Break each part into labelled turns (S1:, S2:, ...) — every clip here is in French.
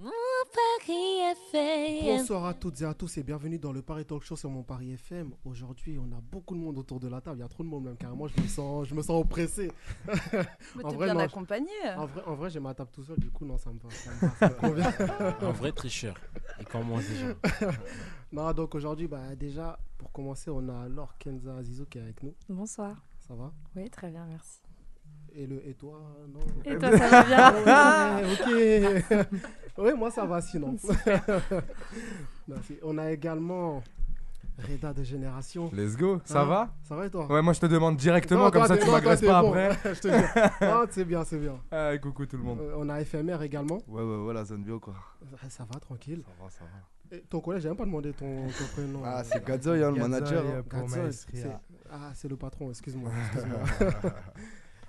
S1: Mon Paris FM.
S2: Bonsoir à toutes et à tous et bienvenue dans le Paris Talk Show sur mon Paris FM. Aujourd'hui, on a beaucoup de monde autour de la table. Il y a trop de monde même carrément. Je me sens, je me sens oppressé.
S3: Mais
S2: En
S3: t'es
S2: vrai,
S3: bien
S2: non, je-
S3: accompagné.
S2: En vrai, en vrai, j'ai ma table tout seul. Du coup, non, ça me va. ça me va, ça me convient.
S4: Un vrai tricheur. Il commence déjà.
S2: non, donc aujourd'hui, bah déjà pour commencer, on a Laure Kenza Azizou qui est avec nous.
S5: Bonsoir.
S2: Ça va
S5: Oui, très bien, merci.
S2: Et le et toi Non.
S5: Et toi, ça va bien
S2: Ouais, ok. oui, moi ça va sinon. Merci. On a également Reda de Génération.
S6: Let's go, ça
S2: Hein
S6: va
S2: Ça va et toi
S6: Ouais, moi je te demande directement,
S2: Non,
S6: comme
S2: toi,
S6: ça
S2: t'es-
S6: tu
S2: non,
S6: m'agresses pas
S2: toi, t'es
S6: après.
S2: bon. Je te jure. Ah, c'est bien, c'est bien.
S6: Euh, coucou tout le monde.
S2: Euh, on a FMR également.
S7: Ouais, ouais, ouais, la zone bio, quoi.
S2: Ah, Ça va, tranquille.
S7: Ça va, ça va.
S2: Et Euh, ton collège, j'ai même pas demandé ton, ton prénom.
S7: Ah, c'est Gadzoy, hein, le manager. hein.
S2: Gazzol, c'est- Ah, c'est le patron, excuse-moi. excuse-moi.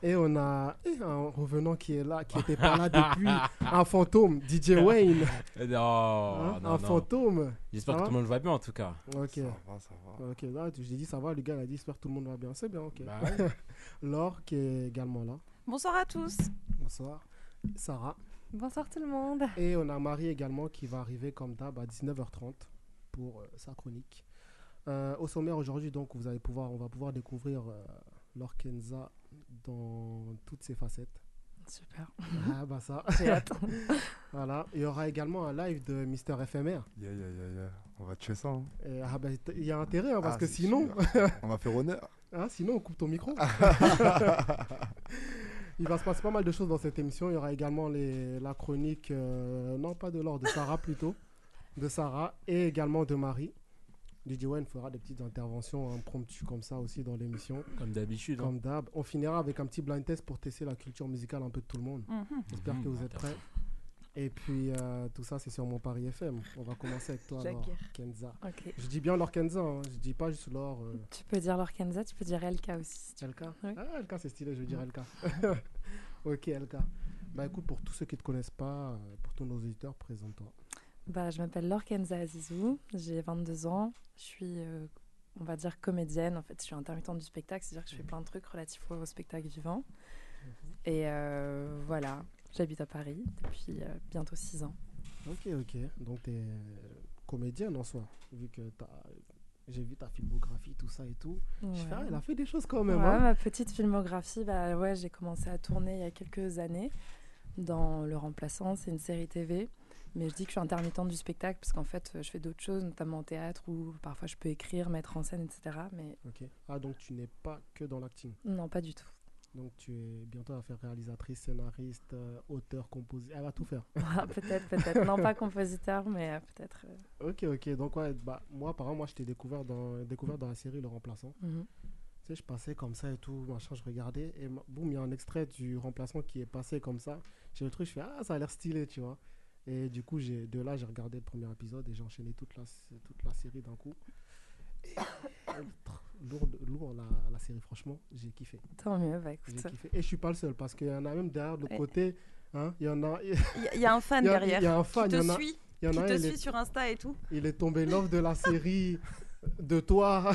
S2: Et on a eh, un revenant qui est là, qui était pas là depuis. Un fantôme, DJ Wayne.
S4: Non,
S2: hein,
S4: non,
S2: un
S4: non.
S2: fantôme.
S4: J'espère
S2: ça
S4: que
S2: va
S4: tout le monde va bien en tout cas.
S2: Ok.
S7: Ça va, ça va.
S2: Ok, là, tu- j'ai dit ça va, le gars, il a dit j'espère que tout le monde va bien. C'est bien, ok.
S4: Bah
S2: Laure qui est également là.
S3: Bonsoir à tous.
S2: Bonsoir. Sarah.
S5: Bonsoir tout le monde.
S2: Et on a Marie également qui va arriver comme d'hab à 19h30 pour euh, sa chronique. Euh, au sommaire aujourd'hui, donc, vous allez pouvoir, on va pouvoir découvrir euh, l'Orkenza dans toutes ses facettes.
S5: Super.
S2: ah bah ça,
S5: J'ai hâte.
S2: voilà. Il y aura également un live de Mister FMR.
S7: Yeah, yeah, yeah, yeah. On va tuer ça. hein.
S2: Et, ah bah, t- il y a intérêt hein, parce
S7: Ah,
S2: que
S7: c'est
S2: sinon,
S7: sûr. on va faire honneur. Ah.
S2: hein, sinon on coupe ton micro. il va se passer pas mal de choses dans cette émission. Il y aura également les, la chronique, euh, non pas de Laure, de Sarah plutôt, de Sarah et également de Marie. DJ Wen fera des petites interventions impromptues comme ça aussi dans l'émission,
S4: Comme d'habitude. hein.
S2: comme d'hab. On finira avec un petit blind test pour tester la culture musicale un peu de tout le monde.
S3: Mhm.
S2: J'espère
S4: Mhm,
S2: que vous êtes
S4: intéressant.
S2: prêts. Et puis euh, tout ça, c'est sur mon Paris FM. On va commencer avec toi, Laure
S3: J'acquiers.
S2: Kenza.
S5: Ok.
S2: Je dis bien Laure Kenza, hein. je dis pas juste Laure. euh,
S5: Tu peux dire l'Orkenza, tu peux dire Elka aussi. si tu veux.
S2: LK
S5: Oui.
S2: Ah, LK, c'est stylé, je veux dire LK. ok, LK. Bah écoute, pour tous ceux qui ne te connaissent pas, euh, pour tous nos auditeurs, présente-toi.
S5: Bah, je m'appelle L'Orkenza Azizou, j'ai 22 ans, je suis, euh, on va dire, comédienne. En fait, je suis intermittente du spectacle, c'est-à-dire que je fais plein de trucs relatifs au spectacle vivant.
S2: Mhm.
S5: Et euh, voilà, j'habite à Paris depuis euh, bientôt 6 ans.
S2: Ok, ok. Donc tu es comédienne en soi, vu que t'as- j'ai vu ta filmographie, tout ça et tout. Je fais,
S5: Ouais.
S2: ah, elle a fait des choses quand même.
S5: Ouais,
S2: hein.
S5: ma petite filmographie, bah ouais, j'ai commencé à tourner il y a quelques années dans Le Remplaçant, c'est une série TV. Mais je dis que je suis intermittente du spectacle parce qu'en fait, euh, je fais d'autres choses, notamment en théâtre où parfois je peux écrire, mettre en scène, etc. Mais
S2: Ok. Ah, donc tu n'es pas que dans l'acting.
S5: non, pas du tout.
S2: Donc tu es bientôt à faire réalisatrice, scénariste, euh, auteur, compositeur. Elle va tout faire.
S5: Ah, peut-être, peut-être. Non, pas compositeur, mais euh, peut-être. euh,
S2: ok, ok. Donc ouais, bah, moi, par exemple, moi, je t'ai découvert dans, découvert dans la série Le Remplaçant.
S5: mhm.
S2: Tu sais, je passais comme ça et tout, machin, je regardais, et ma- boum, il y a un extrait du remplaçant qui est passé comme ça. J'ai le truc, je fais, ah, ça a l'air stylé, tu vois. Et du coup, j'ai- de là, j'ai regardé le premier épisode et j'ai enchaîné toute la, toute la série d'un coup. Et, tr- lourde, lourd, la, la série, franchement, j'ai kiffé,
S5: Tant mieux, bah
S2: j'ai
S5: écoute.
S2: kiffé. Et je suis pas le seul, parce qu'il y en a même derrière de l'autre
S5: Ouais.
S2: côté, hein, il y en a, il
S3: Il y a- il y, a un fan
S2: y a,
S3: derrière
S2: il y a un fan,
S3: qui
S2: il y
S3: te
S2: en a,
S3: suit,
S2: il y en
S3: qui
S2: a un,
S3: te
S2: il,
S3: suit
S2: est,
S3: sur Insta et tout.
S2: il est tombé love de la série, de toi.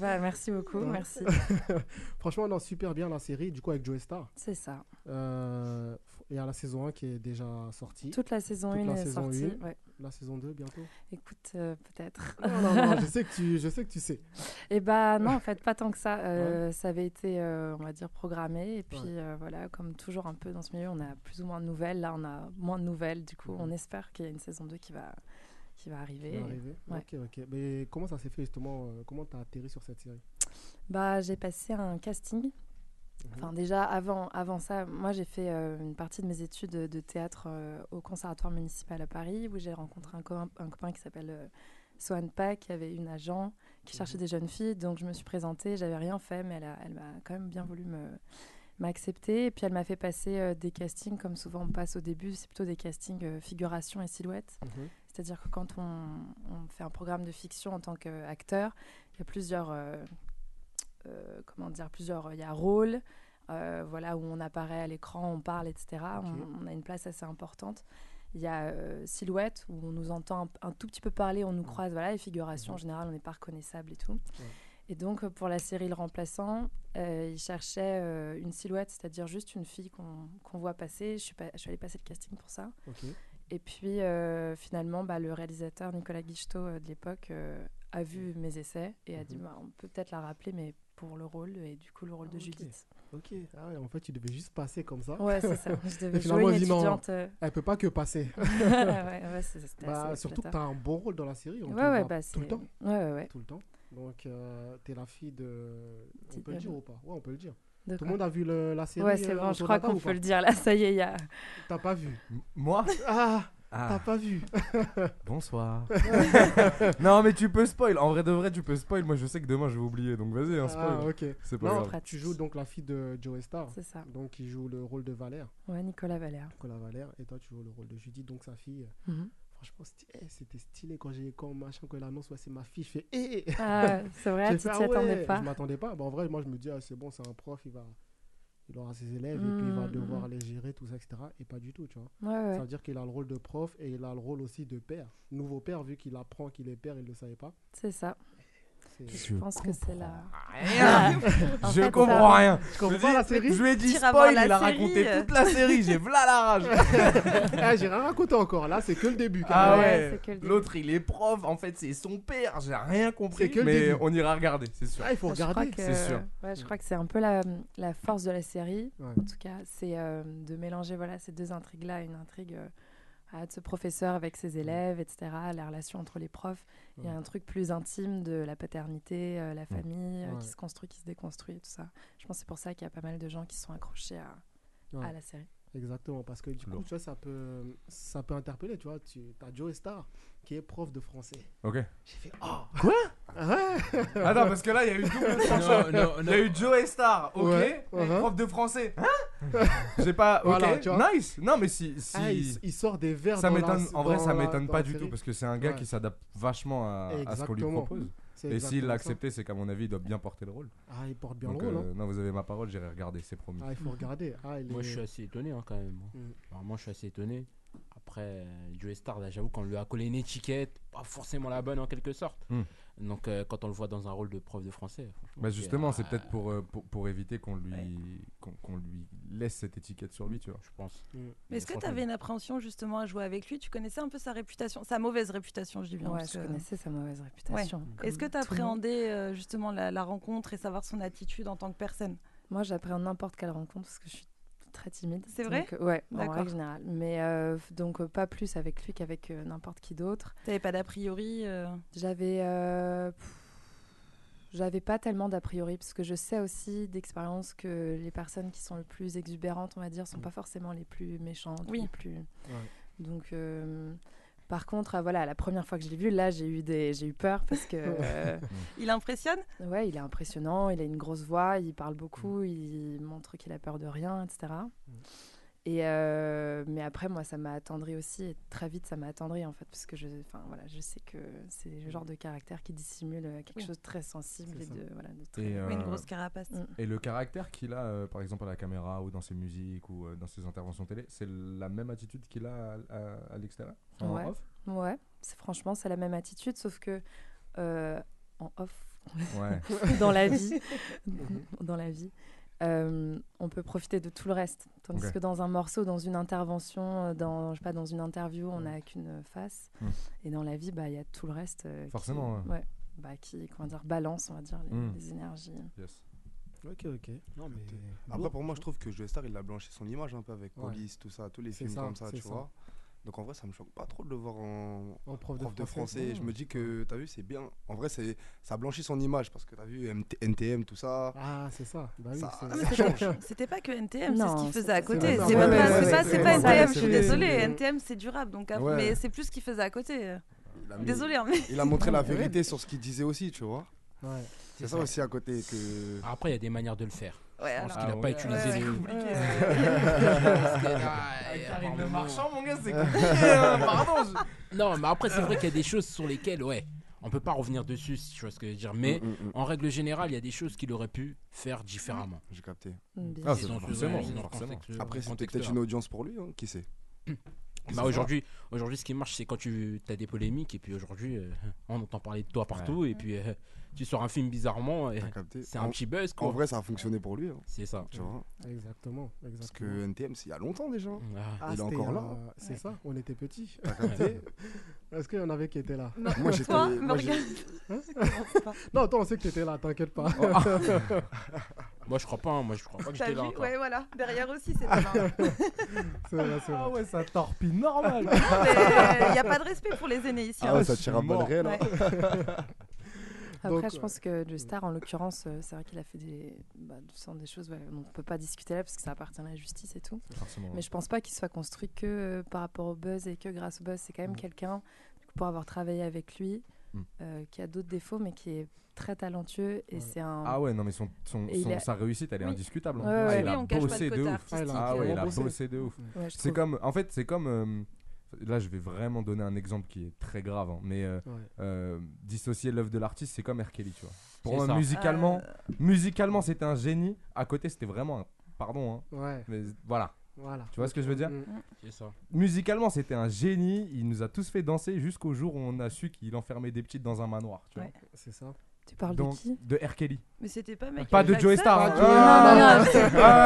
S5: Bah, merci beaucoup,
S2: Ouais.
S5: merci.
S2: franchement, non, super bien la série, du coup, avec Joe Star.
S5: C'est ça.
S2: Euh, Il y a la saison 1 qui est déjà sortie.
S5: Toute la saison
S2: Toute
S5: 1
S2: la
S5: est
S2: saison
S5: sortie.
S2: une.
S5: ouais.
S2: La saison 2 bientôt
S5: Écoute, euh, peut-être.
S2: Non, non, non, je sais que tu, je sais, que tu sais.
S5: Eh bah non, en fait, pas tant que ça. Euh, Ça avait été, euh, on va dire, programmé. Et puis
S2: Ouais.
S5: euh, voilà, comme toujours un peu dans ce milieu, on a plus ou moins de nouvelles. Là, on a moins de nouvelles. Du coup, on espère qu'il y a une saison 2 qui va, qui va
S2: Ça
S5: arriver.
S2: Mmh. va arriver.
S5: ouais.
S2: Ok, ok. Mais comment ça s'est fait justement euh, Comment t'as atterri sur cette série
S5: Bah, j'ai passé un casting. Enfin, déjà, avant, avant ça, moi, j'ai fait euh, une partie de mes études de théâtre euh, au Conservatoire municipal à Paris, où j'ai rencontré un, co- un copain qui s'appelle euh, Soanpa qui avait une agent qui cherchait des jeunes filles. Donc je me suis présentée, j'avais rien fait, mais elle, a- elle m'a quand même bien voulu me m'accepter. Et puis elle m'a fait passer euh, des castings, comme souvent on passe au début, c'est plutôt des castings euh, figuration et silhouette.
S2: Mhm.
S5: C'est-à-dire que quand on, on fait un programme de fiction en tant qu'acteur, il y a plusieurs, euh, euh, comment dire, plusieurs, il y a rôle, euh, voilà où on apparaît à l'écran, on parle, etc. On, on a une place assez importante. Il y a euh, silhouette où on nous entend un, un tout petit peu parler, on nous croise, voilà. Et figuration en général, on n'est pas reconnaissable et tout. Et donc euh, pour la série Le Remplaçant, euh, il cherchait euh, une silhouette, c'est-à-dire juste une fille qu'on qu'on voit passer. Je suis, pas, je suis allée passer le casting pour ça.
S2: Ok.
S5: Et puis euh, finalement, bah, le réalisateur Nicolas Guichetot euh, de l'époque euh, a vu mes essais et a dit
S6: Mhm.
S5: bah, on peut peut-être la rappeler, mais pour le rôle, et du coup le rôle
S2: Ah,
S5: de
S2: ok.
S5: Judith.
S2: Ok, ah ouais, en fait, tu devais juste passer comme ça.
S5: Ouais, c'est ça. Je
S2: Et
S5: devais jouer
S2: finalement,
S5: une
S2: elle dit non.
S5: étudiante. euh,
S2: Elle peut pas que passer.
S5: ouais, ouais, c'est- c'était
S2: Bah,
S5: assez
S2: surtout que tu
S5: flatteur.
S2: as un bon rôle dans la série. On te
S5: Ouais, ouais,
S2: voit
S5: bah,
S2: tout le
S5: c'est-
S2: temps.
S5: Ouais, ouais, ouais.
S2: Tout le temps. Donc, tu es la fille de. On
S5: Petite
S2: peut le dire
S5: Diane.
S2: ou pas Ouais, on peut le dire.
S5: De
S2: Tout
S5: quoi
S2: le monde a vu le- la série.
S5: Ouais, c'est
S2: euh,
S5: bon, je
S2: autour
S5: crois
S2: d'un tas
S5: qu'on
S2: ou
S5: peut le
S2: pas
S5: dire là, ça y est, il y a.
S2: T'as pas vu.
S6: M- Moi
S2: Ah, t'as
S6: Ah,
S2: pas vu.
S6: bonsoir. non, mais tu peux spoil. En vrai de vrai, tu peux spoil. Moi, je sais que demain, je vais oublier. Donc, vas-y, un spoil.
S2: Ah, ok.
S6: C'est pas
S2: Non,
S6: grave.
S5: pratique.
S2: Tu joues donc la fille de Joe Star.
S5: C'est ça.
S2: Donc, qui joue le rôle de Valère,
S5: Ouais, Nicolas Valère.
S2: Nicolas Valère. Et toi, tu joues le rôle de Judith, donc sa fille. euh,
S5: Mhm.
S2: Franchement, sti- eh, c'était stylé quand j'ai quand machin quand il annonce ouais c'est ma fille, je fais eh, eh.
S5: Ah, c'est vrai,
S2: J'ai
S5: tu
S2: fait,
S5: t'y
S2: ah
S5: attendais
S2: ouais.
S5: pas.
S2: Je m'attendais pas. Bah, en vrai, moi je me dis ah, c'est bon, c'est un prof, il va il aura ses élèves et puis il va
S5: Mm,
S2: devoir
S5: mm.
S2: les gérer tout ça etc. Et pas du tout, tu vois.
S5: Ouais, ouais.
S2: Ça veut dire qu'il a le rôle de prof et il a le rôle aussi de père, nouveau père vu qu'il apprend qu'il est père, il le savait pas.
S5: C'est ça.
S2: C'est-
S5: Je pense que c'est la. En
S6: Je
S5: fait,
S6: comprends
S5: ça-
S6: rien.
S2: Ah. Je comprends pas la série.
S6: Je lui ai dit
S3: Tire avant
S6: spoil.
S3: la
S6: Il a
S3: série.
S6: raconté toute la série. J'ai v'là la rage.
S2: Ah, j'ai rien raconté encore. Là, c'est que le début.
S6: Ah
S2: carrément.
S6: ouais.
S5: c'est que le début.
S6: L'autre, il est prof. En fait, c'est son père. J'ai rien compris.
S2: C'est que le
S6: mais
S2: début.
S6: on ira regarder, c'est sûr.
S2: Ah, il faut
S5: Je crois
S2: regarder.
S5: que- euh,
S6: C'est sûr.
S5: ouais, je crois que c'est un peu la, la force de la série,
S2: Ouais.
S5: en tout cas, c'est euh, de mélanger voilà, ces deux intrigues-là, une intrigue euh, ah, de ce professeur avec ses élèves, etc., la relation entre les profs, il y a
S2: Ouais.
S5: un truc plus intime de la paternité, euh, la famille, euh,
S2: Ouais.
S5: qui se construit, qui se déconstruit, tout ça. Je pense que c'est pour ça qu'il y a pas mal de gens qui se sont accrochés à,
S2: Ouais.
S5: à la série.
S2: Exactement, parce que du coup,
S6: Lourd.
S2: tu vois, ça peut, ça peut interpeller, tu vois. Tu as Joe Star qui est prof de français.
S6: Ok.
S2: J'ai fait Oh
S6: Quoi
S2: Ouais
S6: Attends, parce que là, il y a eu double tranchant.
S4: Non, non,
S6: Il
S4: non.
S6: y a eu Joe Star, ok,
S2: Ouais, uh-huh.
S6: et
S2: ouais.
S6: prof de français. Hein J'ai pas. Ok,
S2: Voilà, tu vois.
S6: nice. Non, mais si. si...
S2: Ah, il, il sort des vers
S6: ça
S2: dans la-
S6: m'étonne. En vrai,
S2: dans
S6: ça
S2: la-
S6: m'étonne
S2: dans
S6: pas
S2: la
S6: du
S2: série.
S6: tout parce que c'est un gars
S2: Ouais.
S6: qui s'adapte vachement à, à ce qu'on lui
S2: Exactement.
S6: propose.
S2: C'est
S6: Et s'il
S2: exactement
S6: l'a
S2: ça.
S6: accepté, c'est qu'à mon avis, il doit bien porter le rôle.
S2: Ah, il porte bien
S6: Donc,
S2: le rôle.
S6: euh, non, vous avez ma parole, j'irai regarder, c'est promis.
S2: hein. Ah, il faut regarder. Ah, il
S4: Moi,
S2: est-
S4: je suis assez étonné hein, quand même.
S2: Mm.
S4: Vraiment, je suis assez étonné. Après, euh, Joey Star, là, j'avoue qu'on lui a collé une étiquette, pas forcément la bonne en quelque sorte.
S6: Mm.
S4: Donc, euh, quand on le voit dans un rôle de prof de français. franchement,
S6: Bah
S4: c'est-
S6: justement, c'est
S4: ah,
S6: peut-être pour, euh, pour, pour éviter qu'on lui, qu'on qu'on lui laisse cette étiquette sur lui, tu vois.
S4: Je pense.
S2: Mm.
S3: Mais est-ce que tu
S4: franchement,
S3: avais une appréhension justement à jouer avec lui Tu connaissais un peu sa réputation, sa mauvaise réputation, je dis bien.
S5: Ouais,
S3: parce
S5: je
S3: que-
S5: connaissais sa mauvaise réputation. comme
S3: euh, Est-ce que
S5: tout
S3: tu
S5: le monde.
S3: appréhendais euh, justement la, la rencontre et savoir son attitude en tant que personne
S5: Moi, j'appréhende n'importe quelle rencontre parce que je suis très timide.
S3: C'est vrai
S5: Donc, euh, Ouais, en
S3: D'accord.
S5: règle générale. Mais euh, f- donc, euh, pas plus avec lui qu'avec euh, n'importe qui d'autre.
S3: T'avais pas d'a priori euh,
S5: J'avais. euh, pff, J'avais pas tellement d'a priori parce que je sais aussi d'expérience que les personnes qui sont le plus exubérantes, on va dire, sont pas forcément les plus méchantes,
S3: Oui.
S5: les plus. Donc. euh, Par contre, ah, voilà, la première fois que je l'ai vu, là, j'ai eu des, j'ai eu peur parce que euh,
S3: Il impressionne
S5: Ouais, il est impressionnant, il a une grosse voix, il parle
S3: Mm.
S5: beaucoup, il montre qu'il a peur de rien, etc. Et euh, mais après, moi, ça m'a attendri aussi, et très vite, ça m'a attendri, en fait, parce que je, enfin, voilà, je sais que c'est le genre de caractère qui dissimule euh, quelque
S3: Oui.
S5: chose de très sensible
S2: C'est
S5: et
S2: ça.
S5: de, voilà, de très...
S6: Et,
S3: Oui, Une
S6: euh,
S3: grosse carapace.
S5: Mm.
S6: et le caractère qu'il a, euh, par exemple, à la caméra ou dans ses musiques ou euh, dans ses interventions télé, c'est la même attitude qu'il a à, à- à l'extérieur enfin, en
S5: Ouais.
S6: off
S5: Ouais, c'est, franchement, c'est la même attitude, sauf que euh, en off,
S6: Ouais.
S5: dans la vie, dans la vie, euh, on peut profiter de tout le reste. Tandis
S6: Ok.
S5: que dans un morceau, dans une intervention, euh, dans je sais pas, dans une interview, on n'a qu'une face.
S6: Mm.
S5: Et dans la vie, bah il y a tout le reste. euh, qui-
S6: Forcément, ouais.
S5: ouais, bah qui comment dire balance, on va dire les,
S6: Mm.
S5: les énergies.
S6: Yes.
S2: Ok, ok. Non, mais.
S7: Après, pour moi, je trouve que Joe Star, il a blanchi son image un peu avec
S2: Ouais.
S7: Police, tout ça, tous les
S2: C'est
S7: films
S2: ça,
S7: comme ça,
S2: c'est
S7: tu
S2: ça.
S7: vois. Donc en vrai, ça me choque pas trop de le voir en
S2: En prof,
S7: prof de français.
S2: ouais.
S7: Je me dis que, t'as vu, c'est bien. En vrai, c'est ça blanchit son image parce que t'as vu MT NTM, tout ça.
S2: Ah, c'est ça. Bah oui,
S7: Ça-
S2: c'est-
S7: ça
S3: Ah, mais
S7: change.
S3: C'était pas que NTM, c'est ce
S5: Non,
S3: qu'il
S5: c'est-
S3: faisait à
S5: c'est
S3: côté.
S2: vrai,
S3: C'est
S2: c'est
S3: même
S2: vrai,
S3: pas-
S2: ouais,
S3: c'est
S2: ouais,
S3: pas
S2: c'est
S3: c'est
S2: vrai,
S3: pas
S2: c'est vrai,
S3: NTM, je suis
S2: c'est vrai.
S3: désolée. NTM, c'est durable, donc,
S6: Ouais.
S3: mais c'est plus ce qu'il faisait à côté.
S7: il a mis-
S3: Désolé, hein, mais
S7: Il a montré la vérité sur ce qu'il disait aussi, tu vois.
S2: Ouais.
S7: C'est ça aussi à côté que. Ah,
S4: Après, il y a des manières de le faire.
S3: ouais,
S4: Je pense
S3: alors.
S4: qu'il n'a
S6: Ah
S4: pas
S6: ouais.
S4: utilisé
S3: Ouais,
S4: les.
S3: ouais.
S4: Karim le marchand, mon gars, c'est compliqué. hein, Pardon. Non, mais après, c'est vrai qu'il y a des choses sur lesquelles, ouais, on peut pas revenir dessus, si tu vois ce que je veux dire. Mais
S7: Mm, mm, mm.
S4: en règle générale, il y a des choses qu'il aurait pu faire différemment.
S7: J'ai
S3: Mm,
S7: capté.
S2: Mm,
S5: Bien
S6: Ah,
S5: sûr.
S6: c'est
S4: Dans ce-
S6: forcément,
S4: ouais, dans le
S6: forcément.
S4: contexte-
S7: Après, c'était
S4: contexte-là.
S7: peut-être une audience pour lui, hein, qui sait.
S4: Bah aujourd'hui, aujourd'hui, ce qui marche, c'est quand tu as des polémiques et puis aujourd'hui, euh, on entend parler de toi partout et puis euh, tu sors un film bizarrement et
S7: T'as capté.
S4: c'est
S7: En-
S4: un petit buzz
S7: En
S4: quoi.
S7: vrai, ça a fonctionné pour lui, hein,
S4: C'est ça.
S7: tu vois.
S2: Exactement. exactement.
S7: Parce que NTM, c'est il y a longtemps déjà.
S4: Ah,
S2: Ah,
S7: il est
S2: c'était,
S7: encore là.
S2: euh, C'est ça, on était petits.
S7: T'as capté
S2: Est-ce qu'il y en avait qui étaient là Hein?
S7: Moi, j'étais.
S3: Toi, me
S7: moi, j'ai-
S3: regarde. Commence pas.
S2: Non, toi, on sait que t'étais là, t'inquiète pas.
S4: Oh. Moi je crois pas, hein, moi je crois pas que
S3: T'as
S4: j'étais
S3: vu
S4: là. encore.
S3: Ouais, voilà. Derrière aussi, c'était là.
S2: c'est vrai, c'est vrai.
S6: Ah ouais, ça torpille normal.
S3: Il n'y a pas de respect pour les aînés ici.
S7: Ah
S3: hein.
S7: ouais, ça tire à balles réelles. hein.
S3: Ouais.
S5: Après,
S2: Donc, Mm.
S5: je pense que le star, en l'occurrence, euh, c'est vrai qu'il a fait des, bah, du sang, des choses ouais, dont on peut pas discuter là parce que ça appartient à la justice et tout.
S6: Forcément.
S5: Mais je pense pas qu'il soit construit que euh, par rapport au buzz et que grâce au buzz. C'est quand même quelqu'un, du coup, pour avoir travaillé avec lui,
S6: Mm.
S5: euh, qui a d'autres défauts, mais qui est très talentueux et
S2: Ouais.
S5: c'est un.
S6: Ah ouais, non, mais son, son,
S5: Et il
S6: son-
S5: a-
S6: sa réussite, elle est
S3: Oui.
S6: indiscutable. hein.
S5: Ouais, ouais.
S6: il
S3: Oui,
S6: a
S3: on cache pas le
S6: bossé de
S3: côté
S6: ouf.
S3: artistique. euh.
S6: Ah ouais, il a
S2: bossé.
S6: bossé de ouf.
S5: Ouais, je
S6: C'est
S5: trouve.
S6: comme, en fait, c'est comme. euh, là, je vais vraiment donner un exemple qui est très grave, hein, mais euh,
S2: Ouais.
S6: euh, dissocier l'œuvre de l'artiste, c'est comme R. Kelly, tu vois. Pour
S4: C'est
S6: moi,
S4: ça.
S6: musicalement,
S3: Euh,
S6: musicalement, c'était un génie. À côté, c'était vraiment un. Pardon, hein,
S2: Ouais,
S6: mais voilà.
S2: voilà.
S6: Tu vois ce que je veux dire
S2: Mm.
S4: C'est ça.
S6: Musicalement, c'était un génie. Il nous a tous fait danser jusqu'au jour où on a su qu'il enfermait des petites dans un manoir. Tu vois.
S3: Ouais.
S2: C'est ça.
S5: Tu parles
S6: Donc,
S5: de qui
S6: de R. Kelly.
S3: Mais c'était pas mec.
S6: Pas de Joey Star.
S2: Pas
S6: hein.
S2: de Joey
S5: Non, non, non,
S6: Ah.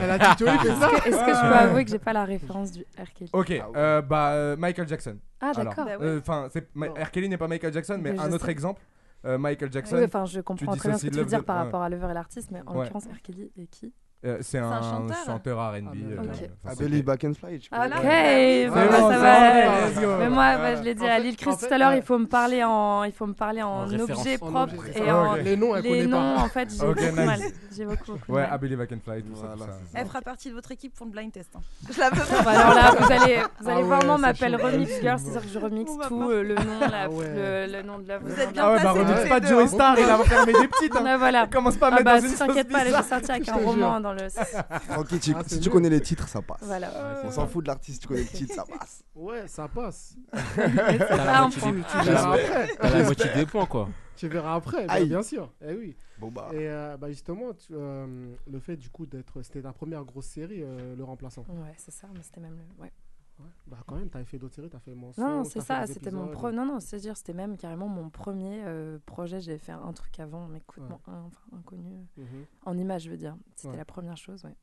S2: Elle a dit, tu vois, il fait ça Ah.
S5: Est-ce que, est-ce que je peux avouer que j'ai pas la référence du R. Kelly
S6: Ok, euh, bah euh, Michael Jackson.
S5: Ah,
S6: Alors,
S5: d'accord.
S3: Bah ouais.
S6: Euh, Enfin, c'est- Ma-
S2: Non.
S6: R. Kelly n'est pas Michael Jackson, mais
S5: Mais je
S6: un autre
S5: sais.
S6: exemple. Euh, Michael Jackson,
S5: Oui, enfin, je comprends
S6: dis
S5: très bien
S6: ceci
S5: ce que
S6: de
S5: tu veux
S6: l'œuvre de-
S5: dire par
S6: ouais.
S5: rapport à l'œuvre et l'artiste, mais en
S6: Ouais.
S5: l'occurrence, R. Kelly est qui
S6: euh, c'est un,
S3: un chanteur.
S6: R&B.
S2: Ah, mais-
S6: euh,
S5: Ok.
S6: enfin, c'est-
S7: Abeli Back and Fly, tu
S5: Ah,
S7: vois.
S5: Ok,
S3: Ouais.
S5: bon,
S6: C'est
S5: bah,
S6: bon,
S5: ça
S6: c'est
S5: va.
S6: bon, let's go.
S5: Mais moi, bah, je l'ai dit
S2: En
S5: à
S2: fait-
S5: Lille
S2: en
S5: Christ
S2: fait,
S5: tout à l'heure,
S2: ouais.
S5: il faut me parler en, il faut me parler en,
S4: référence.
S5: objet
S4: En
S5: propre
S2: objet,
S5: et
S2: ça.
S5: en
S6: Ok.
S2: Les noms, elle
S5: les
S2: connaît
S5: noms.
S2: pas.
S5: En fait, j'ai
S6: Ok,
S5: beaucoup de
S6: nice.
S5: mal. J'ai beaucoup, beaucoup de
S6: Ouais,
S5: mal.
S6: Abeli Back and Fly, tout ça, tout
S7: Voilà,
S6: ça.
S3: Elle fera partie de votre équipe pour le blind test. hein.
S8: Ah
S3: Je l'appelle.
S5: Bah, alors là, vous allez, vous
S2: Ah
S5: allez
S2: ouais,
S5: voir, moi, on
S2: c'est
S5: m'appelle
S2: chaud.
S5: Remix Girl,
S2: C'est
S5: c'est-à-dire que je remixe
S3: On va
S5: tout,
S3: pas-
S5: euh, le nom, la-
S2: Ah ouais.
S5: le, le nom de l'œuvre.
S3: Vous
S5: le nom
S3: êtes
S5: de
S3: bien
S6: Ah ouais,
S3: placés
S6: bah
S3: toutes
S6: remets
S3: les
S6: pas
S3: deux,
S6: Joey
S3: hein.
S6: Star, il a enfermé des petites. hein.
S5: Ouais, voilà.
S6: Commence pas à
S5: Ah
S6: mettre
S5: bah,
S6: dans une
S5: si
S6: sauce
S5: t'inquiète pas, là, j'ai
S6: bizarre.
S5: sorti avec
S2: Je
S5: un
S2: te jure.
S5: roman dans le.
S7: Tranquille, tu-
S2: Ah, c'est
S7: si tu
S2: mieux.
S7: connais les titres, ça passe.
S4: Ah,
S5: Voilà.
S7: On s'en fout de l'artiste, tu connais les titres, ça passe.
S2: Ouais, ça passe.
S4: T'as
S5: Ah,
S4: la
S5: on
S4: moitié des-
S2: Tu
S4: J'espère.
S2: verras après.
S4: t'as la moitié des points quoi.
S2: Tu verras après, bien,
S7: Aïe.
S2: bien sûr. Eh oui.
S7: Bon bah.
S2: Et euh, bah justement, tu- euh, le fait du coup d'être. C'était ta première grosse série, euh, Le Remplaçant.
S5: Ouais, c'est ça, mais c'était même le. ouais.
S2: Ouais. Bah quand même, t'avais fait d'autres séries, t'as fait Mensonge.
S5: Non, non, c'est
S2: t'as fait
S5: ça,
S2: des
S5: c'était mon
S2: épisodes.
S5: pro. Non, non, c'est dire, c'était même carrément mon premier euh, projet. J'avais fait un truc avant, mais complètement un- enfin, inconnu. euh,
S2: Mhm.
S5: En image, je veux dire. C'était
S2: Ouais.
S5: la première chose, ouais.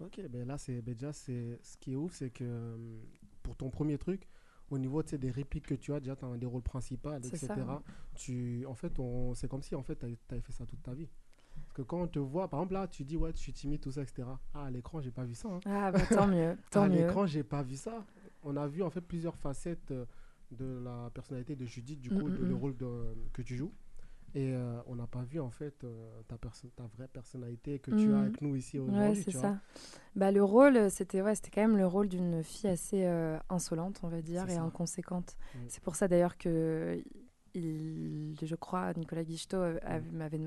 S2: Ok, ben là, c'est ben déjà, c'est ce qui est ouf, c'est que euh, pour ton premier truc, au niveau tu sais, des répliques que tu as, déjà, tu as un des rôles principaux,
S5: C'est
S2: etc.
S5: ça, ouais.
S2: Tu, en fait, on, c'est comme si en fait, tu avais fait ça toute ta vie. Parce que quand on te voit, par exemple, là, tu dis, ouais, je suis timide, tout ça, etc. Ah, à l'écran, j'ai pas vu ça. hein.
S5: Ah, bah tant mieux, tant
S2: à
S5: mieux.
S2: l'écran, j'ai pas vu ça. On a vu en fait plusieurs facettes euh, de la personnalité de Judith, du
S5: Mm,
S2: coup,
S5: mm,
S2: de- le
S5: mm.
S2: rôle de- que tu joues. Et euh, on n'a pas vu en fait euh, ta, perso- ta vraie personnalité que tu as
S5: Mm.
S2: avec nous ici aujourd'hui.
S5: Ouais,
S2: tu
S5: c'est
S2: vois.
S5: ça. Bah, le rôle, euh, c'était ouais, c'était quand même le rôle d'une fille assez euh, insolente, on va dire,
S2: C'est
S5: et
S2: ça.
S5: inconséquente.
S2: Mm.
S5: C'est pour ça d'ailleurs que il, je crois, Nicolas Guichetot euh,
S2: Mmh.
S5: avait- m'avait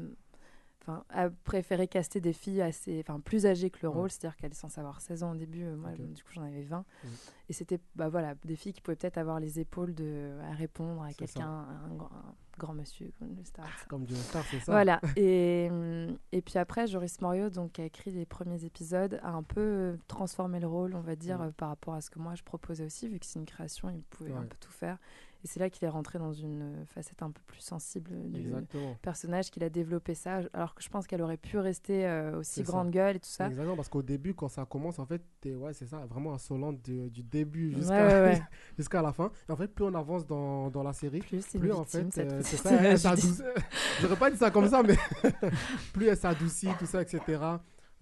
S5: enfin, a préféré caster des filles assez, enfin, plus âgées que le
S2: Ouais.
S5: rôle, c'est-à-dire qu'elle est censée avoir 16 ans au début, euh, moi
S2: Mmh. Ok.
S5: du coup j'en avais 20.
S2: Mm.
S5: Et c'était bah, voilà, des filles qui pouvaient peut-être avoir les épaules de, à répondre à
S2: C'est ça. Ah,
S5: quelqu'un, à un, grand- un grand monsieur comme le star. ça.
S2: Comme du star, c'est ça.
S5: Voilà. Et, hum, et puis après, Joris Morio, donc, qui a écrit les premiers épisodes, a un peu euh, transformé le rôle, on va dire,
S2: Mm.
S5: euh, par rapport à ce que moi je proposais aussi, vu que c'est une création, il pouvait un
S2: Ouais.
S5: peu tout faire. Et c'est là qu'il est rentré dans une euh, facette un peu plus sensible euh, du
S2: Exactement.
S5: personnage, qu'il a développé ça, alors que je pense qu'elle aurait pu rester euh, aussi
S2: C'est ça.
S5: grande gueule et tout ça.
S2: Exactement, parce qu'au début, quand ça commence, en fait, t'es, ouais, c'est ça, vraiment insolente du, du début jusqu'à
S5: Ouais, ouais, ouais.
S2: jusqu'à la fin. Et en fait, plus on avance dans, dans la série,
S5: Plus c'est une
S2: plus
S5: victime,
S2: en fait,
S5: cette
S2: euh, c'est
S5: petite
S2: ça, elle
S5: Judith.
S2: s'adoucit. J'aurais pas dit ça comme ça, mais plus elle s'adoucit, tout ça, etc.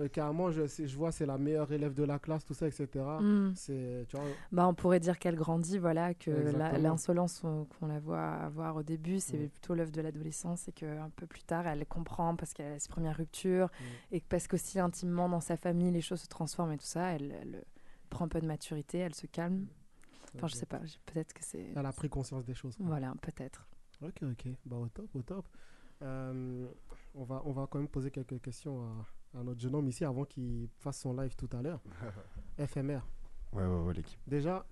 S2: Euh, carrément, je, sais- je vois, c'est la meilleure élève de la classe, tout ça, etc.
S5: Mm.
S2: C'est, tu vois,
S5: Bah, on pourrait dire qu'elle grandit, voilà, que la-
S2: Exactement.
S5: l'insolence euh, qu'on la voit avoir au début, c'est
S2: Mm.
S5: plutôt l'œuvre de l'adolescence et qu'un peu plus tard, elle comprend parce qu'elle a ses premières ruptures et que parce qu'aussi intimement dans sa famille, les choses se transforment et tout ça, elle, elle prend un peu de maturité, elle se calme. Enfin, je sais pas, j'ai- peut-être que c'est.
S2: Elle a pris conscience des choses. quoi.
S5: Voilà, peut-être.
S2: Ok, ok. Bah, au top, au top. Euh, on, va, on va quand même poser quelques questions à, à notre jeune homme ici avant qu'il fasse son live tout à l'heure. FMR.
S7: Ouais, ouais, ouais, l'équipe.
S2: Déjà,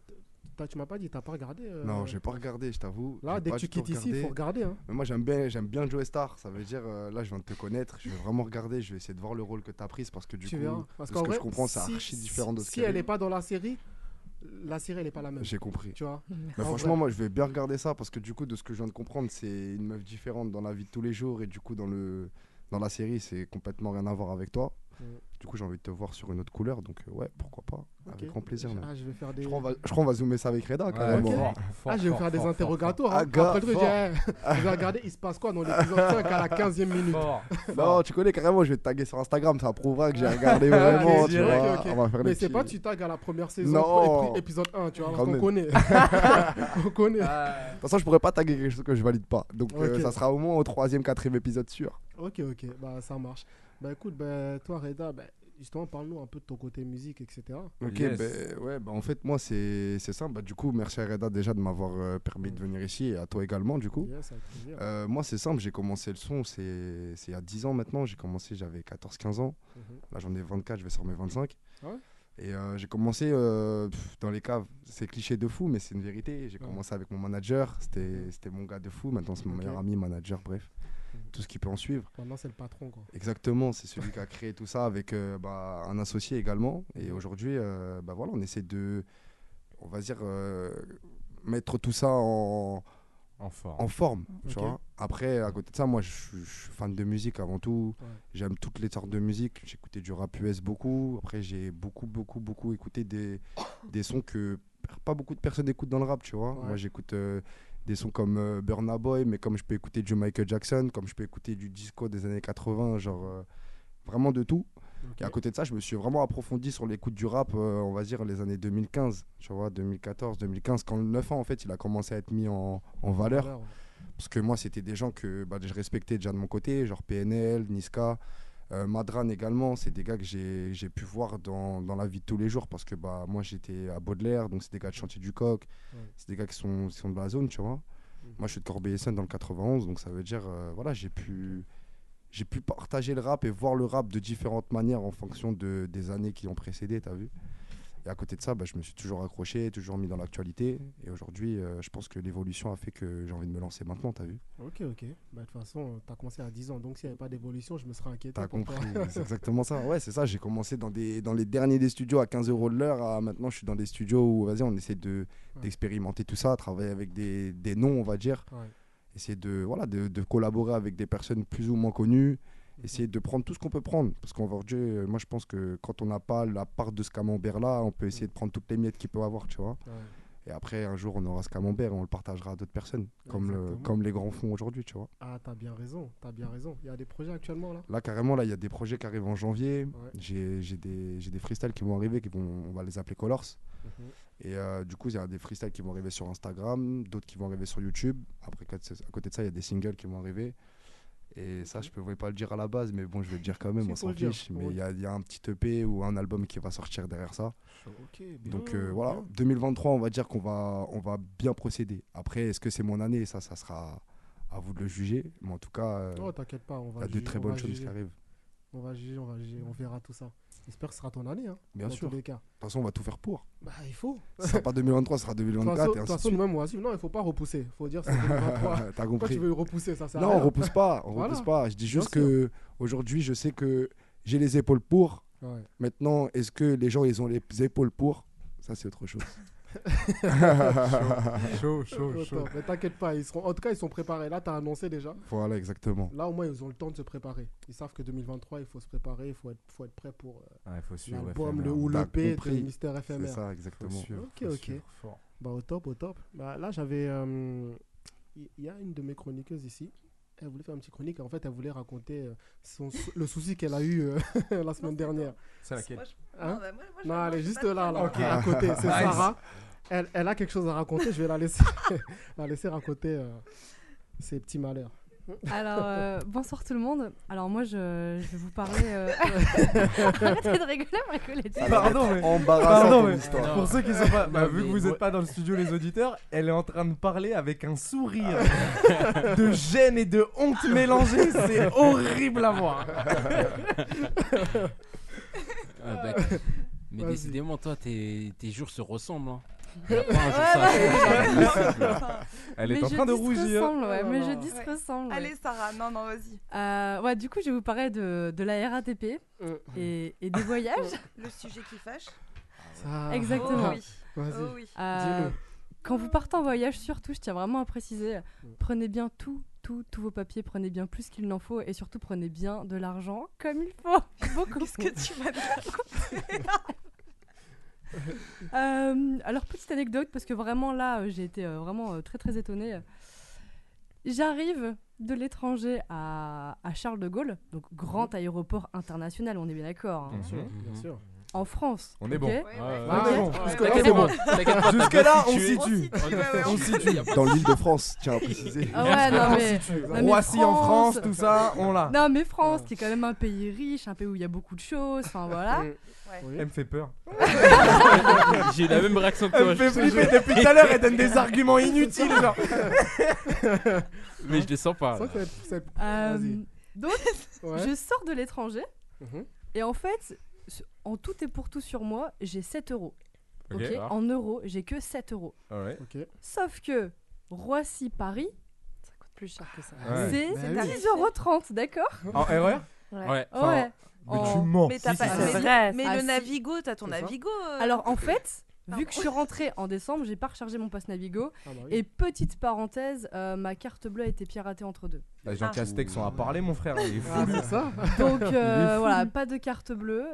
S2: t'as- tu m'as pas dit, t'as pas regardé euh,
S7: Non, j'ai pas regardé, je t'avoue.
S2: Là,
S7: j'ai
S2: dès que
S7: pas
S2: tu
S7: du tout
S2: quittes ici, il faut
S7: regardé.
S2: regarder. hein.
S7: Mais moi, j'aime bien, j'aime bien Joe Star. Ça veut dire, euh, là, je viens de te connaître. Je vais vraiment regarder. Je vais essayer de voir le rôle que t'as pris. c'est Parce que du
S2: Tu
S7: coup,
S2: verras.
S7: de
S2: Parce
S7: ce
S2: qu'en
S7: que
S2: vrai,
S7: je comprends, c'est
S2: si-
S7: archi différent de ce
S2: Si
S7: qu'elle
S2: elle
S7: est.
S2: n'est pas dans la série, la série, elle n'est pas la même.
S7: J'ai compris.
S2: Tu vois
S7: Mais
S2: En
S7: franchement,
S2: vrai.
S7: moi, je vais bien regarder ça. Parce que du coup, de ce que je viens de comprendre, c'est une meuf différente dans la vie de tous les jours. Et du coup, dans, le, dans la série, c'est complètement rien à voir avec toi.
S2: Ouais.
S7: Du coup, j'ai envie de te voir sur une autre couleur. Donc, euh, ouais, pourquoi pas. Avec
S2: Ok.
S7: grand plaisir. même.
S2: Ah, je vais faire des.
S7: Je crois, on va, je crois on va zoomer ça avec Reda. quand même.
S2: ok.
S7: Bon.
S2: Ah, je vais faire des interrogatoires.
S7: fort.
S2: hein.
S7: Ah, gars,
S2: Après le truc,
S7: fort.
S2: je dis, eh, on va regarder, il se passe quoi dans l'épisode 5 à la 15e minute.
S7: Non, tu connais carrément, je vais te taguer sur Instagram, ça prouvera que j'ai regardé vraiment,
S2: ok,
S7: tu
S2: ok,
S7: vois.
S2: Ah, ok.
S7: On va faire
S2: Mais
S7: les
S2: c'est
S7: petits-
S2: pas tu tags à la première saison,
S7: Non.
S2: épri- épisode 1, tu vois,
S7: Quand
S2: parce qu'on
S7: même.
S2: connaît. on connaît.
S7: De toute façon, je pourrais pas taguer quelque chose que je valide pas. Donc euh,
S2: Ok.
S7: ça sera au moins au troisième, quatrième épisode sûr.
S2: Ok, ok, bah ça marche. Bah écoute, bah, toi Reda, bah, justement, parle-nous un peu de ton côté musique, etc.
S7: Ok,
S6: Yes.
S7: ben, ouais, ben, en fait, moi, c'est c'est simple. Bah, du coup, merci à Reda déjà de m'avoir euh, permis de venir ici et à toi également, du coup.
S2: Mm. Yes, avec plaisir.
S7: Euh, moi, c'est simple, j'ai commencé le son, c'est c'est il y a 10 ans maintenant. J'ai commencé, j'avais 14-15 ans.
S2: Mhm.
S7: Là, j'en ai 24, je vais sur mes 25.
S2: Ah ouais
S7: Et euh, j'ai commencé euh, pff, dans les caves. C'est cliché de fou, mais c'est une vérité. J'ai
S2: Ouais.
S7: commencé avec mon manager. C'était c'était mon gars de fou. Maintenant, c'est mon
S2: Ok.
S7: meilleur ami, manager, bref.
S2: Mhm.
S7: Tout ce qui peut en suivre.
S2: Maintenant, c'est le patron, quoi.
S7: Exactement, c'est celui qui a créé tout ça avec euh, bah, un associé également. Et
S2: Mhm.
S7: aujourd'hui, euh, bah, voilà, on essaie de, on va dire, euh, mettre tout ça en,
S6: En forme.
S7: en forme. Tu
S2: Ok.
S7: vois. Après, à côté de ça, moi, je suis je suis fan de musique avant tout.
S2: Ouais.
S7: J'aime toutes les sortes de musique. J'écoutais du rap US beaucoup. Après, j'ai beaucoup, beaucoup, beaucoup écouté des, des sons que pas beaucoup de personnes écoutent dans le rap, tu vois.
S2: Ouais.
S7: Moi, j'écoute euh, des sons comme euh, Burna Boy, mais comme je peux écouter du Michael Jackson, comme je peux écouter du disco des années 80, genre euh, vraiment de tout.
S2: Ok.
S7: Et à côté de ça, je me suis vraiment approfondi sur l'écoute du rap, euh, on va dire les années 2015, tu vois, 2014, 2015, quand le 9 ans, en fait, il a commencé à être mis en, en valeur.
S2: Alors,
S7: Parce que moi, c'était des gens que bah, je respectais déjà de mon côté, genre PNL, Niska, euh, Madran également. C'est des gars que j'ai j'ai pu voir dans, dans la vie de tous les jours parce que bah, moi, j'étais à Baudelaire, donc c'est des gars de Chantier du Coq.
S2: Ouais.
S7: C'est des gars qui sont, qui sont de la zone, tu vois. Moi, je suis de Corbeil-Essonne dans le 91, donc ça veut dire, euh, voilà, j'ai pu, j'ai pu partager le rap et voir le rap de différentes manières en fonction de, des années qui ont précédé, t'as vu et à côté de ça, bah, je me suis toujours accroché, toujours mis dans l'actualité. Et aujourd'hui, euh, je pense que l'évolution a fait que j'ai envie de me lancer maintenant, t'as vu
S2: Ok, ok. Bah, de toute façon, t'as commencé à 10 ans, donc s'il n'y avait pas d'évolution, je me serais inquiété.
S7: T'as
S2: pour toi.
S7: compris, c'est exactement ça. Ouais, c'est ça. J'ai commencé dans, des, dans les derniers des studios à 15 euros de l'heure. à Maintenant, je suis dans des studios où, vas-y, on essaie de,
S2: Ouais.
S7: d'expérimenter tout ça, travailler avec des, des noms, on va dire.
S2: Ouais.
S7: Essayer de, voilà, de, de collaborer avec des personnes plus ou moins connues.
S2: Mhm.
S7: Essayer de prendre tout ce qu'on peut prendre. Parce qu'aujourd'hui, euh, moi, je pense que quand on n'a pas la part de ce camembert-là, on peut essayer de prendre toutes les miettes qu'il peut avoir, tu vois.
S2: Mhm. Ouais.
S7: Et après, un jour, on aura ce camembert et on le partagera à d'autres personnes, comme, le-
S2: Exactement.
S7: comme les grands fonds aujourd'hui, tu vois.
S2: Ah, t'as bien raison, t'as bien raison. Il y a des projets actuellement, là
S7: Là, carrément, là, il y a des projets qui arrivent en janvier.
S2: Ouais.
S7: J'ai j'ai des, j'ai des freestyles qui vont arriver, qui vont, on va les appeler Colors.
S2: Mhm.
S7: Et euh, du coup, il y a des freestyles qui vont arriver sur Instagram, d'autres qui vont arriver sur YouTube. Après, à côté de ça, il y a des singles qui vont arriver. Et ça, je ne pouvais pas le dire à la base, mais bon, je vais le dire quand même,
S2: Si,
S7: on
S2: faut
S7: s'en
S2: le dire,
S7: fiche.
S2: faut
S7: Mais
S2: le
S7: il y a, il y a un petit EP ou un album qui va sortir derrière ça.
S2: Ok,
S7: Donc euh, voilà, 2023, on va dire qu'on va, on va bien procéder. Après, est-ce que c'est mon année Ça, ça sera à vous de le juger. Mais en tout cas, euh,
S2: Oh, t'inquiète pas, on
S7: il
S2: va
S7: y a de
S2: juger,
S7: très
S2: on
S7: bonnes
S2: va
S7: choses qui
S2: juger.
S7: arrivent.
S2: On va juger, on va juger, on verra tout ça. J'espère que ce sera ton année, hein,
S7: Bien
S2: dans
S7: sûr.
S2: tous
S7: De
S2: les cas.
S7: toute façon, on va tout faire pour.
S2: Bah, il faut.
S7: Ce sera pas 2023, ce sera
S2: De toute façon-
S7: 2024 et
S2: de toute
S7: ainsi de
S2: façon,
S7: suite.
S2: nous-mêmes, on assume. Non, il faut pas repousser. faut dire c'est 2023.
S7: T'as
S2: Pourquoi
S7: compris
S2: tu veux repousser ça, ça
S7: Non, on repousse pas, on
S2: Voilà.
S7: repousse pas. Je dis
S2: Bien
S7: juste
S2: sûr.
S7: que aujourd'hui, je sais que j'ai les épaules pour.
S2: Ouais.
S7: Maintenant, est-ce que les gens, ils ont les épaules pour Ça, c'est autre chose.
S6: Chaud,
S2: Oh, top. Mais t'inquiète pas, ils seront... en tout cas, ils sont préparés. Là, t'as annoncé déjà.
S7: voilà, exactement.
S2: Là, au moins, ils ont le temps de se préparer. Ils savent que 2023, il faut se préparer, il faut être, faut être prêt pour euh,
S6: Ah, il faut suivre.
S2: l'album,
S6: FMR.
S2: le ou
S7: T'as
S2: le P de
S7: compris.
S2: Mystère
S7: C'est
S2: FMR.
S7: ça,
S6: Faut
S7: exactement.
S6: suivre,
S2: Ok,
S6: faut
S2: ok.
S6: suivre, fort.
S2: Bah, au top, au top. Bah, là, j'avais. euh, Il il y a une de mes chroniqueuses ici. Elle voulait faire une petite chronique. En fait, elle voulait raconter euh, son sou- le souci qu'elle a eu euh, la semaine dernière.
S6: C'est laquelle
S3: Moi, je-
S2: Hein
S3: non, bah, moi- moi, je-
S2: Non,
S3: moi,
S2: elle est
S3: je suis
S2: juste
S3: pas
S2: là,
S3: fan.
S2: là, à côté. C'est Sarah. Elle, elle a quelque chose à raconter. Je vais la laisser, la laisser raconter euh, ses petits malheurs.
S8: Alors, euh, bonsoir tout le monde. Alors, moi, je, je vais vous parler. euh, Arrêtez de rigoler, ma collègue.
S6: Pardon, mais. Pardon, mais Pour ceux qui sont pas. bah, vu que vous n'êtes pas dans le studio, les auditeurs, elle est en train de parler avec un sourire de gêne et de honte mélangée. C'est horrible à voir.
S4: Ah, bah, mais
S2: Vas-y.
S4: décidément, toi, tes, tes jours se ressemblent. hein.
S8: Ouais,
S4: Pas un jour ça
S8: ouais,
S4: ressemble.
S8: ouais.
S6: Elle est
S8: Mes
S6: en train de
S8: jeudis se
S6: rougir.
S3: hein.
S8: ressemblent, ouais,
S2: Oh là
S8: mes
S2: là.
S8: jeudis se
S3: Ouais.
S8: ressemblent, ouais.
S3: Allez, Sarah, non, non, vas-y.
S8: Euh, ouais, du coup, je vais vous parler de, de la RATP
S2: Euh,
S8: et, et des voyages.
S3: Le sujet qui fâche.
S2: ça-
S8: Exactement.
S3: Oh oui.
S2: Vas-y.
S3: Oh oui.
S8: Euh,
S2: Dis-le.
S8: quand vous partez en voyage, surtout, je tiens vraiment à préciser,
S2: Mm.
S8: prenez bien tout, tout, tous vos papiers, prenez bien plus qu'il n'en faut et surtout prenez bien de l'argent comme il faut. Beaucoup.
S3: Qu'est-ce que tu vas nous raconter
S8: Euh, alors, petite anecdote, parce que vraiment là, euh, j'ai été euh, vraiment euh, très très étonnée. J'arrive de l'étranger à, à Charles de Gaulle, donc grand aéroport international, on est bien d'accord, hein,
S6: Mhm.
S2: Mm.
S3: Mm-hmm.
S2: Bien sûr.
S8: en France.
S6: On est
S8: ok
S6: bon.
S3: Ouais, ouais.
S4: Ouais,
S6: On est bon.
S2: Ah,
S6: Jusque-là,
S4: T'inquiète
S6: c'est
S4: pas,
S6: bon.
S4: t'inquiète pas,
S6: Jusque-là, on
S4: t'as bien situé.
S3: On
S6: situe.
S3: s'y tue, ouais, ouais,
S6: On
S3: on-
S6: s'y tue.
S7: Dans l'île de France, tiens à préciser.
S8: Ah ouais, non mais. non, mais
S6: Roissy en France, tout ça, on l'a.
S8: Non mais France, qui est quand même un pays riche, un pays où il y a beaucoup de choses, enfin voilà.
S2: Mm. Oui.
S6: Elle me fait peur.
S4: J'ai eu la même réaction que
S6: Elle
S4: toi.
S6: me fait
S4: je te jure.
S6: flipper depuis tout à l'heure. Elle donne des arguments inutiles. Genre. Bah,
S4: Mais je les sens pas.
S2: C'est vrai
S4: là.
S2: que ça- ça-
S8: Euh,
S2: Vas-y.
S8: donc
S2: Ouais.
S8: je sors de l'étranger
S2: Mhm.
S8: et en fait, s- en tout et pour tout sur moi, j'ai 7 euros.
S6: Ok. Euh.
S8: Ok, en euros, j'ai que 7 euros.
S2: Ok.
S8: Sauf que Roissy-Paris,
S5: Ça coûte plus cher que ça.
S6: Ah Ouais.
S8: c'est
S2: Bah
S3: oui.
S8: 10,30 euros, d'accord
S6: En erreur
S4: Ouais.
S6: Enfin,
S8: Ouais.
S6: Mais
S8: En-
S6: tu mens.
S3: Mais t'as
S6: Si,
S3: pas.
S6: si,
S5: c'est
S3: mais-
S5: vrai,
S3: Mais
S8: ça,
S3: le
S8: si.
S3: Navigo, t'as ton
S2: C'est ça.
S3: Navigo. euh,
S8: Alors en fait, vu
S3: Pardon.
S8: que je suis rentrée en décembre, j'ai pas rechargé mon passe Navigo.
S2: Ah bah oui.
S8: Et petite parenthèse, euh, ma carte bleue a été piratée entre deux.
S6: Bah,
S3: Ah.
S6: Jean Castex en a parlé, mon frère. Il est fou.
S2: Ah, c'est ça
S8: Donc euh, voilà, pas de carte bleue.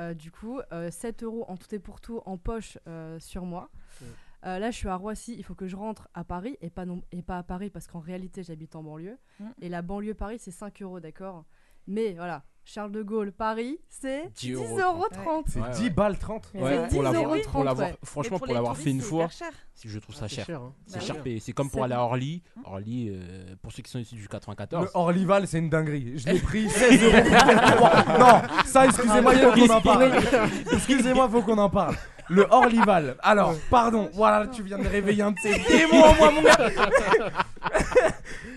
S8: Euh, du coup, euh, 7 euros en tout et pour tout en poche euh, sur moi.
S2: Ouais.
S8: Euh, là, je suis à Roissy, il faut que je rentre à Paris et pas, non, et pas à Paris parce qu'en réalité, j'habite en banlieue.
S3: Mm.
S8: Et la banlieue Paris, c'est 5 euros, d'accord Mais voilà, Charles de Gaulle, Paris, c'est
S4: 10
S8: 10
S4: euros
S8: euros 30.
S6: C'est
S4: Ouais,
S6: 10
S4: ouais.
S6: balles 30.
S8: Ouais.
S4: Ouais,
S8: C'est
S4: pour
S8: 10
S4: l'avoir,
S8: euros
S4: pour l'avoir,
S8: ouais.
S3: mais
S4: franchement,
S3: pour
S4: pour,
S3: les
S4: l'avoir
S3: touristes,
S4: fait une
S3: c'est
S4: fois,
S3: hyper cher.
S4: si je trouve
S2: Ah,
S4: ça cher.
S2: hein.
S4: C'est
S3: Bah
S4: cher
S3: oui.
S4: payé. C'est comme pour
S3: C'est
S4: aller à
S3: vrai.
S4: Orly. Orly, euh, pour ceux qui sont issus du
S6: Le
S4: 94.
S6: Orlival, c'est une dinguerie. Je l'ai pris 16 euros. Non, ça, excusez-moi, il faut qu'on en parle. Excusez-moi, faut qu'on en parle. Le Orlival. Alors, pardon, voilà, tu viens de réveiller un de ces démons en moi, mon gars.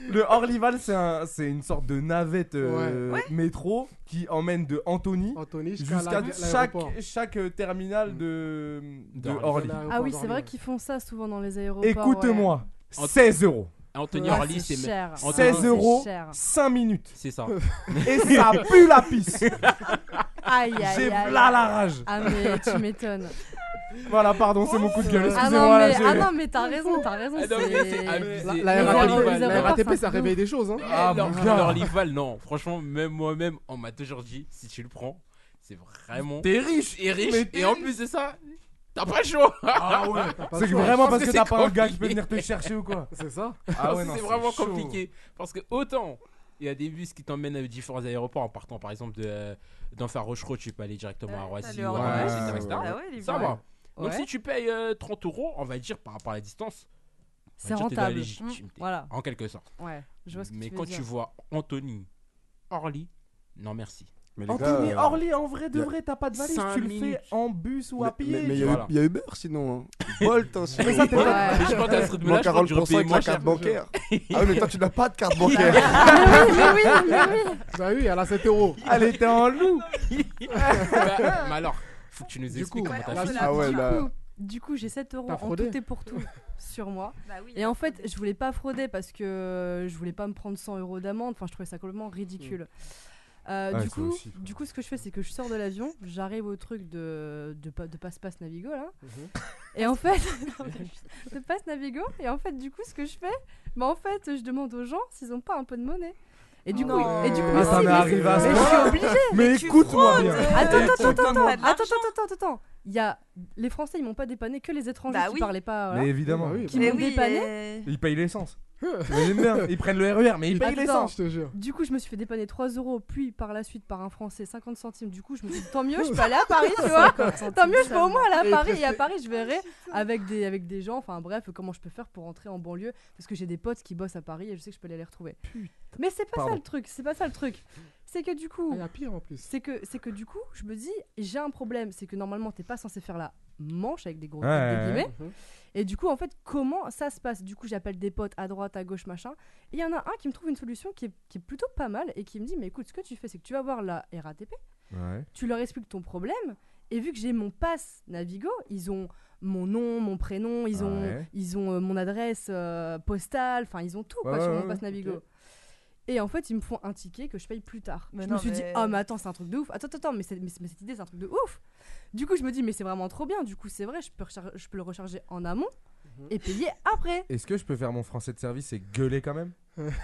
S6: Le Orlival, c'est un- c'est une sorte de navette euh, métro qui emmène de Antony
S2: Anthony, jusqu'à
S6: jusqu'à
S2: la-
S6: chaque,
S2: l'aéroport.
S6: chaque euh, terminal
S7: Mm.
S6: de, de
S4: D'Orly.
S6: Orly.
S8: Ah oui, c'est vrai qu'ils font ça souvent dans les aéroports.
S6: Écoute-moi,
S4: Ouais.
S6: 16 euros,
S4: Anthony
S8: ouais. Ah,
S4: Orly,
S8: c'est
S4: c'est
S8: cher.
S4: Anthony,
S6: 16
S8: c'est
S6: euros.
S8: cher.
S6: 5 minutes.
S4: c'est ça.
S6: Et ça pue la pisse.
S8: Aïe, aïe,
S6: J'ai
S8: aïe.
S6: là la rage.
S8: Ah mais tu m'étonnes.
S6: Voilà, pardon, c'est mon coup de gueule.
S8: Ah non,
S6: Excusez-moi.
S8: mais,
S6: là,
S8: ah
S6: j'ai-
S8: non, mais t'as raison, t'as raison.
S4: Ah non, mais
S8: c'est-
S4: c'est abusé.
S2: La,
S8: Les
S2: la
S8: aéroports,
S2: RATP,
S8: ils
S2: la
S8: avaient pas
S2: RATP,
S8: fait
S2: ça
S8: un
S2: réveille des choses. Hein.
S6: Ah,
S4: Leur-
S6: mon gars.
S4: L'Orlyval, non. Franchement, même moi-même, on m'a toujours dit, si tu le prends, c'est vraiment.
S6: T'es riche.
S4: Et riche.
S6: Mais t'es
S4: et en plus de ça, t'as pas le choix.
S6: Ah ouais.
S2: Pas
S6: C'est
S2: chaud.
S4: Parce
S6: vraiment parce
S4: que
S6: que
S4: c'est
S6: t'as pas un gars
S4: compliqué.
S6: qui peut venir te chercher ou quoi
S2: C'est ça
S6: Ah ouais, non,
S4: c'est vraiment
S6: chaud.
S4: compliqué. Parce que autant il y a des bus qui t'emmènent à différents aéroports en partant par exemple de- d'Enfer Rochereau, tu peux aller directement à
S3: Ouais,
S4: Roissy
S3: salut,
S4: ou à
S3: au
S6: Ouais,
S3: revoir.
S4: Orly, etc.,
S6: ouais,
S4: etc.
S3: Bah ouais, les
S4: Ça
S3: gars.
S4: va. Donc
S8: Ouais.
S4: si tu payes euh, 30 euros, on va dire par rapport à la distance, on
S8: C'est
S4: va dire t'es dans la
S8: rentable.
S4: légitimité.
S8: Voilà,
S4: En quelque sorte.
S8: ouais, je vois ce que
S4: Mais
S8: tu veux
S4: quand
S8: dire.
S4: tu vois Anthony Orly, non merci.
S7: Mais les gars,
S6: Anthony
S7: euh,
S6: Orly, en vrai de
S7: y a-
S6: vrai, t'as pas de valise.
S4: Cinq
S6: Tu le
S4: minutes.
S6: fais en bus ou à
S7: mais- mais-
S6: pied.
S7: mais il y
S6: tu
S7: a-
S6: vois.
S4: Voilà.
S7: il y a Uber sinon. hein. Bolt, hein, sinon.
S6: ça, t'es
S7: Bolt,
S8: Ouais.
S4: Mais je pense qu'à ce
S7: moins
S4: rythme-là, je crois que j'aurais
S7: 40%
S4: payé
S7: avec
S4: moins
S7: la
S4: cher.
S7: carte bancaire. ah oui, mais toi, tu n'as pas de carte bancaire.
S2: Bah oui, elle a 7 euros.
S6: Allez, t'es en loup.
S4: Bah, mais alors, faut que tu nous
S2: Du
S4: expliques
S2: coup,
S4: comment
S3: ouais,
S4: t'as
S3: on
S4: fait.
S3: se
S7: ah ouais,
S8: Du
S7: là.
S8: coup- Du coup, j'ai 7 euros
S2: T'as
S8: en
S2: fraudé
S8: tout et pour tout sur moi.
S3: Bah oui,
S8: Et en fait, je voulais pas frauder parce que euh, je voulais pas me prendre 100 euros d'amende. Enfin, je trouvais ça complètement
S7: Mm.
S8: ridicule. Euh,
S6: Ah Ouais,
S8: du,
S6: ça
S8: coup,
S6: aussi.
S8: du coup, ce que je fais, c'est que je sors de l'avion, j'arrive au truc de, de, pa- de passe-passe Navigo là.
S2: Mhm.
S7: Mm-hmm.
S8: Et en fait, Non, mais- de passe Navigo. Et en fait, du coup, ce que je fais, bah en fait, je demande aux gens s'ils ont pas un peu de monnaie. Et du coup,
S3: Non.
S8: et du coup,
S2: Ah,
S8: mais
S6: ça
S8: si,
S6: m'est
S8: mais si,
S6: arrivé à ce
S8: mais je suis
S6: moment-là.
S8: obligée.
S6: Mais
S3: tu
S6: écoute-moi bien.
S8: Attends,
S3: tu
S8: attends, attends,
S3: demandes
S8: attends,
S3: pas de l'argent.
S8: attends, attends, attends, attends. Il y a les Français, ils m'ont pas dépanné que les étrangers
S3: Bah
S8: qui
S3: oui.
S8: parlaient pas. voilà.
S6: Mais évidemment,
S2: Bah oui,
S8: Qui
S2: bah
S8: m'ont
S3: Mais oui,
S8: dépanné.
S3: euh,
S6: il paye l'essence. Mais j'aime bien, ils prennent le RER, mais ils payent
S8: Eh. Bah, Attends,
S6: l'essence.
S8: Du coup, je me suis fait dépanner 3 euros, puis par la suite par un Français 50 centimes. Du coup, je me suis dit, tant mieux, je peux aller à Paris, tu vois.
S5: 50 centimes,
S8: Tant mieux, je
S5: ça
S8: vais au moins
S5: va.
S8: aller
S5: Et
S8: à Paris. Et à
S5: presque-
S8: Paris, je verrai avec des, avec des gens. Enfin, bref, comment je peux faire pour rentrer en banlieue. Parce que j'ai des potes qui bossent à Paris et je sais que je peux aller les retrouver. Mais c'est pas
S2: Pardon.
S8: ça le truc. C'est pas ça le truc. C'est que du coup.
S2: Il y a pire en plus.
S8: C'est que, c'est que du coup, je me dis, j'ai un problème. C'est que normalement, t'es pas censé faire la manche avec des gros
S6: Ouais,
S8: guillemets.
S6: ouais, ouais.
S2: Mhm.
S8: Et du coup, en fait, comment ça se passe Du coup, j'appelle des potes à droite, à gauche, machin. Et il y en a un qui me trouve une solution qui est, qui est plutôt pas mal et qui me dit Mais écoute, ce que tu fais, c'est que tu vas voir la RATP,
S6: Ouais.
S8: tu leur expliques ton problème. Et vu que j'ai mon pass Navigo, ils ont mon nom, mon prénom, ils ont,
S6: Ouais.
S8: ils ont euh, mon adresse euh, postale, enfin, ils ont tout quoi,
S6: Ouais,
S8: sur
S6: ouais,
S8: mon
S6: ouais,
S8: pass Navigo.
S6: ok.
S8: Et en fait, ils me font un ticket que je paye plus tard.
S3: Mais
S8: je
S3: non,
S8: me suis dit,
S3: mais-
S8: ah, mais attends, c'est un truc de ouf. Attends, attends, attends, mais, c'est- mais c'est- mais cette idée, c'est un truc de ouf. Du coup, je me dis, mais c'est vraiment trop bien. Du coup, c'est vrai, je peux, recharger- je peux le recharger en amont
S6: Mhm.
S8: et payer après.
S6: Est-ce que je peux faire mon français de service et gueuler quand même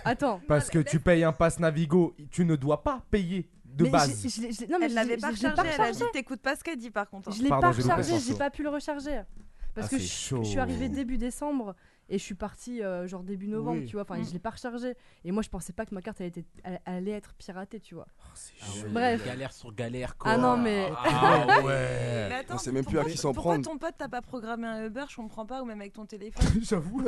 S8: Attends.
S6: Parce que tu payes un pass Navigo, tu ne dois pas payer de
S8: Mais
S6: base.
S8: j'ai- je l'ai- je l'ai- non, mais
S3: Elle
S8: je
S3: l'avait
S8: l'ai-
S3: pas
S8: je l'ai
S3: rechargé, elle a dit
S8: rechargé.
S3: t'écoutes pas ce qu'elle dit par contre. hein.
S8: Je l'ai
S6: Pardon,
S8: pas
S6: je le
S8: rechargé,
S6: comprends.
S8: j'ai pas pu le recharger. Parce
S6: Ah,
S8: que
S6: c'est
S8: je,
S6: chaud.
S8: je suis arrivée début décembre et je suis partie euh, genre début novembre,
S2: Oui.
S8: tu vois. Enfin,
S3: Mm.
S8: je l'ai pas rechargé. Et moi, je pensais pas que ma carte allait être, elle- allait être piratée, tu
S6: Oh,
S8: vois.
S4: Ah ouais,
S8: Bref.
S4: Galère sur galère, quoi.
S8: Ah non, mais.
S4: Ah
S3: Mais
S6: ouais
S3: attends,
S7: sait même plus à
S3: pourquoi-
S7: qui s'en
S3: pourquoi
S7: prendre.
S3: ton pote t'a pas programmé un Uber Je comprends pas, ou même avec ton téléphone.
S6: J'avoue.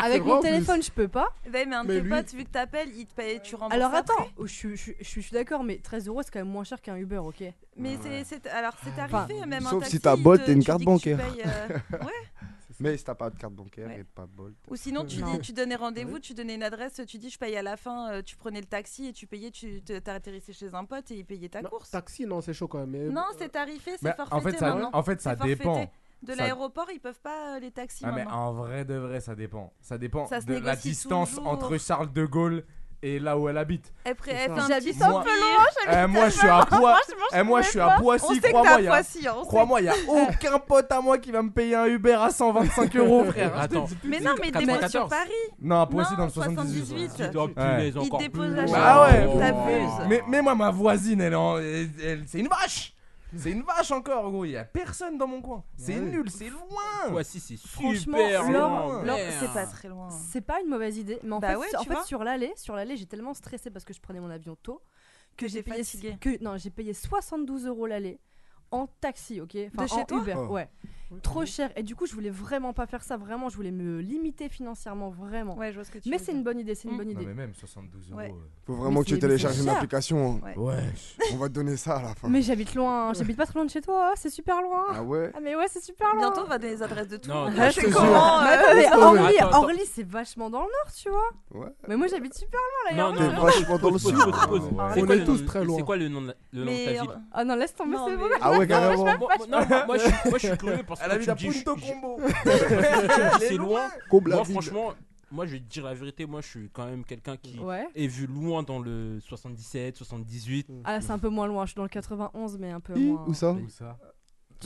S8: Avec
S2: vrai, en
S8: mon
S2: plus.
S8: téléphone, je peux pas.
S3: Ouais, Eh ben, mais un de
S2: Mais
S3: tes
S2: lui-
S3: potes, vu que t'appelles, il te paye, tu rembourses.
S8: Alors
S3: après.
S8: attends, oh, je suis- je suis- je suis je suis d'accord, mais 13 euros, c'est quand même moins cher qu'un Uber, ok
S3: Mais c'est, c'est- alors c'est arrivé
S8: Enfin,
S3: même un
S7: sauf
S3: taxi,
S7: si t'as
S3: il
S7: Bolt
S3: te-
S7: et
S3: tu
S7: une
S3: dis
S7: carte
S3: que tu
S7: bancaire.
S3: payes, euh, ouais.
S7: Mais si t'as pas de carte bancaire
S3: Ouais.
S7: et pas de Bolt.
S3: Ou sinon tu,
S8: Non.
S3: dis, tu donnais rendez-vous, tu donnais une adresse, tu dis je paye à la fin, euh, tu prenais le taxi et tu payais, tu te- t'atterrissais chez un pote et il payait ta
S2: Non,
S3: course.
S2: Taxi, non, c'est chaud quand même. mais-
S3: Non, c'est tarifé, c'est
S6: Euh, Mais
S3: forfaité
S6: en fait, ça,
S3: maintenant.
S6: en fait, ça
S3: C'est forfaité.
S6: dépend.
S3: De
S6: ça-
S3: l'aéroport, ils peuvent pas euh, les taxis
S6: Ah, mais
S3: maintenant.
S6: en vrai de vrai, ça dépend. Ça dépend
S3: Ça se
S6: de la
S3: négocie
S6: distance
S3: toujours.
S6: entre Charles de Gaulle et là où elle habite.
S3: Eh, pré-
S2: c'est
S3: eh,
S2: ça.
S3: fais un
S8: J'habite
S3: petit
S8: un
S3: sourire.
S8: peu
S6: Eh, moi, je suis à Poissy. Eh, moi, je suis à
S3: On
S6: Poissy.
S3: sait que t'es
S6: Crois-moi,
S3: à
S6: il y a-
S3: Poissy, hein, on sait.
S6: crois-moi, il y a aucun pote à moi qui va me payer un Uber à 125 euros, frère.
S4: Attends.
S3: Mais non, mais t'es pas sur
S4: 94.
S3: Paris.
S6: Non, Poissy
S3: Non,
S6: dans le 78.
S3: 78.
S4: Tu dois
S6: Ouais.
S4: punaise
S3: Il
S4: encore
S3: te dépose
S4: plus
S3: la
S4: loin.
S6: Bah ouais,
S3: chambre, t'abuses.
S6: Mais, mais moi, ma voisine, elle, est en- elle- elle- c'est une vache. C'est une vache encore, gros. Il y a personne dans mon coin. C'est
S2: Ouais.
S6: nul, c'est loin.
S4: Poissy, c'est
S8: Franchement,
S4: super
S8: Laure,
S4: loin.
S8: Laure,
S4: Merde.
S3: C'est pas très loin.
S8: C'est pas une mauvaise idée, mais en
S3: Bah
S8: fait,
S3: ouais,
S8: en
S3: tu
S8: fait,
S3: vois.
S8: sur l'allée, sur l'allée, j'étais tellement stressée parce que je prenais mon avion tôt
S3: Que j'ai
S8: payé
S3: fatigué.
S8: que non, j'ai payé 72 euros l'aller en taxi, ok, enfin
S3: De chez
S8: en
S3: toi
S8: Uber,
S7: Oh.
S8: ouais, trop cher. Et du coup, je voulais vraiment pas faire ça, vraiment, je voulais me limiter financièrement, vraiment.
S3: Ouais, je vois ce que tu
S8: mais
S3: veux
S8: c'est une
S3: dire.
S8: bonne idée, c'est une
S3: Mm.
S8: bonne
S6: Non,
S8: idée.
S6: mais même 72
S3: Ouais.
S6: euros. euh,
S7: Faut vraiment
S8: Mais
S7: que tu
S8: c'est- mais
S7: télécharges
S8: c'est
S7: une
S8: cher.
S7: application. hein.
S3: Ouais.
S6: Ouais.
S7: On va te donner ça à la fin.
S8: Mais j'habite loin, hein. j'habite pas très loin de chez toi, oh, c'est super loin.
S7: Ah ouais
S8: Ah mais ouais, c'est super loin.
S3: Bientôt, on va donner les adresses de tout. le
S4: Non,
S3: monde.
S4: non,
S3: Je
S4: je
S3: sais
S4: te jure.
S3: comment,
S8: Ah, Mais
S3: euh,
S8: attends, mais
S4: attends,
S8: Orly,
S4: attends, attends.
S8: Orly, c'est vachement dans le nord, tu vois.
S7: Ouais.
S8: Mais moi, j'habite super loin là. et
S4: Non,
S8: Orly,
S4: non,
S7: T'es
S8: c'est-
S4: non.
S7: vachement dans le
S4: Pause,
S7: sud.
S4: pause,
S7: Ah
S4: pause.
S7: ouais.
S4: C'est
S2: On
S4: quoi
S2: est
S4: le
S2: tous
S4: nom-
S2: très
S4: C'est
S2: loin.
S4: quoi le nom de la- le nom de ta
S3: Mais
S4: ville
S8: Ah non, laisse tomber,
S3: Non,
S8: c'est
S3: mais-
S8: bon.
S7: Ah ouais, carrément.
S4: Moi, non, moi, moi, je, suis- moi, je suis curieux parce que
S6: Elle
S4: quand
S6: habite
S4: tu
S6: à
S4: me dis,
S6: Punto
S4: je-
S6: Combo.
S4: je-
S6: Elle est
S4: c'est loin.
S7: Comble la
S4: Moi,
S7: ville.
S4: franchement, moi, je vais te dire la vérité. Moi, je suis quand même quelqu'un qui
S8: Ouais.
S4: est vu loin dans le 77, 78.
S8: Ah là, c'est un peu moins loin. Je suis dans le 91, mais un peu
S7: Hi,
S8: moins.
S7: Où ça
S6: ça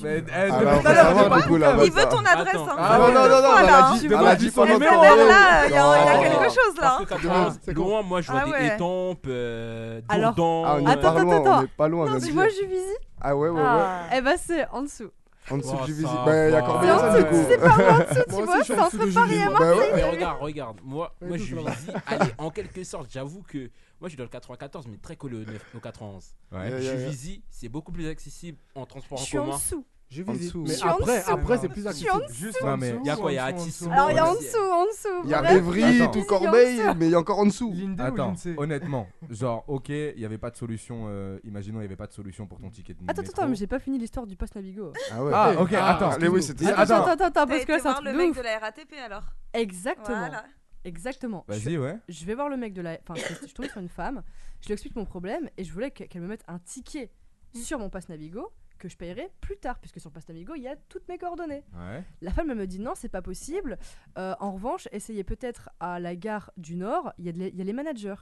S6: mais, eh,
S7: Ah
S6: depuis
S7: bah,
S6: tout
S7: faut
S6: à
S7: savoir,
S6: l'heure, on est
S7: du coup,
S6: pas-
S7: là-bas,
S3: Il veut
S7: ça.
S3: ton adresse,
S4: Attends.
S3: hein.
S7: Ah non, non, non, non, elle a
S3: Voilà,
S7: dit-
S6: hein.
S7: elle a dit
S6: Tu
S7: son
S6: vois,
S3: Mais
S6: non,
S3: même
S7: entourage.
S3: là,
S6: non,
S3: il y a il y a
S7: non.
S3: quelque chose là.
S4: Parce que
S3: hein.
S4: 91,
S2: c'est
S4: loin, moi, je vois
S3: Ah
S4: des
S3: ouais.
S4: étampes, euh,
S8: Alors-
S4: Dourdan,
S7: Ah, on est
S8: Attends,
S7: pas loin,
S8: attends,
S7: on est pas loin. on a
S8: tu
S7: dit.
S8: vois Juvisy
S7: Ah ouais, ouais, ouais.
S3: Ah.
S8: Eh bah c'est en dessous.
S7: En dessous
S4: Oh,
S7: du visite.
S4: ça
S7: Bah, il y
S4: va.
S7: a
S8: C'est en
S7: Corbeil-Essonnes, du
S8: dessous,
S7: coup.
S8: c'est pas loin en dessous, tu
S2: Moi aussi,
S8: vois,
S2: je suis
S8: c'est
S2: en
S8: entre
S2: dessous de
S8: Paris et
S2: Juvisy.
S8: Marseille.
S7: Bah ouais.
S4: Mais Eh, regarde, regarde, moi,
S2: Ouais,
S4: moi
S2: tout
S4: je
S2: ça
S4: lui
S2: va.
S4: dis, allez, en quelque sorte, j'avoue que moi je suis dans le 94, mais très collé au, 9 au 91.
S7: Ouais,
S4: Je
S7: ouais, ouais.
S4: Juvisy, c'est beaucoup plus accessible en transport
S8: Je
S4: en
S8: suis en
S4: commun.
S8: dessous.
S2: Je
S7: En
S2: visite.
S7: dessous.
S2: Mais
S8: Je suis en
S2: après,
S8: dessous.
S2: après c'est plus
S8: Je suis
S2: accessible.
S6: Juste
S7: Non,
S6: en
S7: mais-
S6: dessous.
S4: Y a quoi, y a
S6: en dessous, en
S4: Atis.
S6: dessous.
S8: Alors il y a en
S4: Ouais.
S8: dessous, en dessous.
S7: Il y a
S8: bref.
S7: Évry,
S6: Attends.
S7: tout Corbeil, mais il y a encore en dessous.
S9: L'Indé ou
S6: Attends,
S9: l'INSEE
S6: honnêtement, genre, ok, il n'y avait pas de solution. euh, imaginons, il n'y avait pas de solution pour ton ticket de
S8: Attends,
S6: métro.
S8: attends, attends, mais j'ai pas fini l'histoire du poste Navigo.
S7: Ah ouais.
S6: Ah, ok,
S2: Ah,
S6: attends.
S7: Mais oui, c'était
S6: Attends,
S7: ça.
S8: Attends, attends, attends, parce
S3: T'as
S8: que là
S3: été
S8: c'est un
S3: voir le
S8: truc de
S3: mec
S8: ouf.
S3: de la RATP alors.
S8: Exactement,
S3: Voilà.
S8: exactement. Je-
S6: Vas-y, ouais.
S8: Je vais voir le mec de la... Enfin, je je tombe sur une femme, je lui explique mon problème et je voulais que- qu'elle me mette un ticket sur mon passe Navigo que je paierai plus tard, puisque sur le passe Navigo, il y a toutes mes coordonnées.
S6: Ouais.
S8: La femme elle me dit non, c'est pas possible. Euh, en revanche, essayez peut-être à la gare du Nord, il y, a de les- il y a les managers.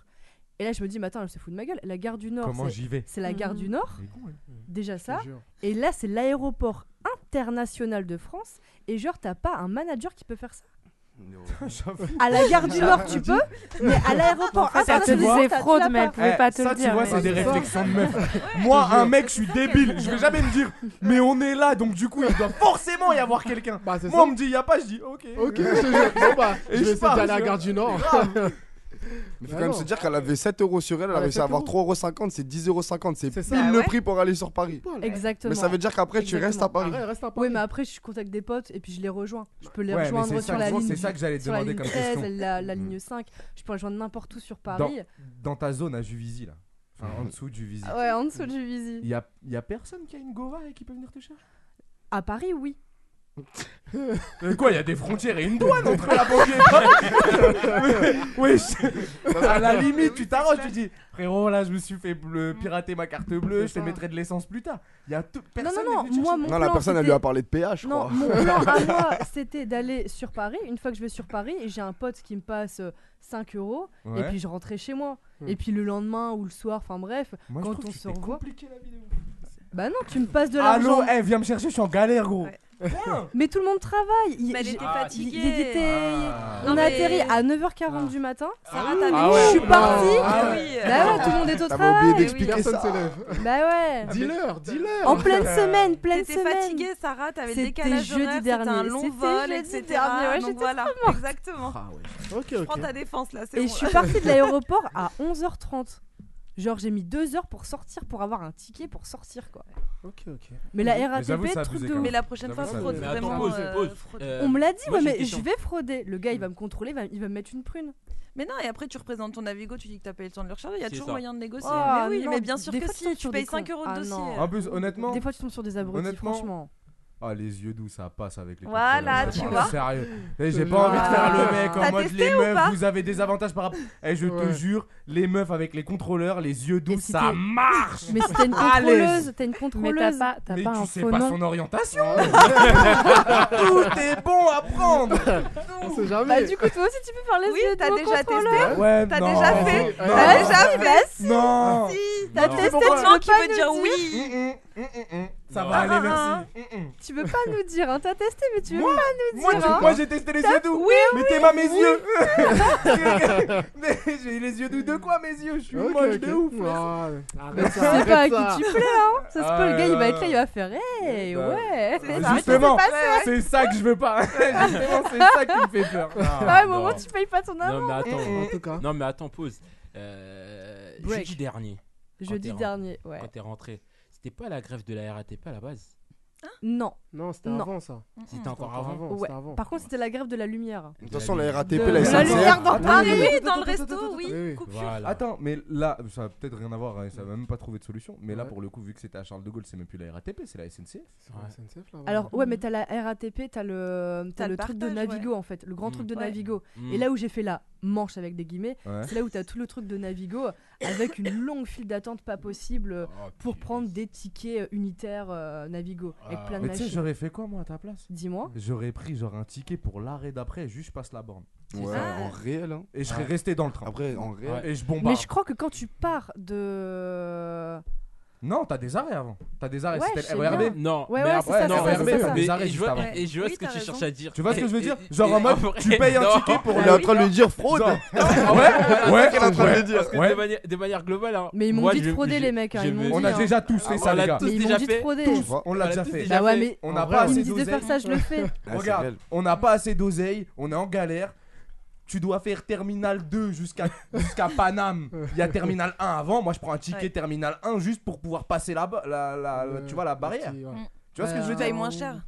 S8: Et là, je me dis, mais attends, elle se fout de ma gueule. La gare du Nord,
S6: Comment
S8: c'est-
S6: j'y vais
S8: c'est la gare
S3: Mhm.
S8: du Nord,
S6: hein.
S8: déjà ça.
S2: Je te jure.
S8: Et là, c'est l'aéroport international de France. Et genre, t'as pas un manager qui peut faire ça
S9: À la gare du Nord, tu peux, mais à l'aéroport Ah,
S5: En fait, elle te
S9: international,
S5: disait
S9: t'as- tu
S5: fraude,
S9: l'as
S5: mais elle
S9: pas.
S5: pouvait pas te
S6: ça,
S5: le
S6: tu
S5: dire.
S6: vois, c'est des réflexions de meuf. Moi, un mec, je suis débile. Je vais jamais me dire, mais on est là, donc du coup, il doit forcément y avoir quelqu'un. Moi, on me dit, il y a pas, je dis, ok.
S2: Bah, Ok, je te jure. Bon, bah,
S6: Et
S2: je vais essayer
S6: pars,
S2: d'aller à
S6: tu vois.
S2: Gare du Nord.
S7: Mais faut
S2: Bah
S7: quand même
S2: non.
S7: se dire qu'elle avait 7 euros sur elle, elle a
S2: Ouais,
S7: réussi à
S2: 7
S7: avoir
S2: euros.
S7: 3,50 euros, c'est 10,50 euros. C'est pile
S2: ça.
S8: Bah
S7: le
S8: ouais.
S7: prix pour aller sur Paris.
S8: Exactement.
S7: Mais ça veut dire qu'après, tu restes à Paris.
S8: Oui, mais après, je suis contact des potes et puis je les rejoins. Je peux les
S7: Ouais, mais
S8: rejoindre
S7: c'est
S8: sur
S7: ça,
S8: la
S7: gros,
S8: ligne.
S7: c'est ça que j'allais te
S8: sur la
S7: demander
S8: ligne
S7: comme
S8: 13,
S7: question. Mm.
S8: La, la ligne 5. Je peux rejoindre n'importe où sur
S6: Dans,
S8: Paris.
S6: dans ta zone à Juvisy, là. Enfin, en dessous de Juvisy.
S8: Ah Ouais, en dessous de Juvisy.
S6: Il y a, il y a personne qui a une gova et qui peut venir te chercher
S8: À Paris, oui.
S6: Euh, Quoi, il y a des frontières et une douane entre la banlieue et Paris Oui, je- à la limite, tu t'arranges, tu dis Frérot, là, je me suis fait bleu- pirater ma carte bleue, je te mettrai de l'essence plus tard. Il y a tout-
S8: Non,
S6: personne.
S8: non, non, moi, mon
S7: Non, la
S8: plan,
S7: personne, elle
S8: c'était-
S7: lui a parlé de péage, je
S8: Non,
S7: crois.
S8: mon plan à moi, c'était d'aller sur Paris. Une fois que je vais sur Paris, et j'ai un pote qui me passe euh, 5 euros, et
S7: Ouais.
S8: puis je rentrais chez moi.
S7: Hmm.
S8: Et puis le lendemain ou le soir, enfin bref,
S6: Moi, je
S8: quand
S6: trouve
S8: on
S6: que tu
S8: se
S6: t'es
S8: revoit.
S6: la
S8: Bah non, tu me passes de l'argent.
S6: Allô, eh, viens me chercher, je suis en galère, gros.
S8: Mais tout le monde travaille. Il,
S3: Mais elle
S8: j'ai-
S3: était fatiguée.
S8: il- il était-
S6: Ah.
S8: On
S3: Non,
S8: a
S3: mais-
S8: atterri à 9h40 du matin.
S3: Sarah, t'as
S6: Ah mis-
S8: je suis
S6: ouais.
S8: partie.
S6: Ah ouais.
S8: Bah ouais, tout le monde est au
S6: T'avais
S8: travail.
S6: oublié d'expliquer
S2: Personne
S6: ça. Euh,
S2: se lève.
S8: Bah ouais.
S2: Dis-leur, dis-leur.
S8: En pleine semaine, pleine
S3: T'étais
S8: semaine.
S3: fatiguée, Sarah, t'avais le
S8: C'était
S3: décalage
S8: jeudi
S3: horaire, c'était un
S8: dernier,
S3: long
S8: c'était
S3: vol,
S8: jeudi
S3: etc.
S8: dernier, ouais,
S3: Donc
S8: j'étais
S3: voilà,
S8: trop morte.
S3: exactement.
S2: Ok,
S3: Je prends ta défense là, c'est
S8: Et
S3: bon.
S8: je suis partie de l'aéroport à 11h30. Genre, j'ai mis 2 heures pour sortir, pour avoir un ticket pour sortir, quoi.
S2: Ok, ok.
S8: Mais la
S4: Mais j'avoue,
S8: RATP,
S4: ça abusait
S8: truc de
S4: quand
S8: ouf.
S4: même. Mais la prochaine J'avoue, fois, ça fraude abusait. Mais attends, vraiment, pause, euh, pause. fraude. Euh,
S8: On me l'a dit,
S3: moi,
S8: ouais,
S3: j'ai une
S8: mais
S3: question.
S8: je vais frauder. Le gars, il va me contrôler, il va- il va me mettre une prune.
S3: Mais non, et après tu représentes ton Navigo, tu dis que t'as payé le temps de le recharger, il y a
S6: C'est
S3: toujours
S6: ça.
S3: moyen de négocier.
S8: Ah,
S3: mais oui,
S8: non,
S3: mais bien sûr
S8: des
S3: que
S8: fois, tu tombes
S3: si, tu
S8: sur
S3: payes
S8: des cons.
S3: 5 euros de
S8: Ah,
S3: dossier.
S8: non.
S6: En plus, honnêtement.
S8: Des fois, tu tombes sur des abrutis,
S6: honnêtement,
S8: franchement.
S6: Ah, les yeux doux, ça passe avec les
S3: Voilà,
S6: contrôleurs.
S3: tu vois.
S6: Sérieux. Eh, J'ai pas
S4: Ah.
S6: envie de faire le mec
S4: T'as
S6: en mode
S4: testé
S6: les
S4: ou
S6: meufs,
S4: pas
S6: vous avez des avantages par rapport. Eh, je te
S4: Ouais.
S6: jure, les meufs avec les contrôleurs, les yeux doux,
S4: si
S6: ça
S4: t'es-
S6: marche.
S8: Mais si t'es une
S6: À l'aise.
S8: contrôleuse, t'es une contrôleuse.
S5: Mais t'as pas, t'as
S6: Mais
S5: pas un
S6: tu sais
S5: faux
S6: pas
S5: nom.
S6: son orientation.
S5: Tout
S6: est bon à prendre.
S2: On sait jamais.
S8: Bah, du coup, toi aussi, tu peux faire les
S3: Oui,
S8: yeux
S3: t'as
S8: de mon
S3: déjà testé
S8: contrôleur.
S6: Ouais,
S3: T'as
S6: non.
S3: déjà fait
S6: Non.
S3: T'as déjà
S6: Non.
S3: fait Si.
S6: Non.
S3: Si. Non.
S6: T'as testé,
S3: C'est pour
S6: tu
S3: moi
S6: veux
S3: qui
S6: pas
S3: veut
S6: nous
S3: dire
S6: dire.
S3: oui.
S6: Ça va
S8: Ah,
S6: aller,
S8: ah,
S6: merci.
S8: ah. Tu veux pas nous dire, hein, t'as testé, mais tu veux
S6: Moi
S8: pas nous dire.
S6: Moi, tu-
S8: hein.
S6: moi, j'ai testé les
S8: T'as-
S6: yeux doux.
S8: Oui,
S6: Mettez
S8: oui,
S6: ma mes
S8: oui.
S6: yeux. Mais j'ai les yeux doux de quoi mes yeux Je suis
S2: Ok,
S6: moche
S2: ok.
S6: de ouf.
S2: Ah,
S8: Mais
S2: arrête
S8: tu sais
S2: ça, arrête
S8: pas à
S2: ça.
S8: qui tu plais, hein. Ça se
S6: Ah
S8: peut, le gars, il
S6: là
S8: va être là,
S6: là.
S8: il va faire Eh,
S6: Bah,
S8: ouais.
S6: Bah,
S8: ça,
S6: justement,
S8: ça s'est passé.
S6: c'est ça que je veux pas. justement, c'est ça qui me fait peur. Mm,
S8: Ah, au
S4: non.
S8: moment, tu payes pas ton
S4: Non,
S8: amende.
S4: mais attends.
S2: En tout cas.
S4: Non, mais attends, pause. Euh,
S8: Break.
S4: jeudi dernier. quand
S8: Jeudi
S4: t'es rentré-
S8: dernier, ouais.
S4: Quand t'es rentré, c'était pas la grève de la RATP à la base
S8: Non.
S2: Non, c'était
S8: Non.
S2: avant ça.
S4: C'était encore avant.
S8: Ouais.
S2: c'était avant.
S8: Par contre, c'était la grève de la lumière.
S7: De toute façon, la RATP,
S8: De-
S7: la
S8: de la
S7: SNCF.
S8: lumière dans
S6: Attends,
S8: Paris.
S6: attends,
S3: oui,
S6: attends,
S3: dans le
S6: attends,
S3: resto,
S6: attends,
S3: oui.
S6: attends,
S3: Coupure.
S4: Voilà.
S6: Attends, mais là, ça va peut-être rien à voir, hein, ça va même pas trouver de solution. Mais là,
S2: Ouais.
S6: pour le coup, vu que c'était à Charles de Gaulle, c'est même plus la RATP, c'est la SNCF.
S2: C'est la SNCF, là,
S8: Alors ouais mais t'as la RATP, t'as le, t'as
S3: T'as
S8: le
S3: le
S8: truc de
S3: partage,
S8: Navigo en fait, le grand
S4: Mm.
S8: truc de
S3: Ouais.
S8: Navigo.
S4: Mm.
S8: Et là où j'ai fait la manche avec des guillemets,
S6: Ouais.
S8: c'est là où t'as tout le truc de Navigo avec une longue file d'attente pas possible euh,
S4: Oh,
S8: pour prendre des tickets euh, unitaires euh, Navigo avec plein de
S6: Ah. Mais tu sais,
S8: machines.
S6: j'aurais fait quoi, moi, à ta place
S8: Dis-moi.
S6: J'aurais pris genre un ticket pour l'arrêt d'après, juste je passe la borne.
S7: Ouais, en réel. hein.
S6: Et je serais
S7: Ouais.
S6: resté dans le train.
S7: Après, en réel.
S6: Et je
S8: Mais
S6: bombarde.
S8: je crois que quand tu pars de
S6: Non, t'as des arrêts avant. T'as des arrêts.
S8: Ouais,
S6: c'était-
S8: je sais
S6: eh, regardez.
S8: bien.
S4: Non,
S8: Ouais,
S4: mais
S8: ouais,
S4: après,
S8: c'est ça,
S4: non,
S8: c'est ça,
S4: mais-
S8: c'est ça.
S4: mais-
S6: Des arrêts
S4: et je
S6: juste
S4: vois,
S6: avant.
S4: et je vois
S3: Oui,
S4: ce que
S3: t'as
S4: tu
S3: raison.
S4: cherches à dire.
S6: Tu vois ce que je veux
S4: Et-
S6: dire
S4: et-
S6: Genre en
S4: et-
S6: mode,
S4: en vrai,
S6: tu payes un
S4: non.
S6: ticket
S8: Ah
S6: pour
S7: Il est
S6: le-
S7: en train de lui dire fraude.
S6: Genre- Ah ouais Ouais,
S7: qu'elle est en train de
S6: ouais,
S7: lui dire.
S6: parce que
S4: Parce que de manière, de manière globale. hein,
S8: Mais ils m'ont
S4: moi,
S8: vite
S4: je-
S8: fraudé,
S4: je-
S8: les mecs, hein,
S4: je
S8: ils
S4: me
S8: m'ont
S4: dis-
S6: On
S8: dit,
S6: a
S8: hein.
S6: déjà tous fait
S4: Ah,
S6: ça,
S4: on
S6: les
S4: l'a
S6: gars.
S4: tous
S8: Mais ils
S4: déjà
S8: m'ont dit de
S4: fait.
S8: frauder.
S6: Tous, on l'a
S4: On l'a
S6: déjà
S4: tous
S6: fait.
S4: déjà
S8: Bah ouais
S4: fait.
S8: mais
S6: On n'a
S8: en
S6: pas
S8: vrai, ils
S6: assez
S8: me disaient de
S6: d'oseille.
S8: faire ça, je le fais.
S7: Ah, c'est
S6: Regarde,
S7: réel.
S6: on n'a pas assez d'oseille, on est en galère. Tu dois faire terminal 2 jusqu'à jusqu'à Paname. Il y a terminal 1 avant. Moi, je prends un ticket
S3: Ouais.
S6: terminal 1 juste pour pouvoir passer la, ba- la, la- la-
S2: Ouais,
S6: tu vois, la
S2: le
S6: barrière.
S2: petit, ouais.
S3: Mm.
S6: Tu vois ce que je veux
S3: Tu
S6: dire
S3: payes moins cher.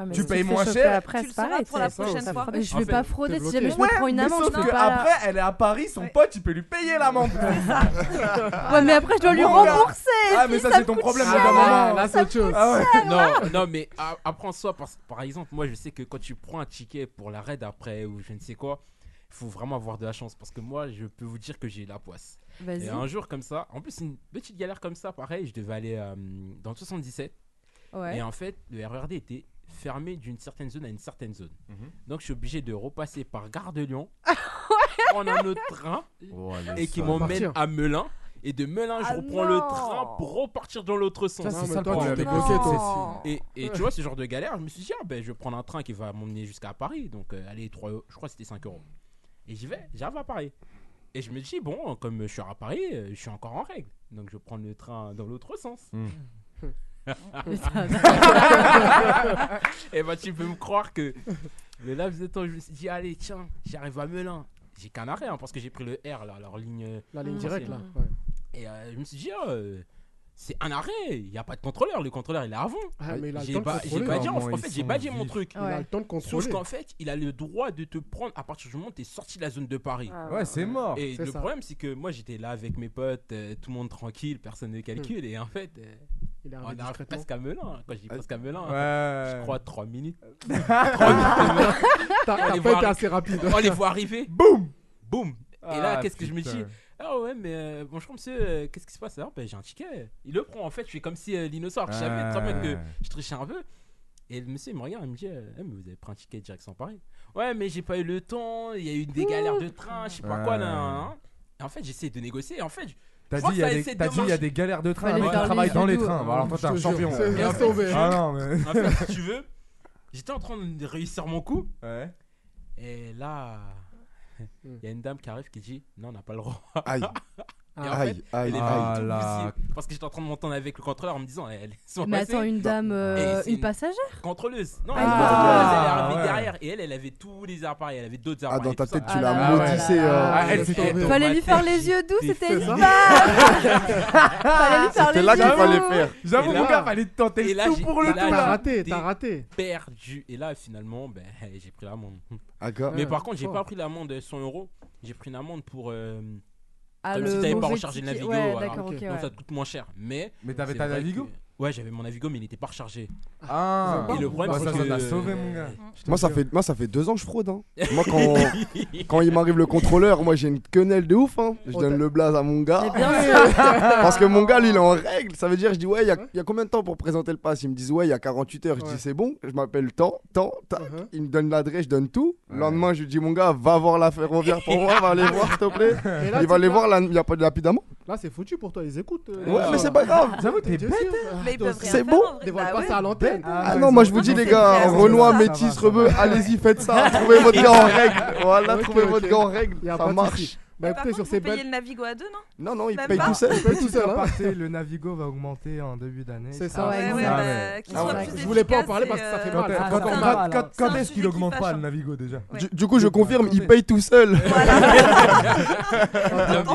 S5: Ah, mais
S6: Tu
S5: si
S6: payes
S5: te
S6: moins
S5: fais
S6: cher.
S5: choper Après,
S3: Tu le
S5: c'est pareil,
S3: sauras pour la
S5: c'est-
S3: prochaine
S2: ça,
S3: fois.
S8: Mais je
S4: En
S8: vais
S4: fait,
S8: pas frauder
S2: t'es
S8: si
S2: bloqué.
S8: jamais je me
S6: Ouais,
S8: prends une
S6: mais
S8: amende,
S6: sauf
S8: je peux
S6: que
S8: pas.
S6: après, elle est à Paris, son pote, il peut lui payer l'amende.
S8: Ouais, mais après, je dois lui
S6: Mon gars.
S8: rembourser.
S6: Ah, mais ça, c'est ton problème,
S2: Ah,
S6: mon
S2: là,
S6: gars,
S2: là,
S6: maman.
S2: là, c'est autre chose.
S6: Ah ouais.
S4: Non, non, mais a- apprends ça. Parce, par exemple, moi, je sais que quand tu prends un ticket pour la raid après ou je ne sais quoi, il faut vraiment avoir de la chance. Parce que moi, je peux vous dire que j'ai eu la poisse. Et
S8: Vas-y.
S4: un jour, comme ça, en plus, une petite galère comme ça, pareil, je devais aller euh, dans le 77.
S8: Ouais.
S4: Et en fait, le RERD était fermé d'une certaine zone à une certaine zone.
S6: Mhm.
S4: Donc, je suis obligé de repasser par Gare de Lyon, prendre un autre train et qui
S6: m'ont
S4: m'emmène
S2: Partir.
S4: à Melun. et de Melun, je
S9: Ah
S4: reprends
S9: non.
S4: le train pour repartir dans l'autre sens.
S9: Ça, c'est Non, ça mais le toi, problème. tu t'es bloqué, toi.
S4: Et, et
S9: Ouais.
S4: tu vois, ce genre de galère, je me suis dit, ah, ben, je vais prendre un train qui va m'emmener jusqu'à Paris. Donc, euh, allez, 3, je crois que c'était 5 euros. Et j'y vais, j'arrive à Paris. Et je me dis, bon, comme je suis à Paris, euh, je suis encore en règle. Donc, je prends le train dans l'autre sens.
S9: Hmm.
S4: et bah, tu peux me croire que le laps de temps, je me suis dit, allez, tiens, j'arrive à Melun. J'ai qu'un arrêt, hein, parce que j'ai pris le R, là, leur ligne. euh,
S2: La ligne directe, là,
S4: Et euh, je me suis dit, ah, euh, c'est un arrêt, il n'y a pas de contrôleur. Le contrôleur, il est avant.
S2: Ah, mais il a le
S4: J'ai
S2: temps de
S4: ba- j'ai
S2: contrôler.
S4: badgé, en,
S2: Comment
S4: en
S2: ils
S4: fait, j'ai
S2: sont
S4: badgé mon
S2: vifs.
S4: truc.
S2: Il a le temps de
S4: Sauf
S2: contrôler.
S4: qu'en fait, il a le droit de te prendre à partir du moment où tu es sorti de la zone de Paris.
S6: Ah ouais. Ouais, c'est mort.
S4: Et
S6: C'est
S4: le
S6: ça.
S4: problème, c'est que moi, j'étais là avec mes potes, euh, tout le monde tranquille, personne ne
S2: Hmm.
S4: calcule. Et en fait. euh,
S2: Il est
S4: on
S2: arrivé
S4: arrive
S2: discrètement.
S4: presque à Melun. hein. Quand je dis presque à Melun,
S6: Ouais. Euh.
S4: je crois 3 minutes.
S2: T'as- t'as
S4: On les
S2: pas été
S4: voit-
S2: assez rapide.
S4: On les voit arriver. Boum Boum Et là,
S6: Ah,
S4: qu'est-ce que je me
S6: putain.
S4: dis Ah ouais, mais euh, bonjour monsieur, euh, qu'est-ce qui se passe Alors, ben, j'ai un ticket. Il le prend en fait, je suis comme si euh, l'innocent, alors que je savais très bien que
S6: Ah.
S4: je trichais un peu. Et le monsieur il me regarde, il me dit euh, Eh, mais vous avez pris un ticket direction Paris Ouais, mais j'ai pas eu le temps, il y a eu des galères de train, je sais pas quoi.
S6: Ouais.
S4: Là, Et en fait, j'essaie de négocier. Et en fait, je-
S6: T'as
S4: je
S6: dit,
S4: crois que
S6: il y a
S4: ça
S6: des-
S4: essaie de
S6: t'as dit, il y a des galères de train, Ouais, les les mecs, ils
S4: travail
S6: travaillent dans les trains. Voilà, alors toi, t'es un champion. C'est bien sauvé, hein. Ah non, mais-
S4: En fait, si tu veux, j'étais en train de réussir mon coup. Et là,
S8: Hmm.
S4: il y a une dame qui arrive qui dit Non, on n'a pas le droit.
S7: Aïe.
S4: Et en fait,
S7: Aïe, aïe,
S4: elle est
S7: aïe.
S4: venue tout
S7: Ah
S4: bousiller. Parce que j'étais en train de m'entendre avec le contrôleur en me disant Elle est
S8: Mais attends, une dame, euh, une passagère
S4: Contrôleuse. Non,
S8: Ah,
S4: une contrôleuse, elle est
S6: Ah,
S4: arrivée
S8: ouais.
S4: derrière. Et elle, elle avait tous les appareils. Elle avait d'autres appareils.
S7: dans ta
S4: tout ça.
S7: tête, tu Ah l'as là là maudissé, là là. euh, Ah, elle, c'était-
S4: dans
S8: Fallait
S4: ma
S8: lui faire
S4: tête,
S8: les yeux doux,
S4: j'étais
S8: c'était une
S4: fou.
S8: Fallait lui faire
S7: C'était
S8: les
S7: là qu'il
S8: yeux
S7: fallait
S8: doux.
S7: faire.
S6: J'avoue,
S4: Et
S6: mon
S4: là-
S6: gars, fallait tenter
S4: et là,
S6: tout
S4: j'ai-
S6: pour le
S4: et
S6: coup.
S4: là,
S6: là.
S4: j'ai été Perdu. Et là, finalement, ben, j'ai pris l'amende.
S7: D'accord.
S4: Mais
S7: Ouais,
S4: par contre, j'ai
S7: fort.
S4: pas pris l'amende de 100 euros. J'ai pris une amende pour. euh,
S8: Ah,
S4: comme
S8: le
S4: si t'avais pas
S8: mauvais
S4: rechargé le
S8: ticket.
S4: Navigo.
S8: Ouais,
S4: voilà.
S8: d'accord, ok,
S4: Donc
S8: ouais.
S4: ça te coûte moins cher. Mais.
S6: Mais t'avais
S4: c'est
S6: ta
S4: vrai
S6: Navigo
S4: que- Ouais, j'avais mon Navigo, mais il n'était pas rechargé.
S6: Ah.
S4: Et le problème,
S6: Bah, ça,
S4: c'est
S6: ça
S4: que.
S6: t'a sauvé, mon gars.
S7: Moi ça, fait, moi, ça fait deux ans que je fraude. Hein. Moi, quand, quand il m'arrive le contrôleur, moi j'ai une quenelle de ouf. Hein. Je donne le blaze à mon gars.
S9: Mais bien sûr.
S7: Parce que mon gars, lui, il est en règle. Ça veut dire, je dis, ouais, il y, a- il y a combien de temps pour présenter le pass Ils me disent, ouais, il y a 48 heures. Je dis, c'est bon, je m'appelle tant, tant, tac. Ils me donnent l'adresse, je donne tout. Le lendemain, je lui dis, mon gars, va voir la ferroviaire pour moi, va aller voir, s'il te plaît.
S2: Et là,
S7: il va
S2: tu
S7: aller
S2: vas-
S7: voir, là, il n'y a pas de lapidement.
S2: Là, c'est foutu pour toi, ils écoutent. euh, les
S7: Ouais,
S2: gens,
S7: mais
S2: là.
S7: c'est pas grave.
S6: J'avoue, t'es
S2: Dieu
S6: bête,
S2: sûr.
S6: hein.
S2: Ah, toi,
S7: C'est bon
S2: Dévoile pas ça à l'antenne.
S7: Ah non, moi je vous dis les gars, Renoir,
S2: hein. Ah,
S7: Métis, Rebeu, allez-y, faites ça, trouvez votre gars en règle. Voilà,
S2: Ok,
S7: trouvez votre
S2: ok.
S7: gars en règle,
S2: Y a
S7: ça
S2: pas de
S7: marche.
S2: souci. Bah écoutez, sur ces
S3: Vous payez
S2: belles.
S3: le Navigo à deux, non
S7: Non, non, il
S3: Même
S7: paye
S3: pas
S7: tout seul.
S2: Il paye tout seul, hein.
S6: Aparté, le Navigo va augmenter en début d'année. Ah
S2: C'est
S3: ça. Ouais, ouais,
S6: Euh,
S3: bah, qu'il
S7: Ah
S3: soit plus euh,
S2: Je voulais pas en parler parce que ça fait
S6: Quand-
S2: mal. ça
S6: Ah quand-
S2: fait
S6: quand-
S2: mal.
S6: quand- quand- Quand est-ce qu'il augmente pas le Navigo déjà
S7: Du, du coup, je confirme, il paye tout seul.
S6: Non, mais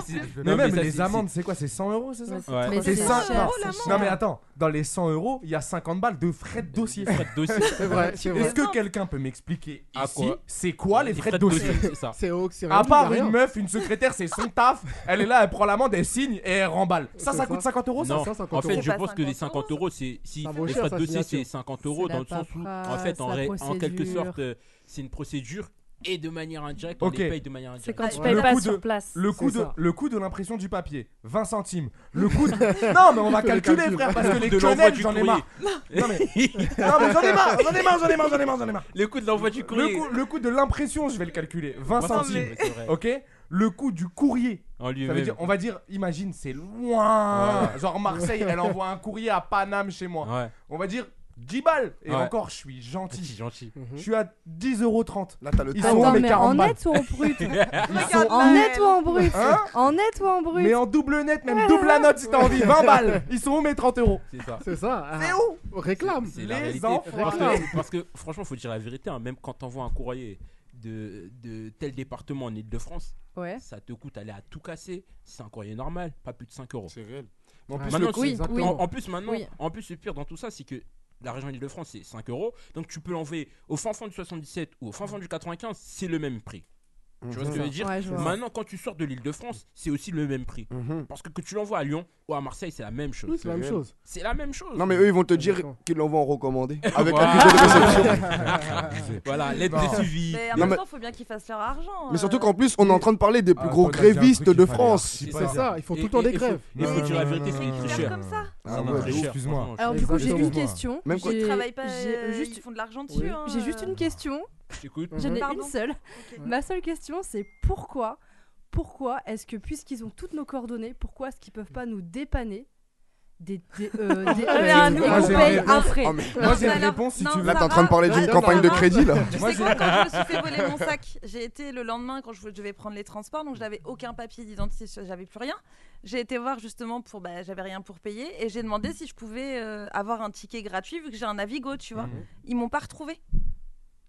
S6: c'est- Mais même
S4: mais ça,
S6: les
S4: c'est-
S6: amendes, c'est quoi C'est 100 euros, c'est ça
S4: Mais c'est- Ouais. mais
S6: C'est
S4: c'est
S6: cin-
S4: 100
S6: non,
S4: euros,
S6: c'est-
S4: l'amende.
S6: Non, mais attends, dans les 100 euros, il y a 50 balles de frais de dossier.
S4: Frais de dossier.
S2: C'est vrai, c'est vrai.
S6: Est-ce que quelqu'un peut m'expliquer
S4: À
S6: ici
S4: quoi
S6: c'est quoi les frais de dossier
S4: c'est ça.
S2: C'est haut, c'est rien,
S6: À
S2: y a
S6: part
S2: rien.
S6: une meuf, une secrétaire, c'est son taf. Elle est là, elle prend l'amende, elle signe et elle remballe. Ça, ça
S2: C'est ça.
S6: coûte 50 euros, ça
S4: Non, en fait, je
S6: C'est pas
S4: pense que les 50 euros, c'est si
S6: Ça vaut
S4: les
S6: cher,
S4: frais
S6: sa
S4: de dossier, c'est
S6: signature.
S4: 50 euros
S6: C'est
S4: dans
S6: la
S4: le sens où, en
S6: paperasse,
S4: fait, en,
S6: la
S4: ré- en quelque
S6: procédure.
S4: sorte, euh, c'est une procédure et de manière indirecte, on
S6: Ok.
S4: les paye de manière indirecte.
S6: Le coût de- Le coût de, le coût de l'impression du papier, 20 centimes. Le coût de... Non, mais on va
S4: Le
S6: calculer,
S4: calcul.
S6: frère, parce
S4: Le
S6: que
S4: coût
S6: les
S4: de l'envoi
S6: quenelles,
S4: du
S6: j'en ai
S4: courrier.
S6: marre. Non, mais, non, mais j'en ai marre, j'en ai marre, j'en ai marre, j'en ai marre, j'en ai marre.
S4: Le coût de l'envoi du
S6: courrier. Le coût, de l'impression, je vais le calculer, 20
S4: Non,
S6: centimes.
S4: mais- C'est vrai.
S6: Ok Le coût du courrier.
S4: En lui-même.
S6: Ça veut dire, on va dire, imagine, c'est loin.
S4: Ouais.
S6: Genre Marseille, elle envoie un courrier à Paname chez moi.
S4: Ouais.
S6: On va dire 10 balles. Et
S4: Ouais.
S6: encore, je suis gentil.
S4: Je suis gentil.
S6: Je suis à 10,30€.
S7: Là, t'as le
S6: Ils
S8: temps.
S6: sont
S8: Attends,
S6: à mes
S8: mais
S6: 40
S8: en
S6: balles.
S8: net ou en brut
S6: Ils
S8: Regarde
S6: sont-
S8: la En net ou en brut
S6: Hein
S8: En net ou en brut
S6: Mais en double net, même double la note si t'as envie. 20 balles. Ils sont où mes 30 euros
S4: C'est ça.
S2: C'est ça. ah.
S6: C'est où
S2: Réclame.
S4: C'est la réalité. Parce que, parce que, franchement, faut dire la vérité, hein, même quand t'envoies un courrier de, de tel département en Ile-de-France,
S8: Ouais.
S4: ça te coûte aller à tout casser. C'est un courrier normal, pas plus de 5 euros.
S7: C'est réel.
S4: En
S7: en
S4: plus,
S7: plus,
S4: maintenant,
S7: le- Oui,
S4: c'est-
S7: oui.
S4: en- en plus, maintenant,
S7: Oui.
S4: en plus, le pire dans tout ça, c'est que la région Ile-de-France, c'est 5 euros. Donc, tu peux l'envoyer au fin fond du 77 ou au fin fond du 95, c'est le même prix. Tu vois ce que je veux
S6: Mhm.
S4: dire
S6: Ouais, je vois.
S4: Maintenant, quand tu sors de l'île de France, c'est aussi le même prix.
S2: Mhm.
S4: Parce que que tu l'envoies à Lyon ou à Marseille, c'est la même chose.
S2: Oui, c'est la même chose.
S4: C'est la même chose.
S7: Non, mais eux, ils vont te dire qu'ils l'envoient en recommandé. Avec
S4: Voilà.
S7: accusé de réception.
S4: Voilà, l'aide de suivi.
S3: Mais en
S7: Non,
S3: même
S7: mais-
S3: temps, faut bien qu'ils fassent leur argent.
S7: Mais surtout qu'en plus, on est en train de parler des plus gros grévistes de France.
S4: Il faut dire la vérité, c'est
S7: non,
S4: très cher.
S7: non, non, non.
S4: bah, C'est
S7: Ah ouais,
S4: très
S7: de ouf,
S4: cher,
S7: excuse-moi.
S4: franchement,
S8: Alors
S4: je-
S8: du coup j'ai une
S4: Excuse-moi.
S8: question.
S4: Même quand-
S8: J'ai-
S3: Ils travaillent pas,
S8: j'ai
S3: euh,
S8: juste-
S3: ils font de l'argent dessus, hein,
S8: J'ai juste
S3: euh.
S8: une question.
S4: t'écoute.
S8: J'en ai
S3: Pardon.
S8: une seule.
S3: Ok.
S8: Ma seule question c'est pourquoi pourquoi est-ce que, puisqu'ils ont toutes nos coordonnées, pourquoi est-ce qu'ils peuvent pas nous dépanner des, des, euh, des-
S3: Ah, mais à nous,
S8: et
S3: on
S8: nous
S3: paye
S8: payent
S3: un frais.
S8: un frais.
S3: Ah, mais- Moi, j'ai une Alors, réponse, si non, tu veux.
S7: Là, t'es en train de parler d'une
S3: Sarah,
S7: campagne de
S3: Sarah,
S7: crédit, là.
S3: Tu sais quoi, quand je me suis fait voler mon sac, j'ai été le lendemain quand je devais prendre les transports, donc j'avais aucun papier d'identité, j'avais plus rien. J'ai été voir justement pour, bah, j'avais rien pour payer et j'ai demandé si je pouvais euh, avoir un ticket gratuit vu que j'ai un Navigo, tu vois.
S6: Mhm.
S3: Ils m'ont pas retrouvé.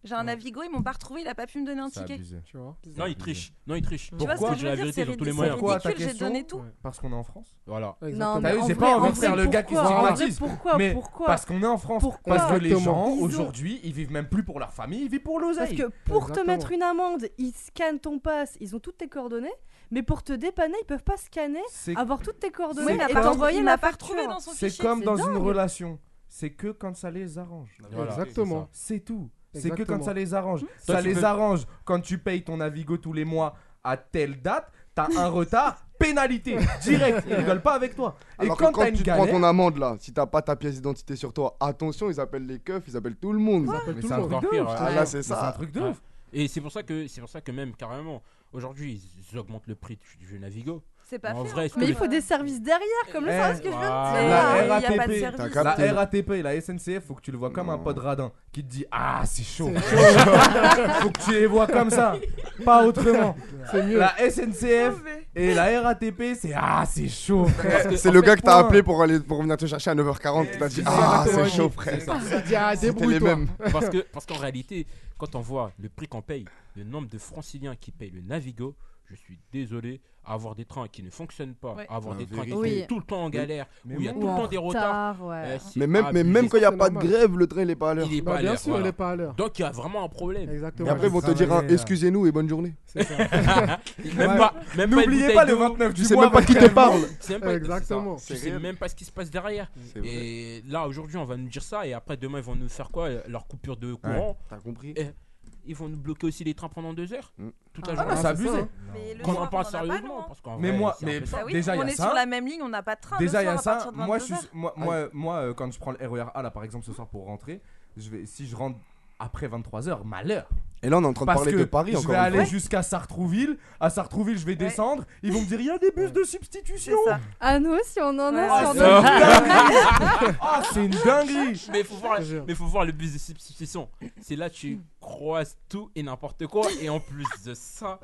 S3: J'ai un Navigo, ils m'ont pas retrouvé, il a pas pu me donner un
S4: C'est
S3: ticket.
S4: abusé.
S2: Tu vois
S4: Non, il triche. Non, il triche.
S3: Tu vois ce que je veux dire, c'est ridicule, c'est
S6: Pourquoi ta
S3: ridicule, j'ai
S6: question
S3: donné tout.
S6: Parce qu'on est en France.
S4: Voilà.
S8: Exactement. Non,
S6: T'as
S8: mais
S6: vu,
S8: en
S6: j'ai
S8: vrai,
S6: pas envie
S8: en
S6: de faire
S8: vrai,
S6: le gars qui se
S8: pourquoi
S6: stigmatise.
S8: En vrai, pourquoi
S6: mais
S8: Pourquoi
S6: Parce qu'on est en France.
S8: Pourquoi
S6: parce que les gens,
S8: Ils ont-
S6: aujourd'hui, ils vivent même plus pour leur famille, ils vivent pour
S8: Parce
S6: l'oseille.
S8: que pour te mettre une amende, ils scannent ton pass, ils ont toutes tes coordonnées, mais pour te dépanner, ils peuvent pas scanner,
S6: C'est-
S8: avoir toutes tes
S6: C'est
S8: coordonnées et
S6: comme-
S8: t'envoyer
S6: il
S8: la
S6: m'a pas
S8: facture.
S3: retrouvé dans
S6: C'est comme dans une relation. C'est que quand ça les arrange.
S2: Voilà. Exactement.
S6: C'est tout. C'est que
S2: Exactement.
S6: quand ça les arrange.
S2: Mmh.
S6: Ça
S2: Toi, tu
S6: les
S2: peux-
S6: arrange quand tu payes ton Navigo tous les mois à telle date, t'as un retard, pénalité, direct. Ils rigolent pas avec toi. Et
S7: Alors que
S6: quand
S7: quand,
S6: t'as une
S7: tu te prends ton
S6: galère.
S7: amende là, si t'as pas ta pièce d'identité sur toi, attention, ils appellent les keufs, ils appellent tout le monde.
S4: Mais c'est encore pire.
S7: Ah
S4: ouais.
S7: là, c'est
S4: Mais
S7: ça.
S4: un truc de ouf. Et c'est pour ça que c'est pour ça que même carrément aujourd'hui ils augmentent le prix du jeu Navigo.
S3: C'est pas
S4: En
S3: fait,
S4: vrai,
S3: encore.
S8: Mais
S4: tous
S8: il faut
S4: les-
S8: des services derrière, comme le
S6: Eh,
S8: service que je viens de dire.
S6: la
S8: Il y a pas de
S6: RATP,
S8: service.
S6: la RATP et la SNCF, faut que tu le vois comme un pod radin qui te dit Ah, c'est chaud,
S2: C'est
S6: c'est
S2: chaud.
S6: chaud. faut que tu les vois comme ça, pas autrement.
S2: C'est mieux.
S6: La SNCF et la RATP, c'est Ah, c'est chaud, frère.
S7: C'est le gars que t'as appelé pour, aller, pour venir te chercher à 9h40, qui t'a dit Ah, c'est chaud, frère. ah, C'était les mêmes.
S4: Parce que parce qu'en réalité, quand on voit le prix qu'on paye, le nombre de Franciliens qui payent le Navigo, je suis désolé, avoir des trains qui ne fonctionnent pas,
S8: Ouais.
S4: avoir
S8: La
S4: des trains qui
S8: vérité.
S4: sont tout le temps en
S8: Oui.
S4: galère,
S8: Mais
S4: où il y a
S8: bon.
S4: tout le
S8: Ou en
S4: temps des retards.
S8: retard, ouais.
S4: Eh, c'est
S7: Mais même, mais
S4: abusé.
S7: même quand il n'y a pas de
S4: normal. Bah,
S7: grève, le train il est pas à l'heure.
S4: Il est
S7: Bah,
S4: pas à
S7: bien
S4: l'heure,
S7: sûr, il
S4: voilà.
S7: est pas à l'heure.
S4: Donc il y a vraiment un problème.
S7: Et après, ils vont te
S4: hein,
S7: dire un excusez-nous et bonne journée.
S4: C'est ça. Même Ouais. pas- même pas une
S6: N'oubliez
S4: bouteille
S6: pas le
S4: d'eau.
S6: 29 du
S7: Tu sais
S6: mois
S7: même pas
S6: avec
S7: qui te
S6: elle.
S7: parle.
S4: Tu sais même pas-
S2: Exactement.
S4: c'est ça.
S2: C'est
S4: Tu sais
S2: réel.
S4: même pas ce qui se passe derrière.
S2: C'est vrai.
S4: Et là, aujourd'hui, on va nous dire ça. Et après, demain, ils vont nous faire quoi Leur coupure de courant.
S7: T'as compris Mm.
S4: Ils vont nous bloquer aussi les trains pendant deux heures Toute la
S6: Ah,
S4: journée.
S6: bah, c'est abusé. Non.
S3: Mais le
S4: Qu'on
S3: soir,
S4: en parle
S3: on en a pas, non,
S4: sérieusement.
S3: hein.
S4: Parce qu'en
S6: Mais
S4: vrai,
S6: moi-
S4: c'est
S6: mais
S4: un peu ça.
S3: Bah oui,
S6: Déjà, il y
S3: on
S6: a
S3: est
S6: ça.
S3: sur la même ligne, on n'a pas de train.
S6: Déjà,
S3: il
S6: il y a ça. Moi, je suis, moi, moi, moi, euh, quand je prends le RER A là, par exemple, ce soir pour rentrer, je vais, si je rentre après 23h, malheur.
S7: Et là, on est en train de
S6: Parce
S7: parler
S6: que
S7: de Paris
S6: Je
S7: encore
S6: vais
S7: une
S6: aller
S7: fois.
S6: jusqu'à Sartrouville. À Sartrouville, je vais descendre. Ils vont me dire il y a des bus de substitution.
S8: Ah, nous aussi, on en a.
S6: Ah,
S8: sur
S6: c'est
S8: notre-
S6: une dinguerie. Ah, c'est une dinguerie.
S4: Mais faut voir, mais faut voir le bus de substitution. C'est là tu croises tout et n'importe quoi et en plus de ça,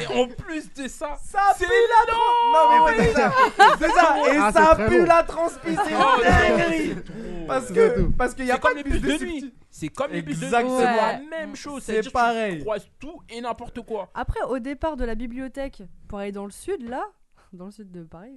S4: et en plus de ça, c'est la
S6: Non mais c'est ça, c'est ça, et
S4: Ah,
S6: ça
S4: c'est très
S6: pue
S4: beau.
S6: la transpi, c'est
S4: Oh,
S6: une
S4: c'est
S6: dinguerie.
S4: trop.
S6: Parce
S4: C'est
S6: que
S4: tout.
S6: parce qu'il y a
S4: C'est
S6: pas
S4: comme
S6: de
S4: les bus
S6: bus de
S4: de nuit.
S6: substitution.
S4: C'est comme les bus de nuit.
S6: Exactement.
S4: C'est la même chose.
S6: C'est
S4: C'est-à-dire que
S6: pareil.
S4: Tu croises tout et n'importe quoi.
S8: Après, au départ de la bibliothèque, pour aller dans le sud, là, dans le sud de Paris,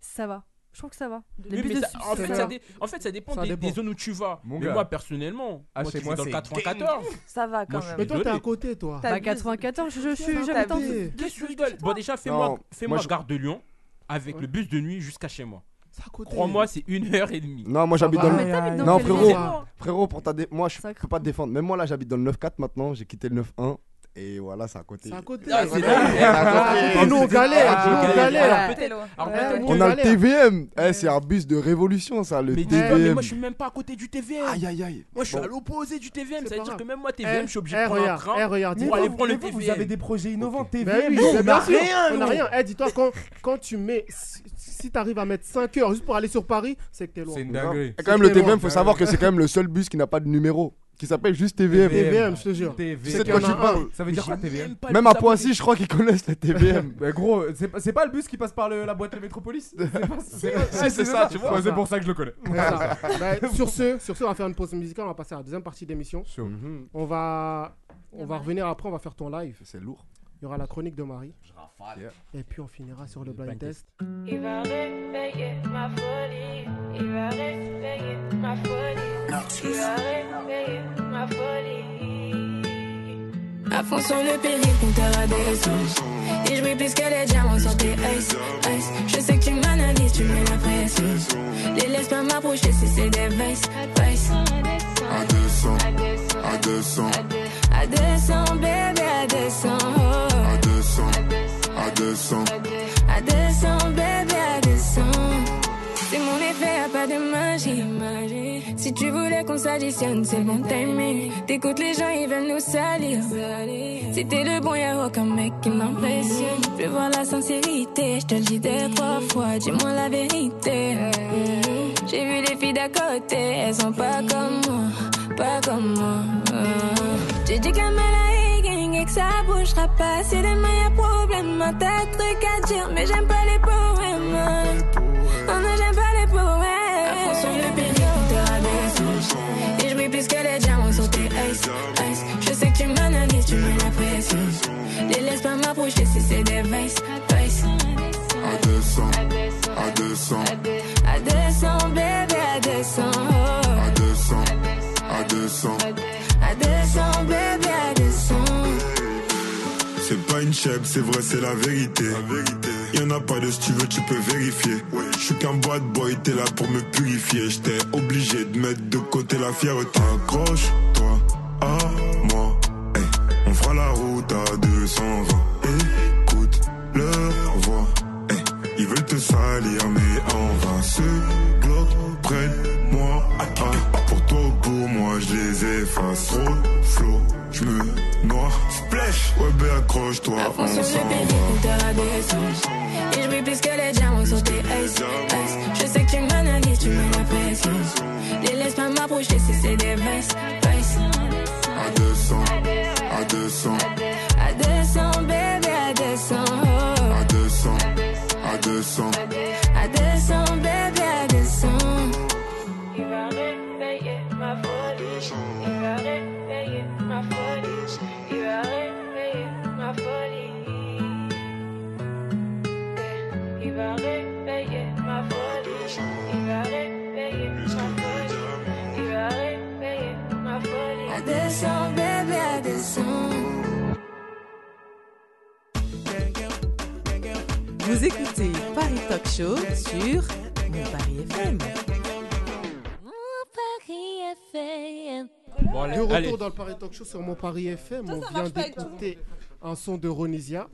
S8: ça va. Je trouve que ça va.
S4: Oui, mais
S8: bus de
S4: ça- en,
S8: substitution,
S4: fait,
S8: va.
S4: ça dé- en fait, ça dépend,
S8: Ça
S4: des,
S8: dépend.
S4: des zones où tu vas.
S6: Mon
S4: mais
S6: gars.
S4: moi, personnellement,
S6: Ah,
S4: moi,
S6: chez
S4: qui
S6: moi,
S4: suis dans le
S6: c'est
S4: 94.
S3: Ça
S8: Ah,
S3: va quand
S4: Moi,
S3: même.
S4: je suis Mais toi, t'es désolé. à côté, toi.
S8: Bah,
S3: T'abuses.
S8: 94, je suis
S3: T'abuses.
S8: jamais tant
S4: Qu'est-ce que tu rigoles Bon, déjà, fais-moi
S6: Non,
S4: fais
S6: moi,
S4: moi
S6: je-
S4: gare de Lyon avec le bus de nuit jusqu'à chez moi.
S7: côté.
S4: Crois-moi, c'est une heure et demie. Ah bah.
S7: Non, moi
S2: Ah
S7: j'habite
S2: bah,
S7: dans le. non, frérot, frérot, pour ta dé- moi je peux pas te défendre. Même moi là, j'habite dans le 9-4 maintenant, j'ai quitté le 9-1. Et voilà, c'est à côté.
S2: C'est à côté.
S7: Ah,
S2: c'est
S7: c'est dingue.
S2: Ah,
S7: C'est à
S2: attends,
S7: côté.
S2: nous, on galère,
S7: Ah,
S2: nous, on
S7: c'est
S2: galère.
S7: dingue.
S2: Peut-être- alors,
S7: Ouais,
S2: peut-être
S7: On
S2: que-
S7: a le TVM. Eh, c'est un bus de révolution, ça, le
S4: Mais dis pas, mais
S7: TVM.
S4: moi, je suis même pas à côté du TVM.
S7: Aïe, aïe, aïe.
S4: Moi, je suis
S7: Bon.
S4: à l'opposé du TVM.
S2: C'est
S4: Ça veut dire
S2: pas
S4: que
S2: grave.
S4: même moi, TVM,
S2: Eh,
S4: je suis obligé
S2: eh,
S4: de prendre un
S2: regarde, eh,
S4: train
S2: regarde,
S4: pour
S2: dis-moi.
S4: aller prendre
S2: Mais
S4: le
S2: vous,
S4: TVM.
S2: vous
S6: Vous avez des projets innovants,
S2: Ben
S6: TVM,
S2: oui,
S6: nous,
S2: ben
S6: on a
S2: bien sûr,
S6: rien.
S2: On a
S6: nous.
S2: rien. Eh, dis-toi, quand, quand tu mets. Si, si t'arrives à mettre 5 heures juste pour aller sur Paris, c'est que t'es loin.
S6: C'est une
S7: Et quand même, le TVM, faut savoir que c'est quand même le seul bus qui n'a pas de numéro. Qui s'appelle juste TVM.
S2: TVM, je te jure.
S7: Tu sais de
S6: TVM.
S7: quoi tu parles
S6: Ça veut dire quoi TVM
S7: Même à Poissy, je crois qu'ils connaissent le TVM.
S6: Bah gros, c'est pas- c'est pas le bus qui passe par le- la boîte de métropolis C'est pas- c'est pas-
S7: Si,
S6: Ah,
S7: c'est ça, tu vois.
S6: Ouais, C'est pour ça que je le connais.
S2: Ouais, ça. Bah, sur ce, sur ce, on va faire une pause musicale. On va passer à la deuxième partie d'émission. Mhm. On va, on va revenir après. On va faire ton live.
S7: C'est lourd.
S2: Il y aura la chronique de Marie. Et puis on finira sur le blind test.
S9: Il va réveiller ma folie. Il va réveiller ma folie. Il va réveiller ma folie. À fond sur le périph', on terra des sauces. Et je brille plus que les diamants sur tes ice, ice. Je sais que tu m'analyses, tu mets la pression. Les laisse pas m'approcher si c'est des vices, vices. À descendre, à descendre, à descendre, bébé, à descendre. À descendre, à descendre, à descendre, bébé, à descendre. C'est mon effet à pas de magie. Si tu voulais qu'on s'additionne, c'est le bon timing. T'écoutes les gens, ils veulent nous salir. Si t'es le bon, y'a aucun mec qui m'impressionne. Je veux voir la sincérité, je te le dis des trois fois, dis-moi la vérité. J'ai vu les filles d'à côté, elles sont pas comme moi, pas comme moi. J'ai dit que la maladie gagne et que ça bougera pas. Si demain y'a problème, t'as truc à dire, mais j'aime pas les poèmes. Non, non, j'aime pas les poèmes. Sur le périmètre, et je brille plus que les diamants sur tes ice, ice. Je sais que tu m'analyses, tu mets la pression. Les laisse pas m'approcher si c'est des vices, vices.
S10: À descend, à descend,
S9: À descend, bébé, à descend. oh.
S10: à descend, à descend.
S9: À descend, bébé, à descend.
S11: C'est pas une chèvre, c'est vrai, c'est la vérité. Y'en a pas de si tu veux, tu peux vérifier. Je suis qu'un bad boy, t'es là pour me purifier. J'étais obligé de mettre de côté la fierté. Accroche-toi à moi, hey. on fera la route à 220. Écoute leur voix, hey. ils veulent te salir, mais en vain. Ce globe, prenne-moi ah. Pour toi ou pour moi, je les efface. Trop flow, je me noie. Splash, ouais, ben accroche-toi, on
S9: Sur
S11: s'en
S9: le
S11: va.
S9: bébé, t'as la descente. Et je brille plus que les diamants sur tes ice, ice. Je sais que tu m'analyses, tu mets la pression. Les laisse pas m'approcher si c'est des vices, vices.
S10: À descend, à descend,
S9: À descend, bébé, à descend. oh.
S10: à descend, à descend.
S9: À descend, bébé, à descend. À descend, bébé, à descend.
S12: Vous écoutez Paris Talk Show sur Mon Paris FM.
S1: Paris FM.
S4: Bon, allez,
S2: de retour
S4: allez.
S2: dans le Paris Talk Show sur mon Paris FM.
S3: Toi, ça
S2: on vient
S3: marche pas avec toi.
S2: d'écouter un son de Ronisia.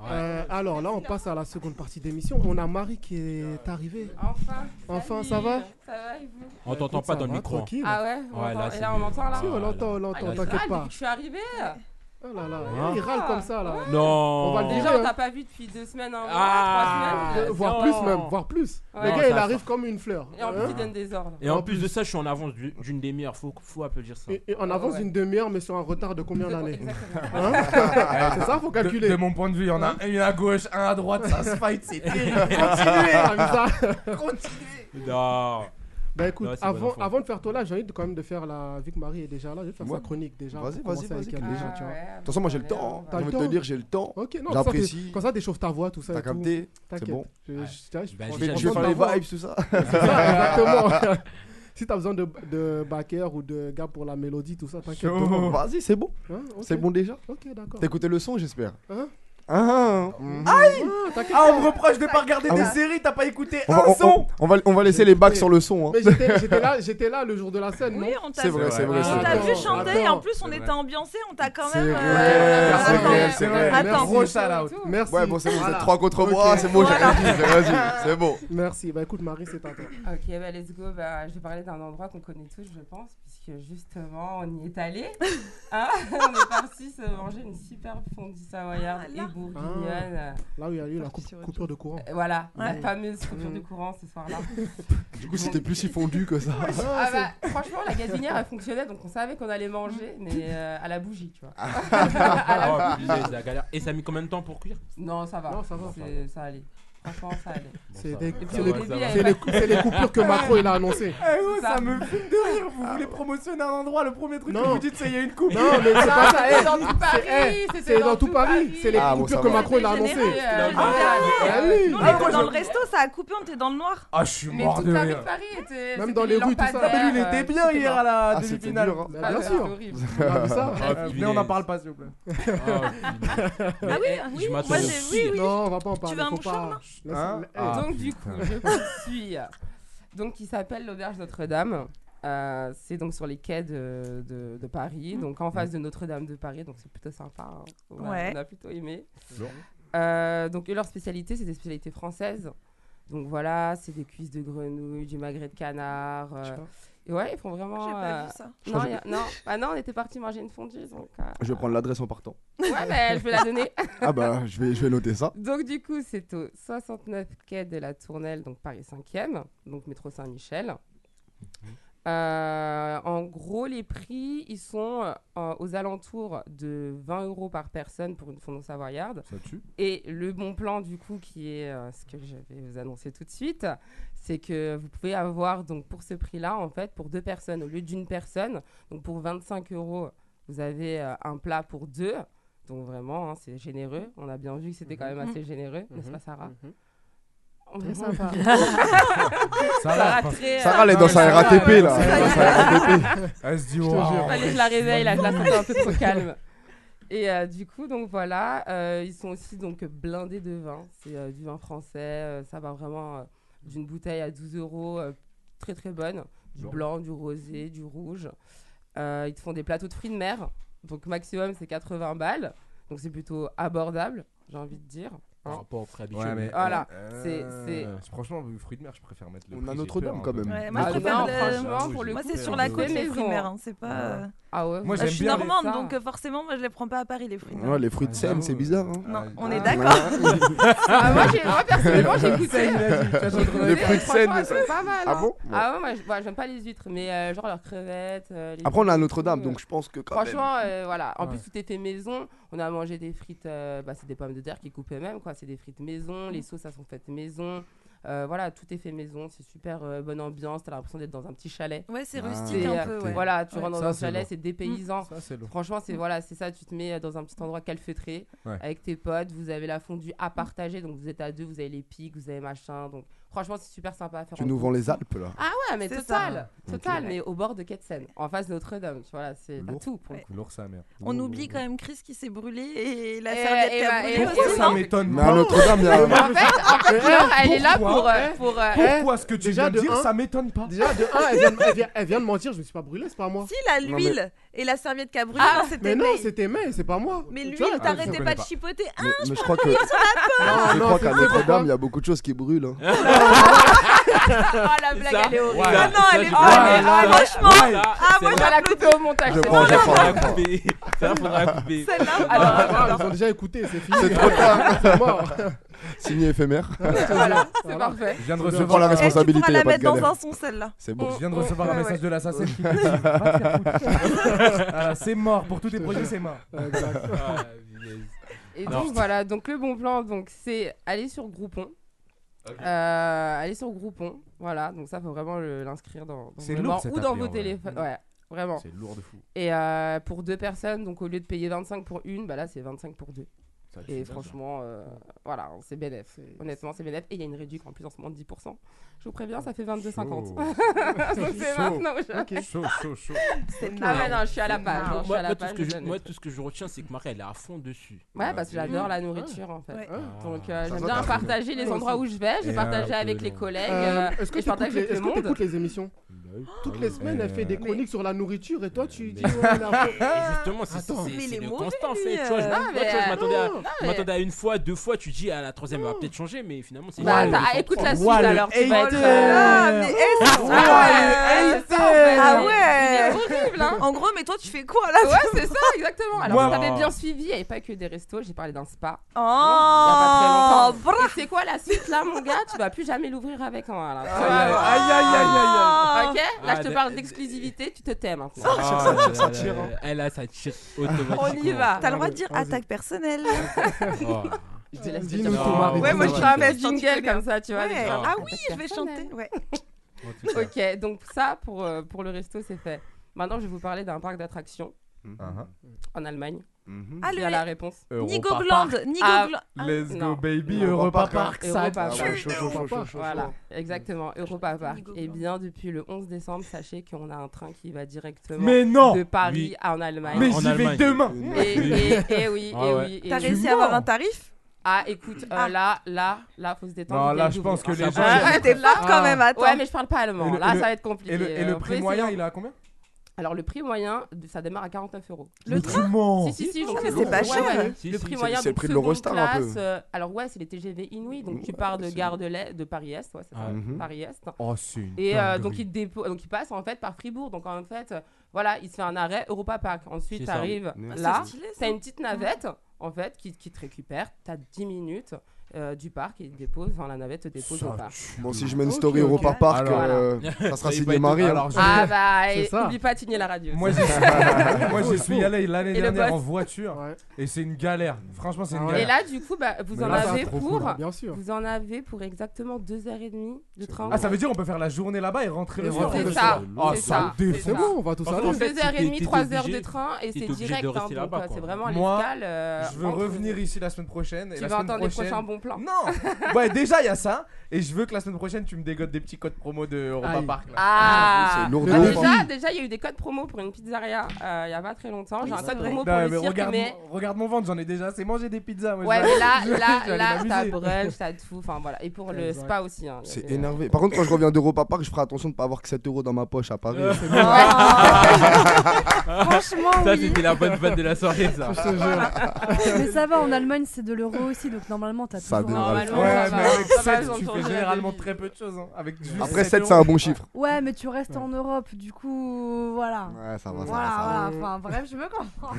S4: Ouais.
S2: Euh, alors là, on passe à la seconde partie d'émission. On a Marie qui est arrivée.
S13: Enfin.
S2: Enfin, ça va
S13: Ça va et vous
S4: On t'entend pas dans le
S2: va,
S4: micro. hein.
S2: tranquille.
S13: Ah ouais, on
S4: Ouais,
S13: entend-
S4: là,
S13: Et
S4: c'est
S13: là on
S4: mieux.
S13: m'entend là
S2: Si, on l'entend, on
S13: Ah,
S2: l'entend,
S13: il-
S2: t'inquiète
S13: ah, depuis
S2: pas.
S13: que Je suis arrivée
S2: Oh là là,
S4: Hein
S2: il râle comme ça là.
S4: Non.
S2: On va le
S13: Déjà on
S2: déjà.
S13: t'a pas vu depuis deux semaines, un mois,
S4: Ah.
S13: trois semaines.
S4: Euh,
S2: Voire
S4: Non.
S2: plus même, voire plus.
S13: Ouais.
S2: Le
S4: Non,
S2: gars, il
S4: ça-
S2: arrive comme une fleur.
S13: Et en plus
S2: Hein
S13: il donne des ordres.
S4: Et en
S2: En
S4: plus de ça, je suis en avance du- d'une demi-heure. Faut, faut applaudir ça.
S2: Et- et en avance
S13: Ah ouais.
S2: d'une demi-heure, mais sur un retard de combien d'années
S13: Exactement.
S2: Hein C'est ça, faut
S6: De,
S2: calculer.
S6: de mon point de vue, il y en a une à gauche, un à droite, ça se fight, c'est terrible.
S2: Continuez comme
S6: Ah,
S2: ça.
S4: Non.
S2: Bah écoute,
S4: Ouais, c'est bonne
S2: avant,
S4: info.
S2: avant de faire ton live, j'ai envie de, quand même de faire la. Vu que Marie est déjà là, je vais faire
S7: Ouais.
S2: sa chronique déjà.
S7: Vas-y,
S2: pour
S7: vas-y,
S2: commencer
S7: vas-y,
S2: avec elle
S7: calme.
S2: déjà,
S13: Ah
S2: tu vois.
S13: ouais,
S7: toute façon, moi j'ai le
S13: allez,
S7: temps.
S13: on
S2: T'as
S7: T'as
S2: le
S7: envie de te
S2: temps
S7: dire, j'ai le temps.
S2: Ok, non, comme ça, t'es-
S7: J'apprécie.
S2: comme ça t'échauffes ta voix, tout ça.
S7: T'as
S2: et tout.
S7: capté
S2: T'inquiète.
S7: C'est bon.
S2: Je,
S4: Ouais.
S2: je- t'as- je
S4: Bah,
S2: prends
S4: je vais-
S7: Je vais je
S2: content
S7: vais
S2: de
S7: faire
S2: ta
S7: les
S2: voix.
S7: vibes, tout ça.
S2: C'est ça, exactement. si t'as besoin de, de backer ou de gars pour la mélodie, tout ça, t'inquiète.
S6: Chaud.
S2: demande.
S7: Vas-y, c'est bon.
S2: Hein, ok.
S7: C'est bon déjà.
S2: Ok, d'accord.
S7: T'as écouté le son, j'espère.
S2: Hein
S7: Hein
S2: Ah, t'inquiète
S6: Ah,
S2: pas.
S6: on me reproche de pas regarder
S7: Ah
S6: des
S7: oui.
S6: séries, t'as pas écouté
S7: on va,
S6: un
S7: on-
S6: son
S7: on, on va, on va laisser
S2: J'ai
S7: les bacs
S2: écouté.
S7: sur le son. hein.
S2: Mais j'étais j'étais là, j'étais là le jour de la scène, non
S3: Oui, on t'a
S7: C'est vrai,
S4: vrai.
S7: c'est vrai.
S4: Ah,
S7: c'est
S3: On
S7: vrai.
S3: t'a vu
S2: Attends,
S3: chanter et en
S2: attends.
S3: plus on
S4: C'est
S3: était
S4: vrai.
S3: ambiancé, on t'a quand
S7: C'est
S3: même.
S7: vrai,
S3: euh,
S7: c'est
S3: attends,
S7: vrai, c'est vrai.
S3: Attends.
S6: Gros shout-out.
S2: Merci.
S7: Ouais, bon, c'est bon, vous
S2: Voilà.
S7: êtes trois contre
S2: Ok.
S7: moi, c'est bon, j'ai
S3: Voilà.
S7: rien dit. Vas-y, c'est bon.
S2: Merci. Bah écoute, Marie, c'est à toi.
S13: Ok, bah let's go. Bah, je vais parler d'un endroit qu'on connaît tous, je pense, puisque justement, on y est allé. Hein on est parti se manger une superbe fondue savoyarde
S3: Ah là.
S13: et bourguignonne.
S2: Ah. Là où il y a eu la
S5: Parti
S2: coupe-
S5: sur autre
S2: coupure de courant.
S13: Euh, Voilà,
S3: Ouais.
S13: la fameuse coupure
S2: Mm.
S13: de courant ce soir-là.
S7: Du coup, c'était plus si fondu que ça.
S13: Ah bah, franchement, la gazinière, elle fonctionnait, donc on savait qu'on allait manger, mais euh, à la bougie, tu vois.
S2: Ah.
S6: Ah.
S13: À la
S4: Oh, punaise, la galère. Et ça a mis combien de temps pour cuire
S13: Non, ça va.
S2: Non, ça va.
S13: C'est- Ça allait. Franchement, ça allait.
S4: Bon,
S2: C'est
S4: ça
S2: des-
S13: Et
S4: va, ça
S13: puis
S4: va,
S13: au
S4: ça
S13: début, il y
S4: va.
S13: avait
S2: C'est
S13: pas-
S2: les, cou- c'est les coupures que Macron il a annoncées.
S6: Eh oh,
S13: Ça. Ah
S6: ça me fume de rire. Vous voulez promotionner un endroit, le premier truc que
S2: Non.
S6: vous dites, c'est il y a une coupe.
S2: Non, mais c'est pas
S13: Ah,
S2: ça.
S13: c'était
S2: eh.
S13: dans tout Paris,
S2: eh,
S13: c'était
S2: C'est dans tout Paris. C'est les
S7: Ah, bon,
S2: coupures
S7: ça
S2: que
S7: va.
S2: Macron il a
S3: C'était
S2: annoncées.
S13: Euh,
S3: Ah,
S2: Ah
S13: généreux.
S2: oui.
S3: Nous, on
S6: Ah,
S3: était
S6: moi,
S3: dans
S6: je-
S3: le resto, ça a coupé, on était dans le noir.
S6: Ah, je suis
S13: Mais
S6: mort
S13: toute
S6: de
S13: la rue de
S6: rire.
S13: Paris était.
S2: Même
S13: c'était
S2: dans les rues, tout ça.
S13: lampadaires,
S6: Mais lui, il était
S13: euh,
S6: bien
S13: c'était
S6: hier
S13: mort.
S6: à la
S7: Ah, c'était
S6: demi-finale.
S7: dur. hein.
S2: Bah,
S13: Ah,
S2: Bien
S13: ouais,
S2: sûr.
S13: c'était horrible.
S2: On a vu ça.
S4: Ah,
S6: Euh, Mais
S4: punaise.
S6: on en parle pas, s'il vous plaît. Oh,
S4: Ah, punaise.
S3: Ah oui,
S4: Mais,
S3: oui,
S4: je m'attends
S3: moi,
S4: au
S3: j'ai- oui,
S4: pire.
S3: oui.
S2: Non, on va pas en parler.
S3: veux un
S2: faut
S3: mouchoir,
S2: pas-
S3: là
S2: Laisse-
S6: Hein
S2: eh,
S7: Ah,
S13: Donc, du coup,
S7: putain.
S13: je poursuis. Donc, qui s'appelle l'Auberge Notre-Dame. Euh, c'est donc sur les quais de, de- de Paris, donc en face de Notre-Dame de Paris, donc c'est plutôt sympa. hein. On, a,
S3: Ouais.
S13: on a plutôt aimé.
S4: Bon.
S13: Euh, donc, eux, leur spécialité, c'est des spécialités françaises. Donc voilà, c'est des cuisses de grenouille, du magret de canard. euh, et ouais, ils font vraiment.
S3: J'ai pas
S13: euh,
S3: vu ça.
S13: Non,
S7: Je-
S13: il y a- non. Ah non, on était parti manger une fondue. Donc, euh,
S7: Je vais prendre l'adresse en partant.
S13: Ouais, mais ben, je vais la donner.
S7: ah bah, je vais, je vais noter ça.
S13: Donc du coup, c'est au 69 quai de la Tournelle, donc Paris 5e, donc métro Saint-Michel. Euh, en gros, les prix, ils sont euh, aux alentours de 20 euros par personne pour une fondance savoyarde.
S4: Ça tue.
S13: Et le bon plan, du coup, qui est euh, ce que je vais vous annoncer tout de suite, c'est que vous pouvez avoir, donc pour ce prix-là, en fait, pour deux personnes, au lieu d'une personne, donc pour 25 euros, vous avez euh, un plat pour deux. Donc vraiment, hein, c'est généreux. On a bien vu que c'était quand même
S8: Mhm.
S13: assez généreux, n'est-ce pas, Sarah
S8: Très sympa.
S13: Mhm. Sarah, très,
S7: Sarah, elle est
S13: euh,
S7: dans sa
S13: Sarah,
S7: RATP
S13: ouais.
S7: là. Elle est dans sa RATP.
S6: Elle se dit,
S13: Je te
S6: waouh.
S13: jure. Allez, je la réveille là, je la sens un peu trop calme. Et euh, du coup, donc voilà, euh, ils sont aussi donc blindés de vin. C'est euh, du vin français, euh, ça va vraiment euh, d'une bouteille à 12 euros, euh, très très bonne. Du
S4: Blanc.
S13: blanc, du rosé, du rouge. Euh, ils te font des plateaux de fruits de mer, donc maximum c'est 80 balles, donc c'est plutôt abordable, j'ai envie de dire.
S4: Par
S13: hein.
S4: rapport au prix habituel.
S6: Ouais, mais
S13: Voilà,
S6: euh,
S13: c'est-
S6: euh,
S13: c'est-
S6: Franchement, le fruit de mer, je préfère mettre le.
S7: On
S6: prix,
S7: a
S6: j'ai
S7: Notre-Dame,
S6: peur un
S7: quand
S6: peu.
S7: même.
S3: Ouais, moi, je
S13: Ah
S3: préfère
S13: non,
S3: le-
S13: franchement, pour le
S3: moi,
S13: coup,
S3: c'est
S13: c'est
S3: sur
S13: un
S3: la
S13: peu
S3: côte, les
S13: maison,
S3: fruits de mer.
S13: hein.
S3: hein, C'est pas.
S13: Ouais.
S3: euh,
S13: Ah ouais,
S6: Moi,
S3: je
S6: j'aime
S3: suis
S6: bien les-
S3: normande,
S13: ça.
S3: donc euh, forcément, moi, je les prends pas à Paris, les fruits de mer.
S7: Ouais, les fruits de Seine, c'est bizarre. hein.
S3: Non, on
S13: Ah.
S3: est d'accord.
S13: Ah, moi, j'ai- moi, personnellement, j'ai goûté.
S6: Seine, il a dit, tu as trop
S13: Mais
S6: donné.
S7: fruits de
S13: franchement,
S7: Seine,
S13: elles
S7: ça-
S13: sont pas mal.
S7: Ah
S13: hein.
S7: bon
S13: Ah ouais, moi, je- moi, j'aime pas les huîtres, mais euh, genre leurs crevettes. euh, les
S7: Après, on a
S13: huîtres,
S7: Notre-Dame,
S13: euh,
S7: donc je pense que quand même-
S13: Franchement, euh, voilà. En
S7: Ouais.
S13: plus, tout était maison. On a mangé des frites, euh, bah, c'est des pommes de terre qui coupent eux-mêmes, quoi. C'est des frites maison, les sauces, elles sont faites maison. Euh, voilà, tout est fait maison, c'est super euh, bonne ambiance, t'as l'impression d'être dans un petit chalet.
S3: Ouais, c'est
S13: Ah.
S3: rustique
S13: C'est,
S3: un
S13: euh,
S3: peu, ouais.
S13: Voilà, tu
S3: Ouais.
S13: rentres dans
S3: Ça,
S13: un
S3: c'est
S13: chalet,
S3: lourd.
S13: c'est dépaysant.
S6: Ça, c'est lourd.
S13: Franchement, c'est
S6: Mm.
S13: voilà, c'est ça, tu te mets dans un petit endroit calfeutré
S6: Ouais.
S13: avec tes potes, vous avez la fondue à partager, donc vous êtes à deux, vous avez les pics, vous avez machin. Donc franchement, c'est super sympa à faire.
S7: Tu
S13: en
S7: nous
S13: groupe.
S7: vends les Alpes là.
S13: Ah ouais, mais
S3: C'est
S13: total,
S3: ça.
S13: total,
S3: Ok.
S13: mais au bord de Quai de Seine, en face de Notre-Dame, tu vois, là, c'est t'as
S6: Lourd.
S13: tout pour le
S3: Ouais.
S13: coup.
S6: Lourd, sa mère.
S3: On oublie quand même Chris qui s'est brûlé et la
S13: Et-
S3: serviette
S13: et
S3: qui
S13: bah,
S3: a brûlé
S13: et
S3: aussi,
S13: pourquoi
S6: Ça
S3: non
S6: m'étonne.
S7: Mais à Notre-Dame, il y
S13: En
S7: a.
S13: fait, en fait, Laure, elle est là pour. euh,
S2: Eh,
S13: pour euh,
S6: Pourquoi ce que tu
S2: Déjà
S6: viens de
S2: de
S6: dire,
S2: un-
S6: ça m'étonne pas
S2: Déjà, de 1, elle, vient- elle vient- elle vient de mentir, je me suis pas brûlé, c'est pas moi.
S3: Si, la
S2: Non,
S3: l'huile et la serviette qui a brûlé,
S13: Ah,
S3: non, c'était
S2: Mais non,
S3: May.
S2: c'était May, c'est pas moi.
S3: Mais
S2: Tu
S3: l'huile,
S2: vois, elle-
S3: t'arrêtais
S6: connais
S3: pas
S6: pas.
S3: de chipoter.
S13: Ah,
S3: Hein,
S7: Mais, mais je crois que.
S2: Non,
S7: Je
S2: non,
S7: crois
S2: c'est
S7: qu'à
S2: pas
S7: Notre-Dame,
S2: moi.
S7: il y a beaucoup de choses qui brûlent. hein.
S13: Ah, la blague, elle est horrible.
S3: Ah non, elle est
S13: Ah,
S3: bonne.
S13: mais là,
S3: Ah, franchement. Ah, moi,
S13: On va la couper au montage.
S7: Je
S13: c'est
S7: prends, je
S13: bon.
S7: prends.
S4: Faudra
S7: je prends.
S4: couper. Ça, faudra couper.
S3: celle-là,
S13: Alors,
S2: Ah, ils ont déjà écouté, c'est fini.
S7: C'est trop tard.
S2: C'est mort.
S7: Signé éphémère.
S13: voilà, c'est parfait.
S6: Je viens de
S7: Je prends la
S6: recevoir.
S3: eh, tu
S7: responsabilité,
S3: pourras
S7: il n'y
S3: la
S7: a pas de
S3: mettre dans
S7: galère.
S3: un son, celle-là.
S7: C'est bon.
S6: Je viens de recevoir
S13: Ouais,
S6: un
S13: ouais.
S6: message de l'assassin qui me dit Oh, Va te faire foutre. Voilà, Ah, C'est mort, pour tous tes projets, c'est mort.
S4: Ah, punaise.
S13: Et
S4: Alors-
S13: donc voilà, donc le bon plan, donc c'est aller sur Groupon. Euh, aller sur Groupon, voilà, donc ça faut vraiment le- l'inscrire dans, dans
S6: C'est
S13: vos
S6: lourd,
S13: mémoires
S6: cette
S13: ou dans
S6: appli,
S13: vos
S6: en vrai. Mm.
S13: téléphones, ouais, vraiment.
S6: C'est lourd de fou.
S13: Et euh, pour deux personnes, donc au lieu de payer 25 pour une, bah là c'est 25 pour deux.
S4: Ça, c'est
S13: Et
S4: bien, ça.
S13: franchement, euh, voilà, c'est bénéf. Honnêtement, c'est bénéf. Et il y a une réduction en plus en ce moment de 10%. Je vous
S6: Ah.
S13: préviens, ça fait 22,50.
S6: Chaud.
S13: donc c'est
S6: Oh. Chaud.
S13: maintenant que je-
S6: Chaud, chaud, chaud.
S13: Ah ouais, non, je suis à la page.
S4: Moi,
S13: non, je suis à
S4: moi,
S13: la
S4: tout ce
S13: page.
S4: que
S13: je
S4: je-
S13: donne.
S4: moi,
S13: Ouais,
S4: tout ce que je retiens, c'est que Marie, elle est à fond dessus.
S13: parce que j'adore
S4: Ah.
S13: la nourriture en fait.
S3: Ouais.
S6: Ah.
S13: Donc euh,
S7: Ça
S13: j'aime
S7: doit
S13: bien
S7: être
S13: partager les
S2: Ouais,
S13: endroits où je vais, j'ai
S6: Et,
S13: partagé
S4: euh,
S13: avec
S4: euh,
S13: les collègues,
S2: Euh,
S13: euh,
S2: Est-ce que
S13: et je
S2: tu
S13: partage avec le monde.
S2: écoutes les émissions
S4: Bah
S2: Toutes les semaines, elle fait des chroniques sur la nourriture et toi, tu dis.
S4: Ah Mais-
S2: ouais, elle
S3: Ah,
S2: a-
S4: Et justement, c'est
S2: Attends. Ah,
S4: c'est-
S3: Mais
S4: c'est
S3: il est
S4: le
S3: mauvais,
S4: constant en
S3: lui,
S4: fait. Tu vois, je
S3: euh.
S4: me dis,
S13: Non,
S4: toi, tu vois, je
S13: mais-
S4: m'attendais à-
S13: Non,
S4: je
S13: mais-
S4: m'attendais à une fois, deux fois, tu dis à la troisième, elle va peut-être changer, mais finalement, c'est.
S13: Bah,
S4: jamais
S13: t'as-
S4: le temps.
S13: écoute la suite
S6: Ouah, le
S13: alors, tu vas être. euh,
S6: hater.
S3: Ah, mais elle, c'est
S6: Ouais,
S3: ça.
S6: elle
S3: Ah
S13: C'est
S3: ouais.
S13: horrible, hein
S3: En gros, mais toi, tu fais quoi là
S13: Ouais, c'est ça, exactement. Alors,
S6: Moi-
S13: vous avez bien suivi, il n'y avait pas que des restos, j'ai parlé d'un spa.
S3: Oh,
S13: il y a pas très longtemps. Et c'est quoi la suite là, mon gars Tu vas plus jamais l'ouvrir avec moi. là. Tu
S6: Aïe,
S13: vois,
S6: aïe, aïe, aïe, aïe, aïe.
S3: Ah.
S13: Ok Là, je
S4: Ah,
S13: te parle d'exclusivité, tu te t'aimes maintenant.
S4: Ah, là, là, là, là. Elle a sa tire automatiquement. Ah,
S13: On y va.
S3: T'as le droit de dire Ah, attaque personnelle.
S4: Oh.
S13: Je te laisse
S2: Dis-nous
S13: dire.
S2: tout,
S4: Non.
S2: Marie,
S13: Ouais,
S2: dis-nous
S13: moi je
S2: tout.
S13: ferai un petit
S3: Laisse quand tu
S13: jingle
S3: connais.
S13: comme ça, tu vois.
S3: Ouais.
S13: les gens.
S3: Ah oui, je vais chanter. Ouais.
S4: En tout cas.
S13: Ok, donc ça, pour, euh, pour le resto, c'est fait. Maintenant, je vais vous parler d'un parc d'attractions en Allemagne.
S7: Mhm.
S3: Ah,
S13: Il y a la
S3: le
S13: réponse.
S3: Nigo Gland. Nigo
S13: Ah.
S3: Gland.
S6: Let's
S13: Non.
S6: go, baby,
S7: Europa
S6: Europa
S7: Park.
S6: Park.
S13: Europa
S7: Ah
S13: Park.
S7: ouais, chaud, chaud, chaud, chaud, chaud.
S13: Voilà, exactement, Europa Park.
S3: Nigo
S13: Et
S3: Gland.
S13: bien, depuis le 11 décembre, sachez qu'on a un train qui va directement
S6: Mais non
S13: de Paris
S4: Oui.
S13: à en Allemagne.
S6: Mais
S4: En
S6: j'y vais
S4: Allemagne.
S6: demain
S13: Et, et, et oui,
S4: Ah
S13: et
S4: ouais.
S13: oui. et
S3: T'as
S13: oui.
S3: réussi à
S6: mens.
S3: avoir un tarif
S13: Ah, écoute, euh,
S3: Ah.
S13: là, là, là, faut se détendre.
S6: Non,
S13: ils
S6: là,
S13: viennent
S6: je pense
S4: Ah,
S6: que les
S4: ça
S6: gens.
S4: va.
S3: Ah, T'es
S13: là-
S3: fort quand même, attends.
S13: Ouais, mais je parle pas allemand.
S6: Et le-
S13: là,
S6: le-
S13: ça va être compliqué.
S6: Et le, et
S13: Euh,
S6: le
S13: on peut
S6: prix
S13: essayer,
S6: moyen,
S13: hein.
S6: il est à combien
S13: Alors le prix moyen, de- ça démarre à 49 euros.
S14: Le Mais train comment
S13: Si si si, donc
S14: Ah,
S13: le
S14: mais c'est pas
S13: second-
S14: cher.
S13: ouais, ouais.
S14: Si,
S13: le
S14: si,
S13: prix
S14: c'est-
S13: moyen
S14: c'est le
S13: donc
S14: prix de
S13: seconde
S14: l'Eurostar, un peu.
S13: classe, euh, alors ouais, c'est les TGV Inouï, donc tu pars de gare de l'Est, de Paris Est, ouais, c'est
S6: Ah,
S13: ça,
S14: Mhm.
S13: Paris Est.
S14: Oh, c'est une
S13: Et euh, donc
S7: Mm.
S14: dinguerie.
S13: il dépo... donc il passe en fait par Fribourg. Donc en fait, euh, voilà, il se fait un arrêt Europa Park.
S14: C'est
S13: Ensuite, tu
S14: ça.
S13: arrives
S7: Mm.
S14: Ah, c'est
S13: là,
S14: stylé, ça.
S13: t'as une petite navette en fait qui, qui te récupère. T'as 10 minutes. euh, du parc, et te dépose, enfin la navette te dépose
S7: Ça
S13: au parc.
S7: tue. Bon, si je mets une story Europa Park, euh, ça sera signé Marie, hein. Alors, je-
S13: Ah bah,
S7: C'est
S13: et-
S7: ça.
S13: oublie pas de signer la radio.
S6: Moi, j'y suis, moi, j'y suis allé l'année
S13: Et le
S6: dernière en
S13: boss.
S6: voiture et c'est une galère. Franchement, c'est une
S13: Et
S6: galère.
S13: là, du coup, bah, vous,
S6: Mais
S13: en
S6: là, c'est
S13: avez
S6: trop
S13: pour,
S6: cool.
S13: vous en avez pour exactement 2h30 de train.
S6: Ah, ça veut dire on peut faire la journée là-bas et rentrer le
S13: C'est
S6: soir.
S13: ça, ça.
S6: Ah,
S13: c'est
S6: ça
S13: ça,
S6: me
S13: c'est
S6: défonce.
S13: ça. Parce qu'en fait,
S6: t'es-
S13: 2h30,
S6: t'es
S13: 3h de
S6: obligé-
S13: train et
S6: t'es
S13: c'est
S6: obligé de
S13: direct. hein,
S6: rester
S13: donc,
S6: là-bas,
S13: euh,
S6: quoi.
S13: C'est vraiment
S6: Moi,
S13: l'escale. euh,
S6: je veux
S13: entre-
S6: revenir ici la semaine prochaine. et
S13: Tu
S6: la
S13: vas
S6: semaine
S13: entendre les
S6: prochaine-
S13: prochains bons plans.
S6: Non Ouais, déjà, il y a ça. Et je veux que la semaine prochaine, tu me dégotes des petits codes promo de Europa
S13: Aïe.
S6: Park. là.
S13: Ah,
S6: lourd
S13: Bah,
S6: de
S13: déjà,
S6: ouf.
S13: déjà, il y a eu des codes promo pour une pizzeria euh, il y a pas très longtemps. J'ai un code promo pour
S6: Non,
S13: le
S6: mais
S13: cirque,
S6: regarde,
S13: mais
S6: mon- regarde mon ventre, j'en ai déjà assez mangé des pizzas. moi, je
S13: Ouais,
S6: vais-
S13: mais là,
S6: je vais- je vais
S13: là, là,
S6: aller
S13: t'as
S6: m'amuser.
S13: brunch, t'as tout. Enfin voilà. Et pour le
S6: Exact.
S13: spa aussi. hein, il y
S7: C'est
S13: avait, euh,
S7: énervé. Par contre, quand je reviens d'Europa Park, je ferai attention de pas avoir que 7 euros dans ma poche à Paris.
S4: Euh, c'est bon. Ah.
S12: Franchement,
S4: Ça,
S12: oui.
S4: c'était la bonne vanne de la soirée, ça. Je te jure.
S12: Mais ça va, en Allemagne, c'est de l'euro aussi, donc normalement, t'as
S7: Ça
S12: toujours...
S7: démarre.
S12: un-
S7: Normalement,
S6: Ouais,
S7: ça
S6: mais
S7: va.
S6: avec
S7: Ça va,
S6: 7,
S7: ils ont
S6: tu
S7: changé
S6: fais
S7: la
S6: généralement très peu de choses. hein, Avec juste
S7: Après 7,
S6: euros.
S7: c'est un bon chiffre.
S12: Ouais, mais tu restes en Europe, du coup, voilà.
S7: Ouais, ça va, ça va,
S12: Voilà,
S7: ça va.
S12: voilà, enfin, bref, je me comprends.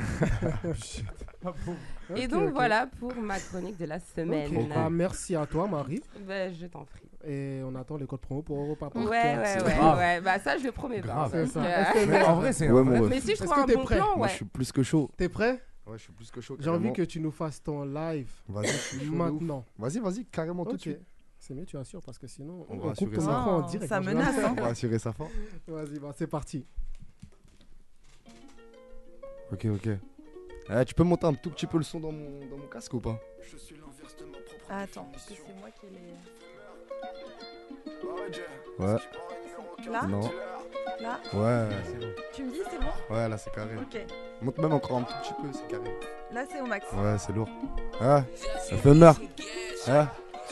S13: Ah Et donc voilà pour ma chronique de la semaine.
S2: Ok. Bah, merci à toi, Marie.
S13: Ben, je t'en prie.
S2: Et on attend les codes promo pour Europa
S13: Ouais,
S2: Park.
S13: ouais,
S2: hein,
S13: ouais,
S2: c'est-
S4: Ah.
S13: ouais, Bah ça, je le promets pas.
S2: Grave. C'est
S13: Donc,
S2: ça.
S13: euh,
S2: Est-ce que- Mais en vrai, c'est un
S7: Ouais,
S2: vrai
S7: mon ref.
S13: Mais si je
S2: Est-ce
S13: trouve
S2: que
S13: un
S2: t'es
S13: bon
S2: prêt
S13: plan,
S7: Moi,
S13: ouais.
S7: je suis plus que chaud.
S2: T'es prêt
S7: Ouais, je suis plus que chaud.
S2: J'ai envie
S7: carrément.
S2: que tu nous fasses ton live.
S7: Vas-y, je suis chaud de ouf.
S2: Maintenant.
S7: Vas-y, vas-y, carrément tout de
S2: Ok.
S7: suite.
S2: C'est mieux, tu assures, parce que sinon,
S7: On
S2: on,
S7: va
S2: coupe
S7: assurer
S2: ton
S7: ça.
S2: micro en
S7: Ah,
S2: direct.
S7: ça
S2: hein, je
S7: menace,
S2: l'annonce.
S7: hein. On va assurer ça fort.
S2: Vas-y, bah, c'est parti.
S7: Ok, ok. Eh, tu peux monter un tout petit peu le son dans mon, dans mon casque ou pas
S3: Ah, attends, parce que c'est moi qui ai
S7: Ouais.
S3: les. Là
S7: Non.
S3: Là
S7: Ouais. c'est bon.
S3: Tu me dis, c'est bon
S7: Ouais, là, c'est carré.
S3: Ok.
S7: Monte même encore un tout petit peu, c'est carré.
S3: Là, c'est au max.
S7: Ouais, c'est lourd. Ouais, Hein? ça fait meur. Ouais.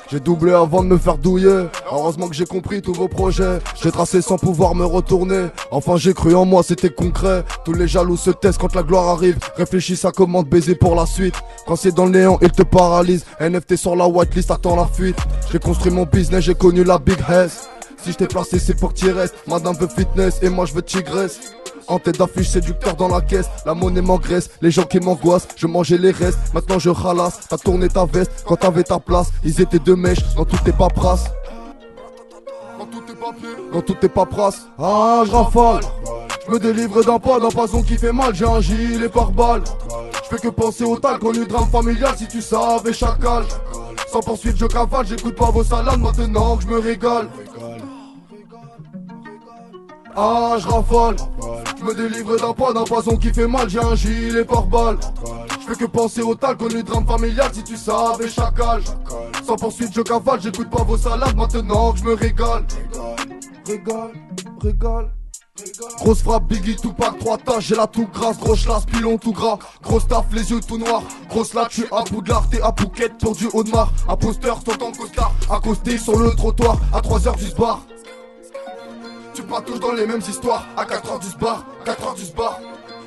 S7: J'ai doublé avant de me faire douiller. Heureusement que j'ai compris tous vos projets. J'ai tracé sans pouvoir me retourner. Enfin, j'ai cru en moi, c'était concret. Tous les jaloux se taisent quand la gloire arrive. Réfléchissent à comment te baiser pour la suite. Quand c'est dans le néant, ils te paralysent. NFT sur la whitelist, attends la fuite. J'ai construit mon business, j'ai connu la big hess. Si je t'ai placé, c'est pour que t'y restes. Madame veut fitness et moi je veux tigresse. En tête d'affiche, séducteur dans la caisse. La monnaie m'engraisse, les gens qui m'angoissent. Je mangeais les restes, maintenant je ralasse. T'as tourné ta veste quand t'avais ta place. Ils étaient deux mèches dans toutes tes paperasses. Dans toutes tes paperasses, ah, je rafale. Je me délivre d'un pas, d'un poison qui fait mal. J'ai un gilet par balle. Je fais que penser au tal connu drame familial. Si tu savais, chacal. Sans poursuite, je cavale. J'écoute pas vos salades maintenant que je me régale. Ah, je rafale. Je me délivre d'un poids, d'un poison qui fait mal. J'ai un gilet par balle. Je fais que penser au tal, connu drame familial. Si tu savais, chacal. Sans poursuite, je cavale. J'écoute pas vos salades maintenant que je me régale. Régale, régale. Grosse frappe, Biggie, Tupac, trois tâches, j'ai la tout grasse, grosse lasse, pilon tout gras, grosse taf, les yeux tout noirs, grosse là, tu à Poudlard, t'es à Pouquette pour du haut de mar, imposteur, t'entends costard, accosté sur le trottoir, à 3h du bar. Tu patouches dans les mêmes histoires, à 4h du bar, 4h du bar.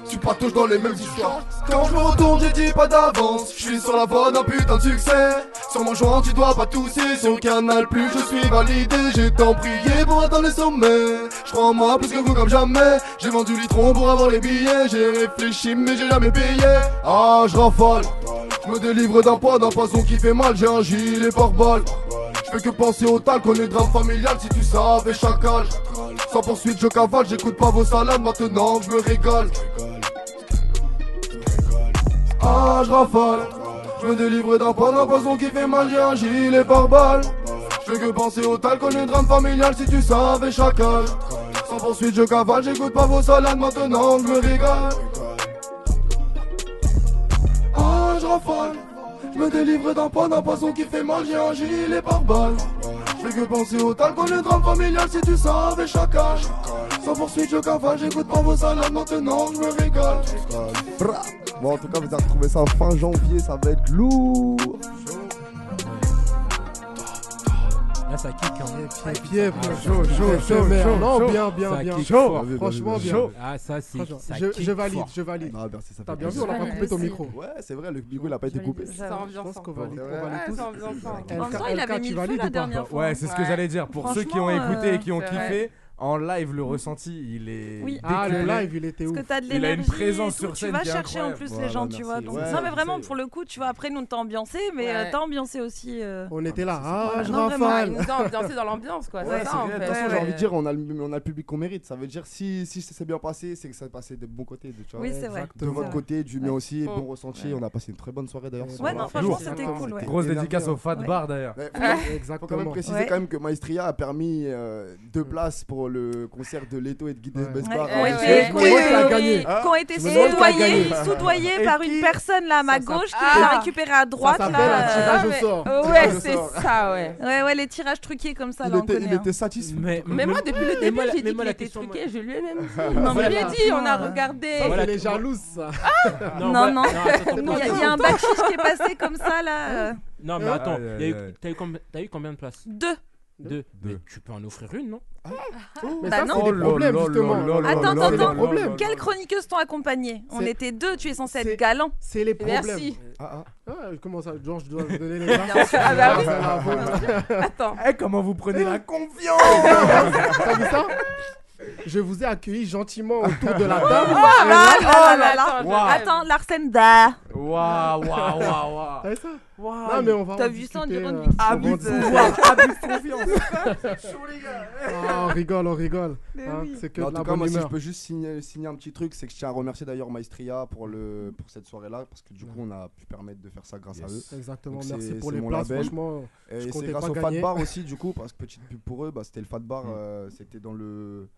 S7: Tu patouches dans les mêmes histoires. Quand je me retourne, j'ai dit pas d'avance. Je suis sur la voie d'un putain de succès. Sur mon joint, tu dois pas tousser. Sur le canal, plus je suis validé. J'ai tant prié pour atteindre le sommet. Je crois en moi plus que vous comme jamais. J'ai vendu litron pour avoir les billets. J'ai réfléchi, mais j'ai jamais payé. Ah, je rafale. Je me délivre d'un poids, d'un poison qui fait mal. J'ai un gilet par balle. Je fais que penser au tal, connais le drame familial si tu savais chacal. Sans poursuite, je cavale, j'écoute pas vos salades maintenant, que je me régale. Ah, je rafale. Je me délivre d'un poids d'un poison qui fait mal, j'ai un gilet par balle. Je fais que penser au tal, connais le drame familial si tu savais chacal. Sans poursuite, je cavale, j'écoute pas vos salades maintenant, que je me régale. Ah, je rafale. Je me délivre d'un poids d'un poison qui fait mal, j'ai un gilet par balle. Je fais que penser au tal, connais le drame familial si tu savais chacal. Sans poursuite, je cavale, j'écoute pas vos salades maintenant, que je me régale. Bra. Bon, en tout cas, vous avez retrouvé ça fin janvier, ça va être lourd.
S4: Là, ça kick. Hein.
S2: Pierre, chaud, chaud, chaud, chaud, non, bien, bien,
S4: Ça
S2: bien,
S4: kick
S2: chaud,
S4: fort.
S2: franchement, bien.
S4: Ah, ça, c'est.
S2: Franchement,
S4: ça
S2: je,
S4: kick
S2: je valide,
S4: fort.
S2: je valide.
S7: Ah, merci, ça
S2: T'as
S7: fait
S2: bien vu,
S7: plaisir.
S2: on a pas coupé ton
S7: Merci.
S2: micro.
S7: Ouais, c'est vrai, le micro, il a pas été coupé.
S2: Ça Je pense qu'on valide,
S7: Ouais,
S2: on valide
S7: hein. ouais,
S2: tous.
S7: ça ambiançant.
S2: LK,
S7: En même temps,
S6: il avait
S2: LK,
S6: mis
S2: tu
S6: le feu
S2: valides
S6: la
S2: ou pas
S6: dernière fois, Ouais, c'est ce que j'allais dire. Pour ceux qui ont
S3: Franchement,
S6: écouté
S3: euh,
S6: et qui ont
S3: c'est
S6: kiffé,
S3: vrai.
S6: en live, le ressenti, il est.
S3: Oui.
S2: Ah, le
S6: décalé.
S2: live, il était
S3: Parce que t'as de
S6: Il a une
S3: l'énergie et
S6: présence
S3: tout,
S6: sur scène.
S3: Tu vas
S6: qui est
S3: chercher en
S6: incroyable.
S3: plus les
S6: Voilà,
S3: gens, tu
S6: merci.
S3: vois. donc-
S6: Ouais,
S3: non, mais vraiment, pour le coup, tu vois, après, nous, on t'a ambiancé, mais euh,
S13: Ouais.
S3: t'as ambiancé aussi. euh.
S2: On était là, ah,
S3: Voilà.
S2: je
S3: Non, vraiment,
S2: rafale.
S3: il nous a ambiancé dans l'ambiance, quoi.
S7: Ouais,
S3: C'est ça,
S7: c'est
S3: en
S7: vrai,
S3: fait.
S7: de toute façon,
S3: Ouais,
S7: j'ai
S3: ouais.
S7: envie de dire, on a, le, on a le public qu'on mérite. Ça veut dire, si, si ça s'est bien passé, c'est que ça s'est passé de bon côté. Tu vois.
S3: Oui, c'est vrai.
S7: De
S3: Exactement.
S7: votre
S3: Ouais.
S7: côté, du mien
S3: Ouais.
S7: aussi, bon
S3: Ouais.
S7: ressenti. On a passé une très bonne soirée d'ailleurs.
S3: Ouais,
S7: ce
S3: non,
S7: soir-là.
S3: franchement, Lourd. c'était cool, ouais.
S6: Grosse
S7: énervé,
S6: dédicace au
S7: hein.
S6: Fat Ouais. Bar, d'ailleurs.
S7: Ouais,
S6: Ouais.
S7: faut- Faut quand
S2: Exactement.
S7: même préciser
S2: Ouais.
S7: quand même que Maestria a permis euh, deux places pour le concert de Leto et de Guy de Best
S3: Ouais,
S7: Bar.
S3: qui ont été-
S7: Je me demande qui a gagné.
S3: qui ont été
S7: Je Ah, me demande qui a
S3: soudoyés,
S7: gagné.
S3: soudoyés par une personne là à ma gauche qui
S13: Ah.
S3: l'a récupéré à droite.
S13: Ça s'appelle
S3: là,
S13: un tirage
S3: euh,
S13: au
S3: ouais.
S13: sort.
S3: Euh,
S13: Tirage au
S3: Ouais, c'est
S13: sort.
S3: ça, ouais. Ouais, ouais, les tirages truqués comme ça,
S7: Il
S3: là, on
S7: était- il
S3: connaît. hein.
S7: était satisfait. Mais,
S13: Mais moi, depuis le début, j'ai dit
S4: moi,
S13: qu'il
S4: la
S13: était
S4: question,
S13: truqué, je lui ai même dit.
S3: Non, mais
S13: je lui ai
S3: là,
S13: dit, on a
S3: franchement,
S13: regardé.
S3: Ça,
S2: Elle est jalouse, ça.
S3: hein. Non,
S6: bah,
S4: voilà.
S3: non.
S4: attends,
S3: Il
S4: attends,
S3: y a-
S4: attends.
S3: il y a un backstage qui est passé comme ça, là. euh.
S4: Non, mais
S3: Euh,
S4: attends,
S6: Aïe,
S4: il y a
S6: aïe,
S4: eu-
S6: aïe.
S4: t'as eu, combi- t'as eu combien de places
S3: Deux.
S4: Deux. Mais tu peux en offrir une, non
S2: Mais
S3: Bah
S2: ça,
S3: non.
S6: Ah.
S2: c'est
S6: Oh
S2: des
S6: là
S2: problèmes,
S6: là là là
S2: justement.
S6: là Attends, là attends, là attends. là là là.
S3: Quelles chroniqueuses t'ont accompagné On
S2: C'est-
S3: était deux, tu es censé être galant.
S2: C'est les problèmes.
S3: Merci.
S2: Ah, ah. Ah, comment ça, Georges, je dois vous donner les
S3: Bien
S2: grâces
S3: sûr. Ah bah oui.
S2: Ah, voilà.
S3: Attends.
S6: Eh, comment vous prenez la confiance
S2: T'as vu ça Je vous ai accueilli gentiment autour de la table.
S3: Oh là
S2: Et là-
S3: là là là là.
S2: Waouh.
S3: Attends, Larsen bah. Da.
S6: Waouh, Ah, waouh, waouh, waouh.
S2: T'as vu ça Non, mais on va en
S3: T'as vu ça, on
S2: discuter,
S3: dirait une
S2: euh,
S3: victime.
S2: on va en
S3: Abus de-
S2: discuter.
S6: abus de
S7: confiance. Chaud, les gars.
S3: Oh,
S2: Ah, on rigole, on rigole. Hein, C'est que
S7: Mais en
S2: de
S7: tout
S2: la
S7: cas, moi,
S2: bonne
S7: si je
S2: humeur.
S7: peux juste signer, signer un petit truc, c'est que je tiens à remercier d'ailleurs Maestria pour, le, pour cette soirée-là, parce que du coup, on a pu permettre de faire ça grâce
S2: Yes.
S7: à eux.
S2: Exactement,
S7: Donc,
S2: merci
S7: c'est-
S2: pour
S7: c'est
S2: les
S7: mon
S2: places,
S7: label.
S2: franchement, je
S7: Et c'est
S2: comptais
S7: grâce
S2: pas
S7: au
S2: gagner. Mm.
S7: Fat Bar aussi, du coup, parce que petite pub pour eux, bah, c'était le Fat Bar, euh, c'était dans le.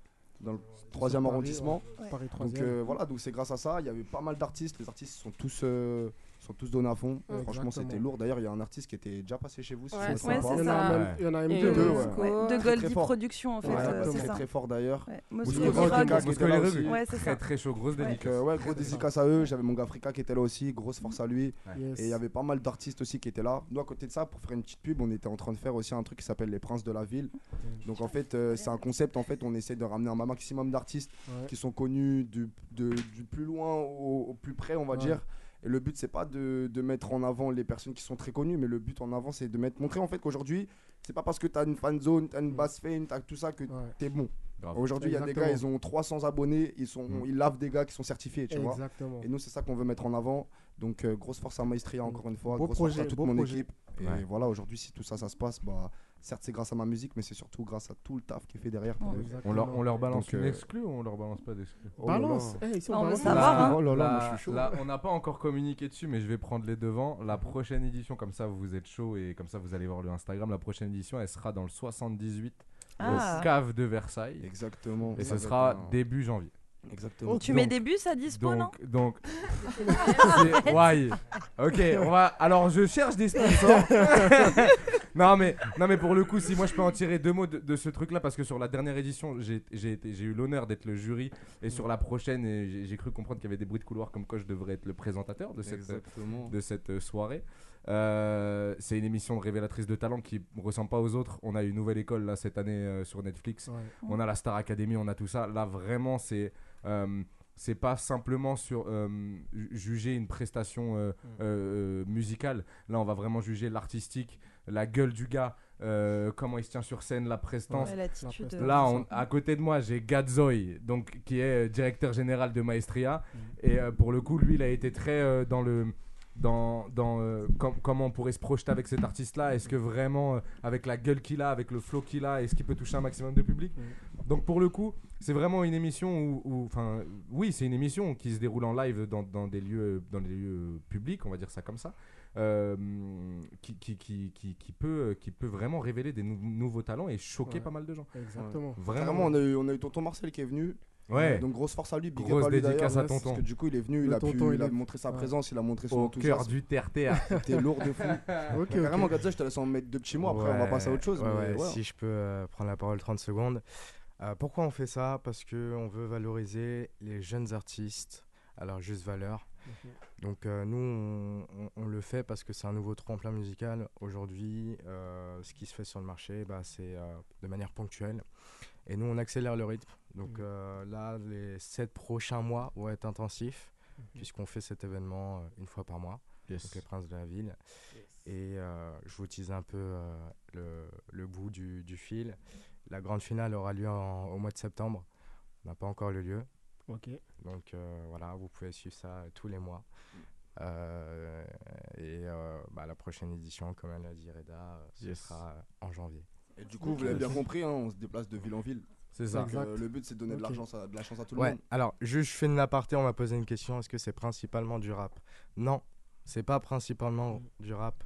S7: Dans le troisième
S2: Paris,
S7: arrondissement.
S2: ouais. Paris
S7: Donc
S2: troisième.
S7: euh, voilà, donc c'est grâce à ça. Il y avait pas mal d'artistes. Les artistes sont tous, euh, sont tous donnés à fond.
S2: Ouais.
S7: Franchement,
S2: Exactement.
S7: c'était lourd. D'ailleurs, il y a un artiste qui était déjà passé chez vous. si
S3: Ouais,
S7: je me trompe
S3: ouais,
S7: pas.
S3: c'est Il y en a ça. même-
S7: Ouais.
S3: il y en a même
S7: Et
S3: deux.
S7: deux, ouais.
S3: Ouais, de
S7: Très, très
S3: Goldie
S7: fort.
S3: Productions, en fait,
S7: Ouais,
S3: euh,
S7: bah,
S3: c'est
S7: très,
S3: ça.
S7: très fort d'ailleurs.
S3: Ouais,
S7: Moscou
S3: Moscou
S7: Rock,
S3: Rock.
S7: Rock, qui était là
S6: Moscou
S7: aussi.
S6: Rock. Ouais, c'est Très, ça. très chaud, grosse
S7: Donc,
S6: dédicace.
S7: euh, ouais, grosse dédicace à eux. J'avais mon gars Frika qui était là aussi. Grosse force à lui.
S2: Ouais. Yes.
S7: Et il y avait pas mal d'artistes aussi qui étaient là. Nous, à côté de ça, pour faire une petite pub, on était en train de faire aussi un truc qui s'appelle Les Princes de la Ville. Donc, en fait, euh, c'est un concept. En fait, on essaie de ramener un maximum d'artistes
S2: Ouais.
S7: qui sont connus du, de- du plus loin au, au plus près, on va
S2: Ouais.
S7: dire. Et le but, c'est pas de, de mettre en avant les personnes qui sont très connues, mais le but en avant, c'est de mettre, montrer en fait qu'aujourd'hui, c'est pas parce que t'as une fan zone, t'as
S2: Mm.
S7: une basse fame, t'as tout ça que t'es bon.
S6: Grave.
S7: Aujourd'hui, il y a des gars, ils
S2: Exactement.
S7: ont 300 abonnés, ils, sont, ils lavent des gars qui sont certifiés, tu vois.
S2: Exactement. Mm.
S7: Et nous, c'est ça qu'on veut mettre en avant. Donc, euh, grosse force à Maestria, encore une fois,
S2: Beau
S7: grosse
S2: projet,
S7: force à toute
S2: beau
S7: mon
S2: projet.
S7: équipe. Et
S2: Ouais.
S7: voilà, aujourd'hui, si tout ça, ça se passe, bah, certes, c'est grâce à ma musique, mais c'est surtout grâce à tout le taf qui est fait derrière. pour
S2: Ouais.
S7: eux.
S2: Exactement.
S6: On leur, on leur balance
S7: Donc,
S6: une
S7: euh,
S6: exclue ou on leur balance pas d'exclue
S7: Oh là là.
S2: Balance. Eh, ici, on
S3: Ah, on veut
S2: balance.
S3: savoir,
S7: hein. Oh là là, moi, je suis chaud. Mhm.
S6: là, on n'a pas encore communiqué dessus, mais je vais prendre les devants. La prochaine édition, comme ça vous êtes chaud et comme ça vous allez voir le Instagram. La prochaine édition, elle sera dans le 78
S3: Ah.
S6: au cave de Versailles.
S7: Exactement.
S6: Et
S7: Ça
S6: ce
S7: va
S6: sera
S7: être un-
S6: début janvier.
S7: Exactement.
S3: Oh, Tu mets des bus à dispo,
S6: donc,
S3: non
S6: Donc, c'est- why Ok, on va. Alors, je cherche des sponsors. non mais, non mais pour le coup, si moi je peux en tirer deux mots de, de ce truc-là, parce que sur la dernière édition, j'ai j'ai été- j'ai eu l'honneur d'être le jury, et sur la prochaine, et j'ai j'ai cru comprendre qu'il y avait des bruits de couloir comme quoi je devrais être le présentateur de cette,
S7: Exactement.
S6: de cette euh, soirée. Euh, c'est une émission de révélatrice de talent qui ne ressemble pas aux autres. On a une nouvelle école là cette année euh, sur Netflix.
S2: Ouais.
S6: On a la Star Academy, on a tout ça. Là vraiment c'est euh, c'est pas simplement sur euh, ju- juger une prestation euh, euh, musicale. Là on va vraiment juger l'artistique, la gueule du gars, euh, comment il se tient sur scène, la prestance.
S3: Ouais, l'attitude, euh,
S6: Là
S3: c'est
S6: on,
S3: ça.
S6: à côté de moi, j'ai Gadzoy, donc qui est euh, directeur général de Maestria, et euh, pour le coup, lui, il a été très euh, dans le dans, dans euh, com- comment on pourrait se projeter avec cet artiste-là. Est-ce que vraiment, euh, avec la gueule qu'il a, avec le flow qu'il a, est-ce qu'il peut toucher un maximum de public Donc pour le coup, c'est vraiment une émission où, où- enfin, oui, c'est une émission qui se déroule en live dans, dans des lieux dans des lieux publics, on va dire ça comme ça. euh, qui, qui, qui, qui, qui peut, euh, qui peut vraiment révéler des nou- nouveaux talents et choquer
S7: Ouais.
S6: pas mal de gens.
S2: Exactement.
S6: Vraiment.
S7: Carrément, on a, eu, on a eu tonton Marcel qui est venu.
S6: Ouais.
S7: Donc grosse force à lui, big
S6: Grosse
S7: up à lui
S6: dédicace
S7: d'ailleurs,
S6: à tonton.
S7: Parce que du coup, il est venu, il
S6: Le
S7: a, pu-
S6: tonton,
S7: il
S6: il
S7: a
S6: est-
S7: montré sa
S6: ouais.
S7: présence, il a montré son
S6: Au
S7: enthousiasme.
S6: cœur du terre-terre.
S7: C'était lourd de fou.
S6: Ok,
S7: Mais Carrément,
S6: ok.
S7: Gadza, je te laisse en mettre deux petits mots, après on va
S14: Ouais,
S7: passer à autre chose.
S14: ouais,
S7: mais
S14: ouais,
S7: voilà.
S14: Si je peux euh, prendre la parole 30 secondes. Euh, pourquoi on fait ça Parce qu'on veut valoriser les jeunes artistes à leur juste valeur.
S7: Mhm.
S15: Donc euh, nous, on, on- on le fait parce que c'est un nouveau tremplin musical. Aujourd'hui, euh, ce qui se fait sur le marché, bah, c'est euh, de manière ponctuelle. Et nous, on accélère le rythme. Donc euh, là, les sept prochains mois vont être intensifs puisqu'on fait cet événement euh, une fois par mois, donc les Princes de la Ville. Et euh, je vous tease un peu euh, le, le bout du, du fil. La grande finale aura lieu en- au mois de septembre. On n'a pas encore le lieu.
S2: Ok.
S15: Donc euh, voilà, vous pouvez suivre ça euh, tous les mois. Euh, et euh, bah, la prochaine édition, comme elle l'a dit Reda, euh, ce
S7: Yes.
S15: sera en janvier.
S7: Et du coup, vous l'avez bien compris, hein, on se déplace de ville en ville.
S15: C'est ça.
S7: Donc, euh,
S15: Exact.
S7: le but, c'est de donner de,
S15: Ok.
S7: l'argent à- de la chance à tout
S15: ouais,
S7: le monde.
S15: alors juste je fais une aparté, on m'a posé une question, est-ce que c'est principalement du rap Non, c'est pas principalement
S2: Mm.
S15: du rap,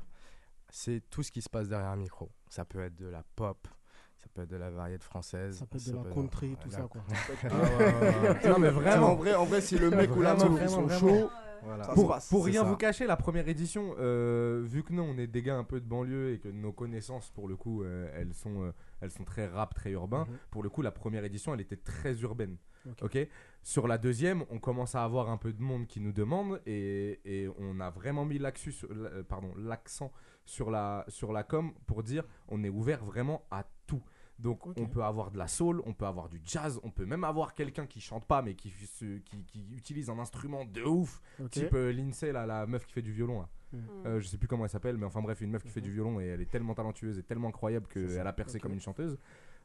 S15: c'est tout ce qui se passe derrière un micro. Ça peut être de la pop, ça peut être de la variété française.
S2: Ça peut être de la country, tout ça, quoi.
S15: Ah ouais, ouais, ouais. Non, mais vraiment.
S7: En vrai- en vrai, si le mec ou la
S15: Vraiment,
S7: meuf, ils sont
S15: vraiment,
S7: chauds,
S15: vraiment.
S7: Voilà. ça se
S6: Pour,
S7: passe,
S6: pour
S7: c'est
S6: rien
S7: ça.
S6: vous cacher, la première édition, euh, vu que nous on est des gars un peu de banlieue et que nos connaissances pour le coup euh, elles, sont, euh, elles sont très rap, très urbain,
S15: Mhm.
S6: pour le coup la première édition elle était très urbaine.
S15: Ok.
S6: ok Sur la deuxième, on commence à avoir un peu de monde qui nous demande et, et on a vraiment mis l'axu sur- la- euh, pardon, l'accent sur la, sur la com pour dire on est ouvert vraiment à tout. Donc on peut avoir de la soul, on peut avoir du jazz, on peut même avoir quelqu'un qui chante pas mais qui, se- qui, qui utilise un instrument de ouf,
S2: Ok.
S6: type euh, Lindsay là, la meuf qui fait du violon là.
S2: Mm.
S6: Euh, je sais plus comment elle s'appelle, mais enfin bref, une meuf qui fait
S2: Mhm.
S6: du violon et elle est tellement talentueuse et tellement incroyable qu'elle a percé comme une chanteuse.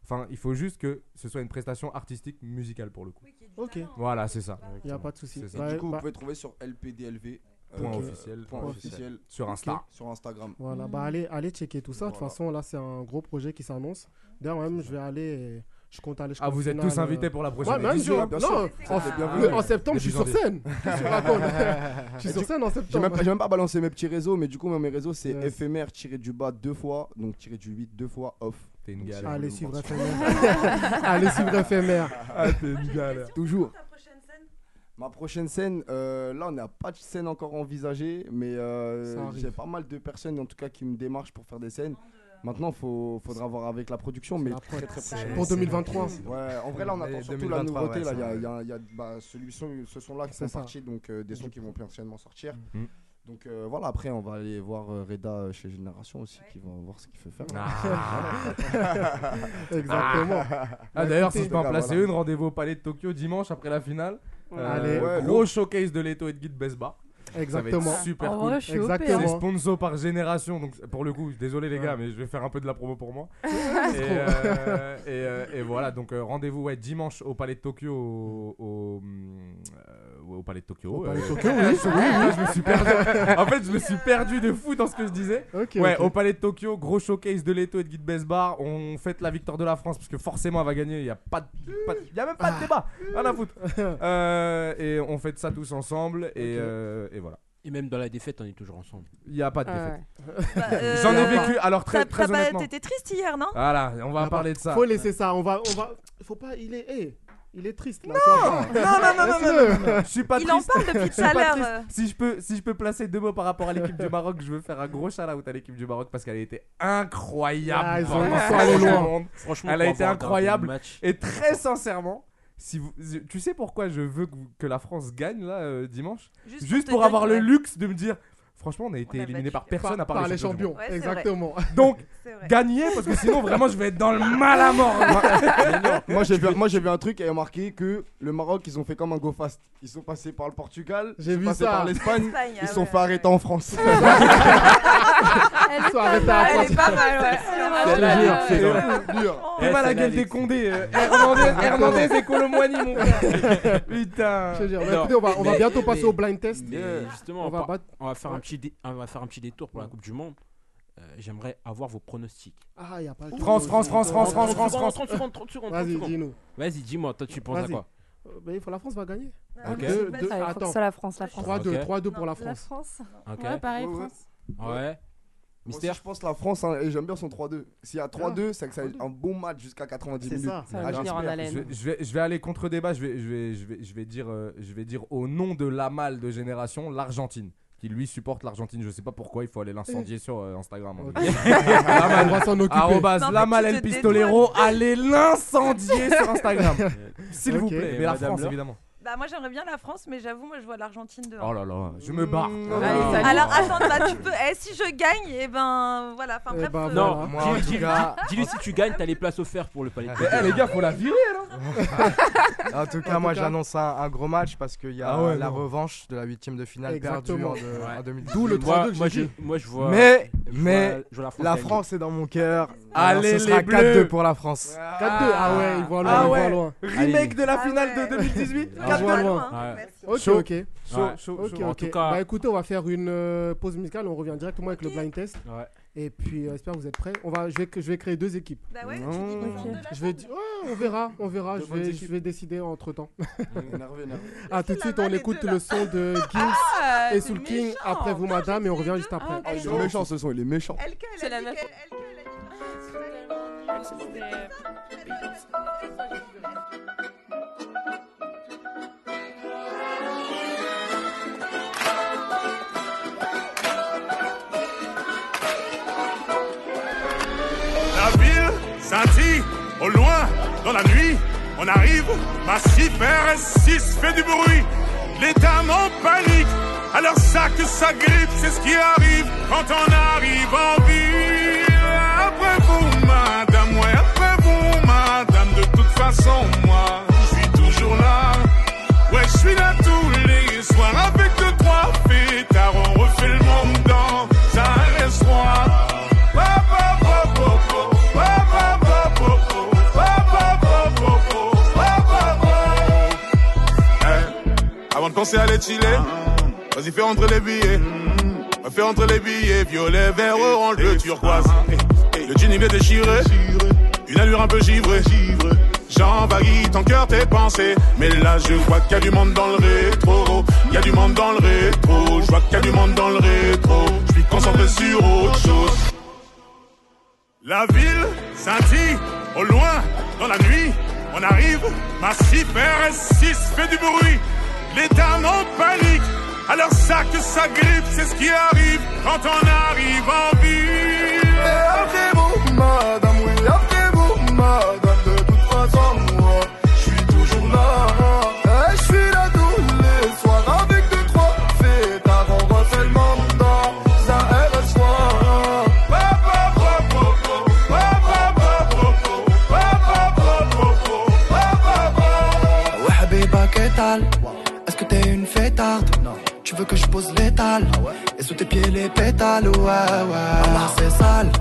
S6: Enfin, il faut juste que ce soit une prestation artistique musicale pour le coup.
S2: Ok.
S6: Voilà, c'est ça.
S2: Il n'y a pas de souci.
S6: C'est
S7: Et
S6: ça.
S7: du coup, vous pouvez trouver sur LPDLV.
S6: Point officiel.
S7: euh, point
S6: Point
S7: bah officiel.
S6: officiel. Sur Insta.
S7: Ok. Sur Instagram.
S2: Voilà, bah allez, allez checker tout ça. De toute
S7: Voilà.
S2: façon, là, c'est un gros projet qui s'annonce. D'ailleurs, même, je vais aller. et Je compte aller. jusqu'au
S6: Ah, vous êtes
S2: final,
S6: tous
S2: euh.
S6: invités pour la prochaine
S2: ouais, mais
S6: édition,
S2: bien
S6: bien
S2: sûr,
S6: sûr.
S2: Non,
S6: C'est
S2: en,
S6: ça.
S2: le- Ah. en septembre, je suis sur
S7: Début
S2: scène.
S7: janvier.
S2: Qu'est-ce que tu racontes Je suis
S7: Et
S2: sur
S7: du-
S2: scène en
S7: J'ai même,
S2: septembre.
S7: pas- j'ai même pas balancé mes petits réseaux, mais du coup, moi, mes réseaux, c'est éphémère tiré du bas deux fois, donc tiré du 8 deux fois off.
S6: T'es une
S2: galère. Allez suivre éphémère. Allez suivre éphémère.
S6: Ah, t'es une galère.
S7: Toujours. Ma prochaine scène, euh, là on n'a pas de scène encore envisagée, mais euh,
S2: Ça arrive.
S7: j'ai pas mal de personnes en tout cas qui me démarchent pour faire des scènes. Maintenant, faut faudra voir avec la production, mais très très
S2: C'est-
S7: prochainement.
S2: Pour 2023.
S7: Ouais, en vrai là on attend
S2: Et
S7: surtout la
S2: 2023,
S7: nouveauté.
S2: ouais,
S7: là,
S2: ça,
S7: il y a,
S2: ouais.
S7: il y a- il y a, bah, celui- ce ce son là qui
S2: C'est
S7: sont
S2: ça. Mm.
S7: partis, donc euh, des sons qui vont prochainement sortir.
S6: Mhm.
S7: Donc euh, voilà, après on va aller voir euh, Reda euh, chez Génération aussi, qui va voir ce qu'il fait faire.
S6: Ah.
S7: Exactement.
S6: Ah, d'ailleurs, si je peux en
S2: Bah,
S7: Voilà.
S6: placer une, rendez-vous au Palais de Tokyo dimanche après la finale. Euh,
S2: Allez. Ouais,
S6: gros showcase de Leto et de Guide Besba. Ça
S2: Exactement.
S6: va être super
S2: En
S6: cool.
S2: vrai, je suis OP, Exactement. hein.
S6: C'est sponsor par Génération. Donc, pour le coup, désolé les gars, mais je vais faire un peu de la promo pour moi. et,
S2: C'est trop.
S6: euh, et, euh, et voilà, donc euh, rendez-vous ouais, dimanche au Palais de Tokyo. Au, au, hum, euh, ouais, au Palais de Tokyo.
S2: Au Palais de
S6: euh,
S2: Tokyo, oui, oui, oui.
S6: je me suis perdu. en fait, je me suis perdu de fou dans ce que je disais.
S2: Ok,
S6: ouais,
S2: ok.
S6: au Palais de Tokyo, gros showcase de Leto et de Guide Besbar. On fête la victoire de la France parce que forcément elle va gagner. Il n'y a, pas de- pas de- il y a même pas de débat. Rien à foutre. Euh, et on fête ça tous ensemble. Et, euh, et voilà.
S4: Et même dans la défaite, on est toujours ensemble.
S6: Il n'y a pas de
S4: Ah
S6: défaite.
S4: ouais. Bah, euh,
S6: J'en ai
S4: euh,
S6: vécu. Alors
S16: T'as
S6: très, très
S16: t'as pas-
S6: honnêtement.
S16: T'étais triste hier, non
S6: Voilà, on va parler de ça.
S2: Faut laisser ça. On va, on va. Faut pas. Il est, eh, il est triste là.
S6: Oh Non, non, non, non, non, non, non, non. Je suis pas
S2: Il
S6: triste.
S2: en parle depuis
S6: Je suis
S2: tout
S6: pas
S2: à l'heure,
S6: triste.
S2: euh.
S6: Si je peux, si je peux placer deux mots par rapport à l'équipe du Maroc, je veux faire un gros shout-out à l'équipe du Maroc parce qu'elle a été incroyable.
S4: Ah, ils
S6: pendant
S4: ont- ils sont
S6: tout
S4: allés
S6: le
S4: loin.
S6: monde.
S4: Franchement,
S6: elle a
S4: pour
S6: été
S4: avoir regardé le
S6: incroyable.
S4: match.
S6: Et très sincèrement. Si vous, tu sais pourquoi je veux que, vous- que la France gagne là euh, dimanche
S2: Juste
S6: Juste, pour,
S2: pour te
S6: avoir
S2: dire,
S6: le
S2: ouais.
S6: luxe de me dire franchement on a été éliminé par personne à part
S2: Par
S6: les
S2: les champions.
S6: du monde.
S2: Ouais, c'est Exactement. vrai.
S6: Donc
S2: C'est vrai.
S6: gagnez parce que sinon vraiment je vais être dans le mal à mort.
S7: moi j'ai vu, moi, j'ai vu un truc et remarqué que le Maroc ils ont fait comme un go fast. Ils sont passés par le Portugal, ils
S2: J'ai
S7: sont
S2: vu
S7: passés
S2: ça.
S7: par l'Espagne,
S2: L'Espagne,
S7: ils
S2: ah
S7: sont
S2: ouais,
S7: fait arrêter en France.
S2: Elle est pas mal. Elle est pas mal, ouais.
S7: C'est dur,
S6: c'est
S7: dur.
S6: T'es mal à la gueule des condés. euh, Hernandez, Hernandez et Colomboigny, mon frère. Putain.
S2: Je te jure, bah, écoutez, on va- on va
S4: Mais-
S2: bientôt passer
S4: mais-
S2: au blind test.
S4: mais
S2: Euh,
S4: justement,
S2: on
S4: on
S2: va
S4: va,
S2: battre-
S4: on va faire
S2: Ouais.
S4: un petit, dé- on va faire un petit détour pour la Coupe du Monde. Euh, J'aimerais avoir vos pronostics.
S2: Ah, y a pas le
S6: France,
S2: temps.
S6: France, France, France, France, France,
S4: 30
S6: France.
S4: secondes, 30 secondes, 30 secondes. 30
S2: Vas-y,
S4: secondes.
S2: dis-nous.
S4: Vas-y, dis-moi, toi tu penses à
S2: Vas-y.
S4: quoi
S2: Euh, bah, il faut la France va gagner.
S4: Ok.
S2: Deux- deux-
S17: Ah, il faut que
S2: attends.
S17: ce soit la France, la France.
S2: 3-2,
S4: Ok.
S2: 3-2 pour la
S17: La
S2: France.
S17: France.
S4: Ok.
S17: Ouais, pareil,
S7: Ouais, ouais.
S17: France.
S4: Ah Ouais.
S7: Moi aussi, je pense la France hein, et j'aime bien son 3-2. S'il y a 3-2, c'est que ça va être un bon match jusqu'à 90
S2: C'est
S7: minutes.
S2: ça. Ça va
S7: Ah,
S2: tenir en
S7: j'espère.
S2: haleine.
S6: Je vais, je vais- je vais aller contre débat. Je vais, je vais, je vais, je vais dire, euh, je vais dire au nom de la malle de génération, l'Argentine, qui lui supporte l'Argentine. Je sais pas pourquoi. Il faut aller l'incendier sur euh, Instagram. en tout cas. La malle.
S2: On va s'en occuper.
S6: Arrobase,
S2: Non, mais
S6: la malle
S2: tu te
S6: El Pistolero.
S2: dédouanes.
S6: Allez l'incendier sur Instagram, s'il vous
S2: Ok.
S6: plaît.
S2: Et
S6: Mais la
S2: Madame
S6: France,
S2: Laure
S6: évidemment.
S3: Bah, moi, j'aimerais bien la France, mais j'avoue, moi, je vois l'Argentine dehors.
S6: Oh là là, je me barre.
S2: Mmh.
S6: Ah,
S3: Allez, salut. Alors, attends, bah, tu peux. Eh, si je gagne, eh ben, voilà. Enfin,
S2: Eh
S3: bref. euh,
S4: non,
S6: moi, en
S4: dis-
S6: tout
S4: dis-
S6: cas-
S4: dis-lui si tu gagnes, t'as les places offertes pour le palais. de
S6: Eh,
S4: Tokyo.
S6: les gars, faut la virer là.
S14: En tout
S6: En
S14: cas,
S6: tout
S14: moi
S6: cas-
S14: j'annonce un, un gros match parce qu'il y a
S6: Ah ouais,
S14: la
S6: non.
S14: revanche de la huitième de finale perdue
S6: Exactement.
S14: en, de-
S6: Ouais.
S14: en 2018.
S6: D'où le Moi- 3-2 que
S4: moi, j'ai je- dit. moi, je vois-
S14: Mais,
S4: je
S14: mais
S4: vois- je vois la
S14: la
S4: France
S14: France,
S4: gagner.
S14: est dans mon cœur.
S18: Ah,
S6: Allez,
S14: Alors, ce sera
S6: les
S14: 4-2
S6: Bleus.
S14: pour la France.
S2: 4-2, ah ouais, ils vont loin,
S6: Ah
S2: ils
S6: ouais,
S2: vont loin.
S6: Remake de la
S17: Ah
S6: finale de 2018.
S2: Ah, je vois loin. Ok,
S6: Chaud.
S2: ok.
S6: Chaud, chaud,
S2: Ok,
S6: chaud. En
S2: ok.
S6: tout cas-
S2: Bah écoutez, on va faire une euh, pause musicale. On revient directement avec le blind test.
S4: Ouais.
S2: Et puis, euh, j'espère que vous êtes prêts. On va, je, vais, je vais créer deux équipes.
S3: Bah ouais,
S6: Mmh.
S2: je vais, di- ouais, on verra, on verra.
S19: Deux
S2: Je
S19: bonnes
S2: vais, je
S19: équipes.
S2: vais décider entre temps.
S6: Mmh.
S19: Énervé, énervé.
S2: Ah, tout de suite, on écoute le son de Gims et Soul King. Après vous, madame, et on revient juste après.
S19: Ah, il est méchant ce son, il est méchant.
S3: C'est la meuf.
S20: La ville scintille au loin dans la nuit. On arrive, massif RS6 fait du bruit. Les dames en panique, alors ça que ça grippe, c'est ce qui arrive quand on arrive en ville. Après vous, madame, ouais, après vous, madame, de toute façon, moi, je suis toujours là. Ouais, je suis là tous les soirs avec deux, trois fêtards, on refait le monde dans un restaurant. Ba, ba, ba, ba, ba.
S21: Eh, Avant de penser à les chiller, vas-y fais rentrer les billets. Ouais, Fais rentrer les billets, violet, vert, orange, bleu, turquoise. Eh, Le jean il est déchiré, une allure un peu givrée. J'envahis ton cœur, tes pensées. Mais là je vois qu'il y a du monde dans le rétro. Il y a du monde dans le rétro. Je vois qu'il y a du monde dans le rétro. Je suis concentré sur autre chose.
S20: La ville scintille au loin dans la nuit. On arrive, massif RS6 fait du bruit. Les dames en panique, alors ça que ça grippe, c'est ce qui arrive quand on arrive en ville.
S21: Après vous, Eh, madame, oui, après vous, madame, de toute façon, moi, je suis toujours là. Eh, Je suis là tous les soirs avec deux, trois fêtards, on refait le monde dans un RS1. Ba, ba, ba, ba, ba, ba, ba, ba, ba, ba, ba, ba, ba, ba, ba, ba, ba.
S22: Ouais, Habiba, qu'est-ce Est-ce que t'es une fêtarde Non. Tu veux que je pose l'étale
S21: Ah
S22: Et sous tes pieds les pétales, ouais, ouais.
S21: bah.
S22: Alors c'est sale.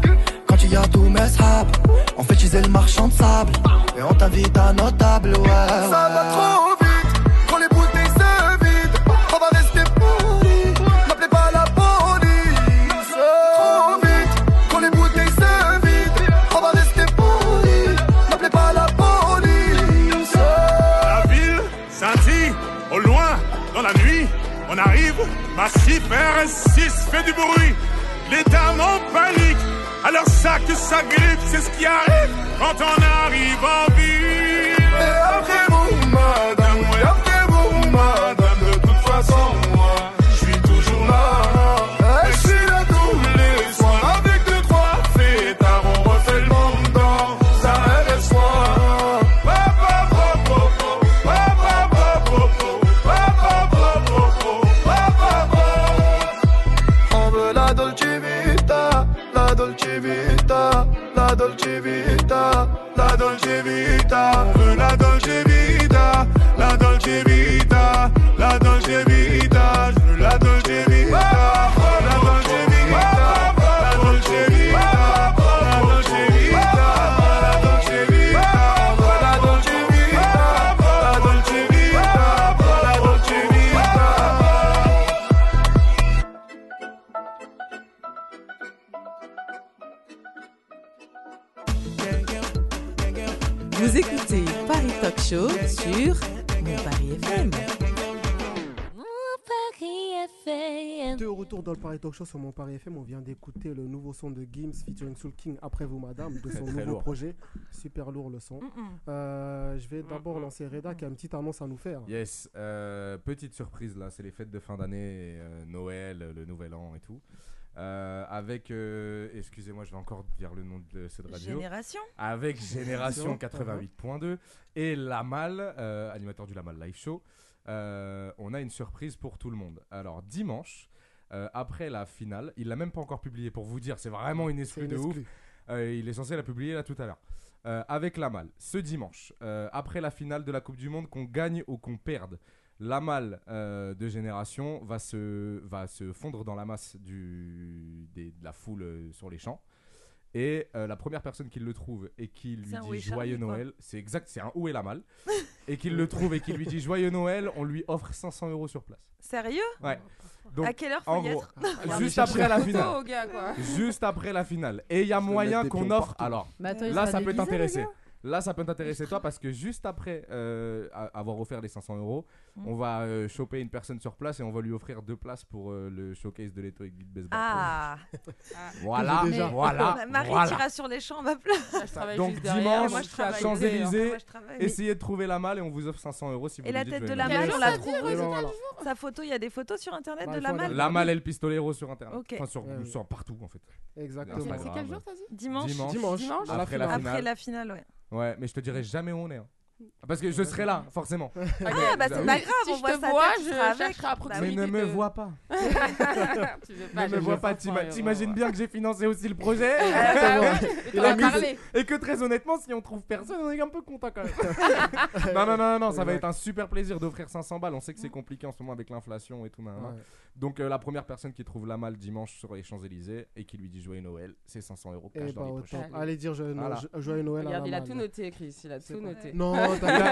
S22: Quand il y a tous mes sables, on fait teaser le marchand de sable. Et on t'invite à notable, ouais.
S21: Ça va
S22: ouais.
S21: trop vite, quand les bouteilles se vident, on va rester poli, n'appelez pas la police. Trop vite, quand les bouteilles se vident, on va rester poli, n'appelez pas la police.
S20: La ville scintille au loin dans la nuit. On arrive, massif RS6 fait du bruit. Les dames en panique, alors ça que ça grippe, c'est ce qui arrive quand on arrive en ville.
S21: Et après vous, madame, oui, après vous, madame, de toute façon, moi, je suis toujours là. Et je suis là tous les soirs avec deux, trois fêtards, on refait le monde dans un RS1. Ba, ba, ba, ba, ba, ba, ba, ba, ba, ba, ba, ba, ba, ba, ba. On veut la Dolce Vita, la Dolce Vita, la Dolce Vita, la Dolce Vita, On veut la Dolce Vita, la Dolce Vita, la Dolce Vita, je veux la Dolce Vita, la Dolce Vita, la Dolce Vita, la Dolce Vita, la Dolce Vita, on veut la Dolce Vita, la Dolce Vita, la Dolce Vita.
S12: Vous écoutez Paris Talk Show sur Mon Paris FM.
S2: De retour dans le Paris Talk Show sur mon Paris FM, on vient d'écouter le nouveau son de Gims featuring Soul King après vous madame de son
S6: Très
S2: nouveau
S6: lourd.
S2: projet. Super lourd le son. Euh, je vais d'abord lancer Reda qui a une petite annonce à nous faire.
S18: Yes, euh, petite surprise là, c'est les fêtes de fin d'année, euh, Noël, euh, le Nouvel An et tout. Euh, avec, euh, excusez-moi, je vais encore dire le nom de cette radio.
S3: Génération.
S18: Avec Génération
S3: Génération,
S18: 88.2 et La Malle, euh, animateur du La Malle Live Show.
S6: euh, on a une surprise pour tout le monde. Alors, dimanche, euh, après la finale, il l'a même pas encore publié pour vous dire, c'est vraiment une exclue
S4: C'est
S6: de
S4: une
S6: ouf.
S4: exclue.
S6: Euh, il est censé la publier là tout à l'heure. Euh, avec la malle, ce dimanche, euh, après la finale de la Coupe du Monde, qu'on gagne ou qu'on perde, la malle euh, de génération va se, va se fondre dans la masse du, des- de la foule euh, sur les champs. Et euh, la première personne qui le trouve et qui lui
S4: C'est un Où
S6: dit
S4: est Charlie,
S6: Joyeux
S4: quoi.
S6: Noël, c'est exact, c'est un Où est la malle Et qui le trouve et qui lui dit Joyeux Noël, on lui offre 500 euros sur place.
S3: Sérieux
S6: Ouais.
S3: À quelle heure faut
S6: en
S3: y
S6: gros,
S3: être Regardez
S6: Juste
S3: chercher
S6: après la
S3: la photo
S6: finale.
S3: au gars, quoi.
S6: Juste après la finale. Et il y a moyen
S4: des
S6: qu'on
S4: pions
S6: offre.
S4: partout.
S6: Alors,
S4: Mais attends, il
S6: là,
S4: sera
S6: ça peut
S4: déguisé, le
S6: t'intéresser.
S4: gars
S6: Là, ça peut t'intéresser toi parce que juste après euh, a- avoir offert les 500 euros,
S3: Mm.
S6: on va euh, choper une personne sur place et on va lui offrir deux places pour euh, le showcase de l'Eto et Guide Baseball.
S3: Ah
S6: Voilà,
S3: Mais-
S6: voilà,
S3: Ma- Marie
S6: voilà.
S3: tira sur les champs, va plein.
S6: Donc dimanche, Champs-Élysées,
S3: Et
S6: essayez de trouver la malle et on vous offre 500 euros si vous nous
S3: la
S6: dites
S3: tête de
S6: venez.
S3: la malle, on la trouve. Sa photo, il y a des photos sur internet
S2: Bah,
S3: de la malle
S6: La malle et le pistolero sur internet.
S3: Ok.
S6: Enfin, sur,
S3: Ouais, ouais.
S6: sur partout en fait.
S2: Exactement.
S6: Instagram.
S2: C'est quel jour, t'as dit
S3: Dimanche.
S6: Dimanche.
S3: Dimanche. Dimanche.
S6: Après, la finale.
S3: Après la finale, ouais.
S6: Ouais, mais je te dirai jamais où on est. hein. Parce que je serai là, forcément.
S3: Ah, bah c'est
S6: Oui.
S3: pas grave,
S21: Si
S3: on
S21: je
S3: voit
S21: te
S3: sa
S21: vois,
S3: tête,
S21: je
S3: tu seras avec.
S21: chercherai à
S6: Mais ne me vois pas. ne me vois pas. t'ima- T'imagines bien que j'ai financé aussi le projet.
S3: Ah, bah
S4: Exactement. Et
S6: Et que-
S4: t'en as parlé.
S6: Et que très honnêtement, si on trouve personne, on est un peu content quand même. non, non, non, non, non, ça va être un super plaisir d'offrir 500 balles. On sait que c'est compliqué en ce moment avec l'inflation et tout. nan, nan.
S4: Ouais.
S6: Donc, euh, la première personne qui trouve la malle dimanche sur les Champs-Élysées et qui lui dit Joyeux Noël, c'est 500 euros.
S2: Eh
S6: cash dans
S2: bah,
S6: les
S2: autant.
S6: poches.
S2: Allez dire Joyeux Noël- Jo- Joyeux Noël à
S13: Regarde,
S2: la
S13: il a
S2: malle.
S13: tout noté, Chris. Il a tout noté.
S2: Non, t'inquiète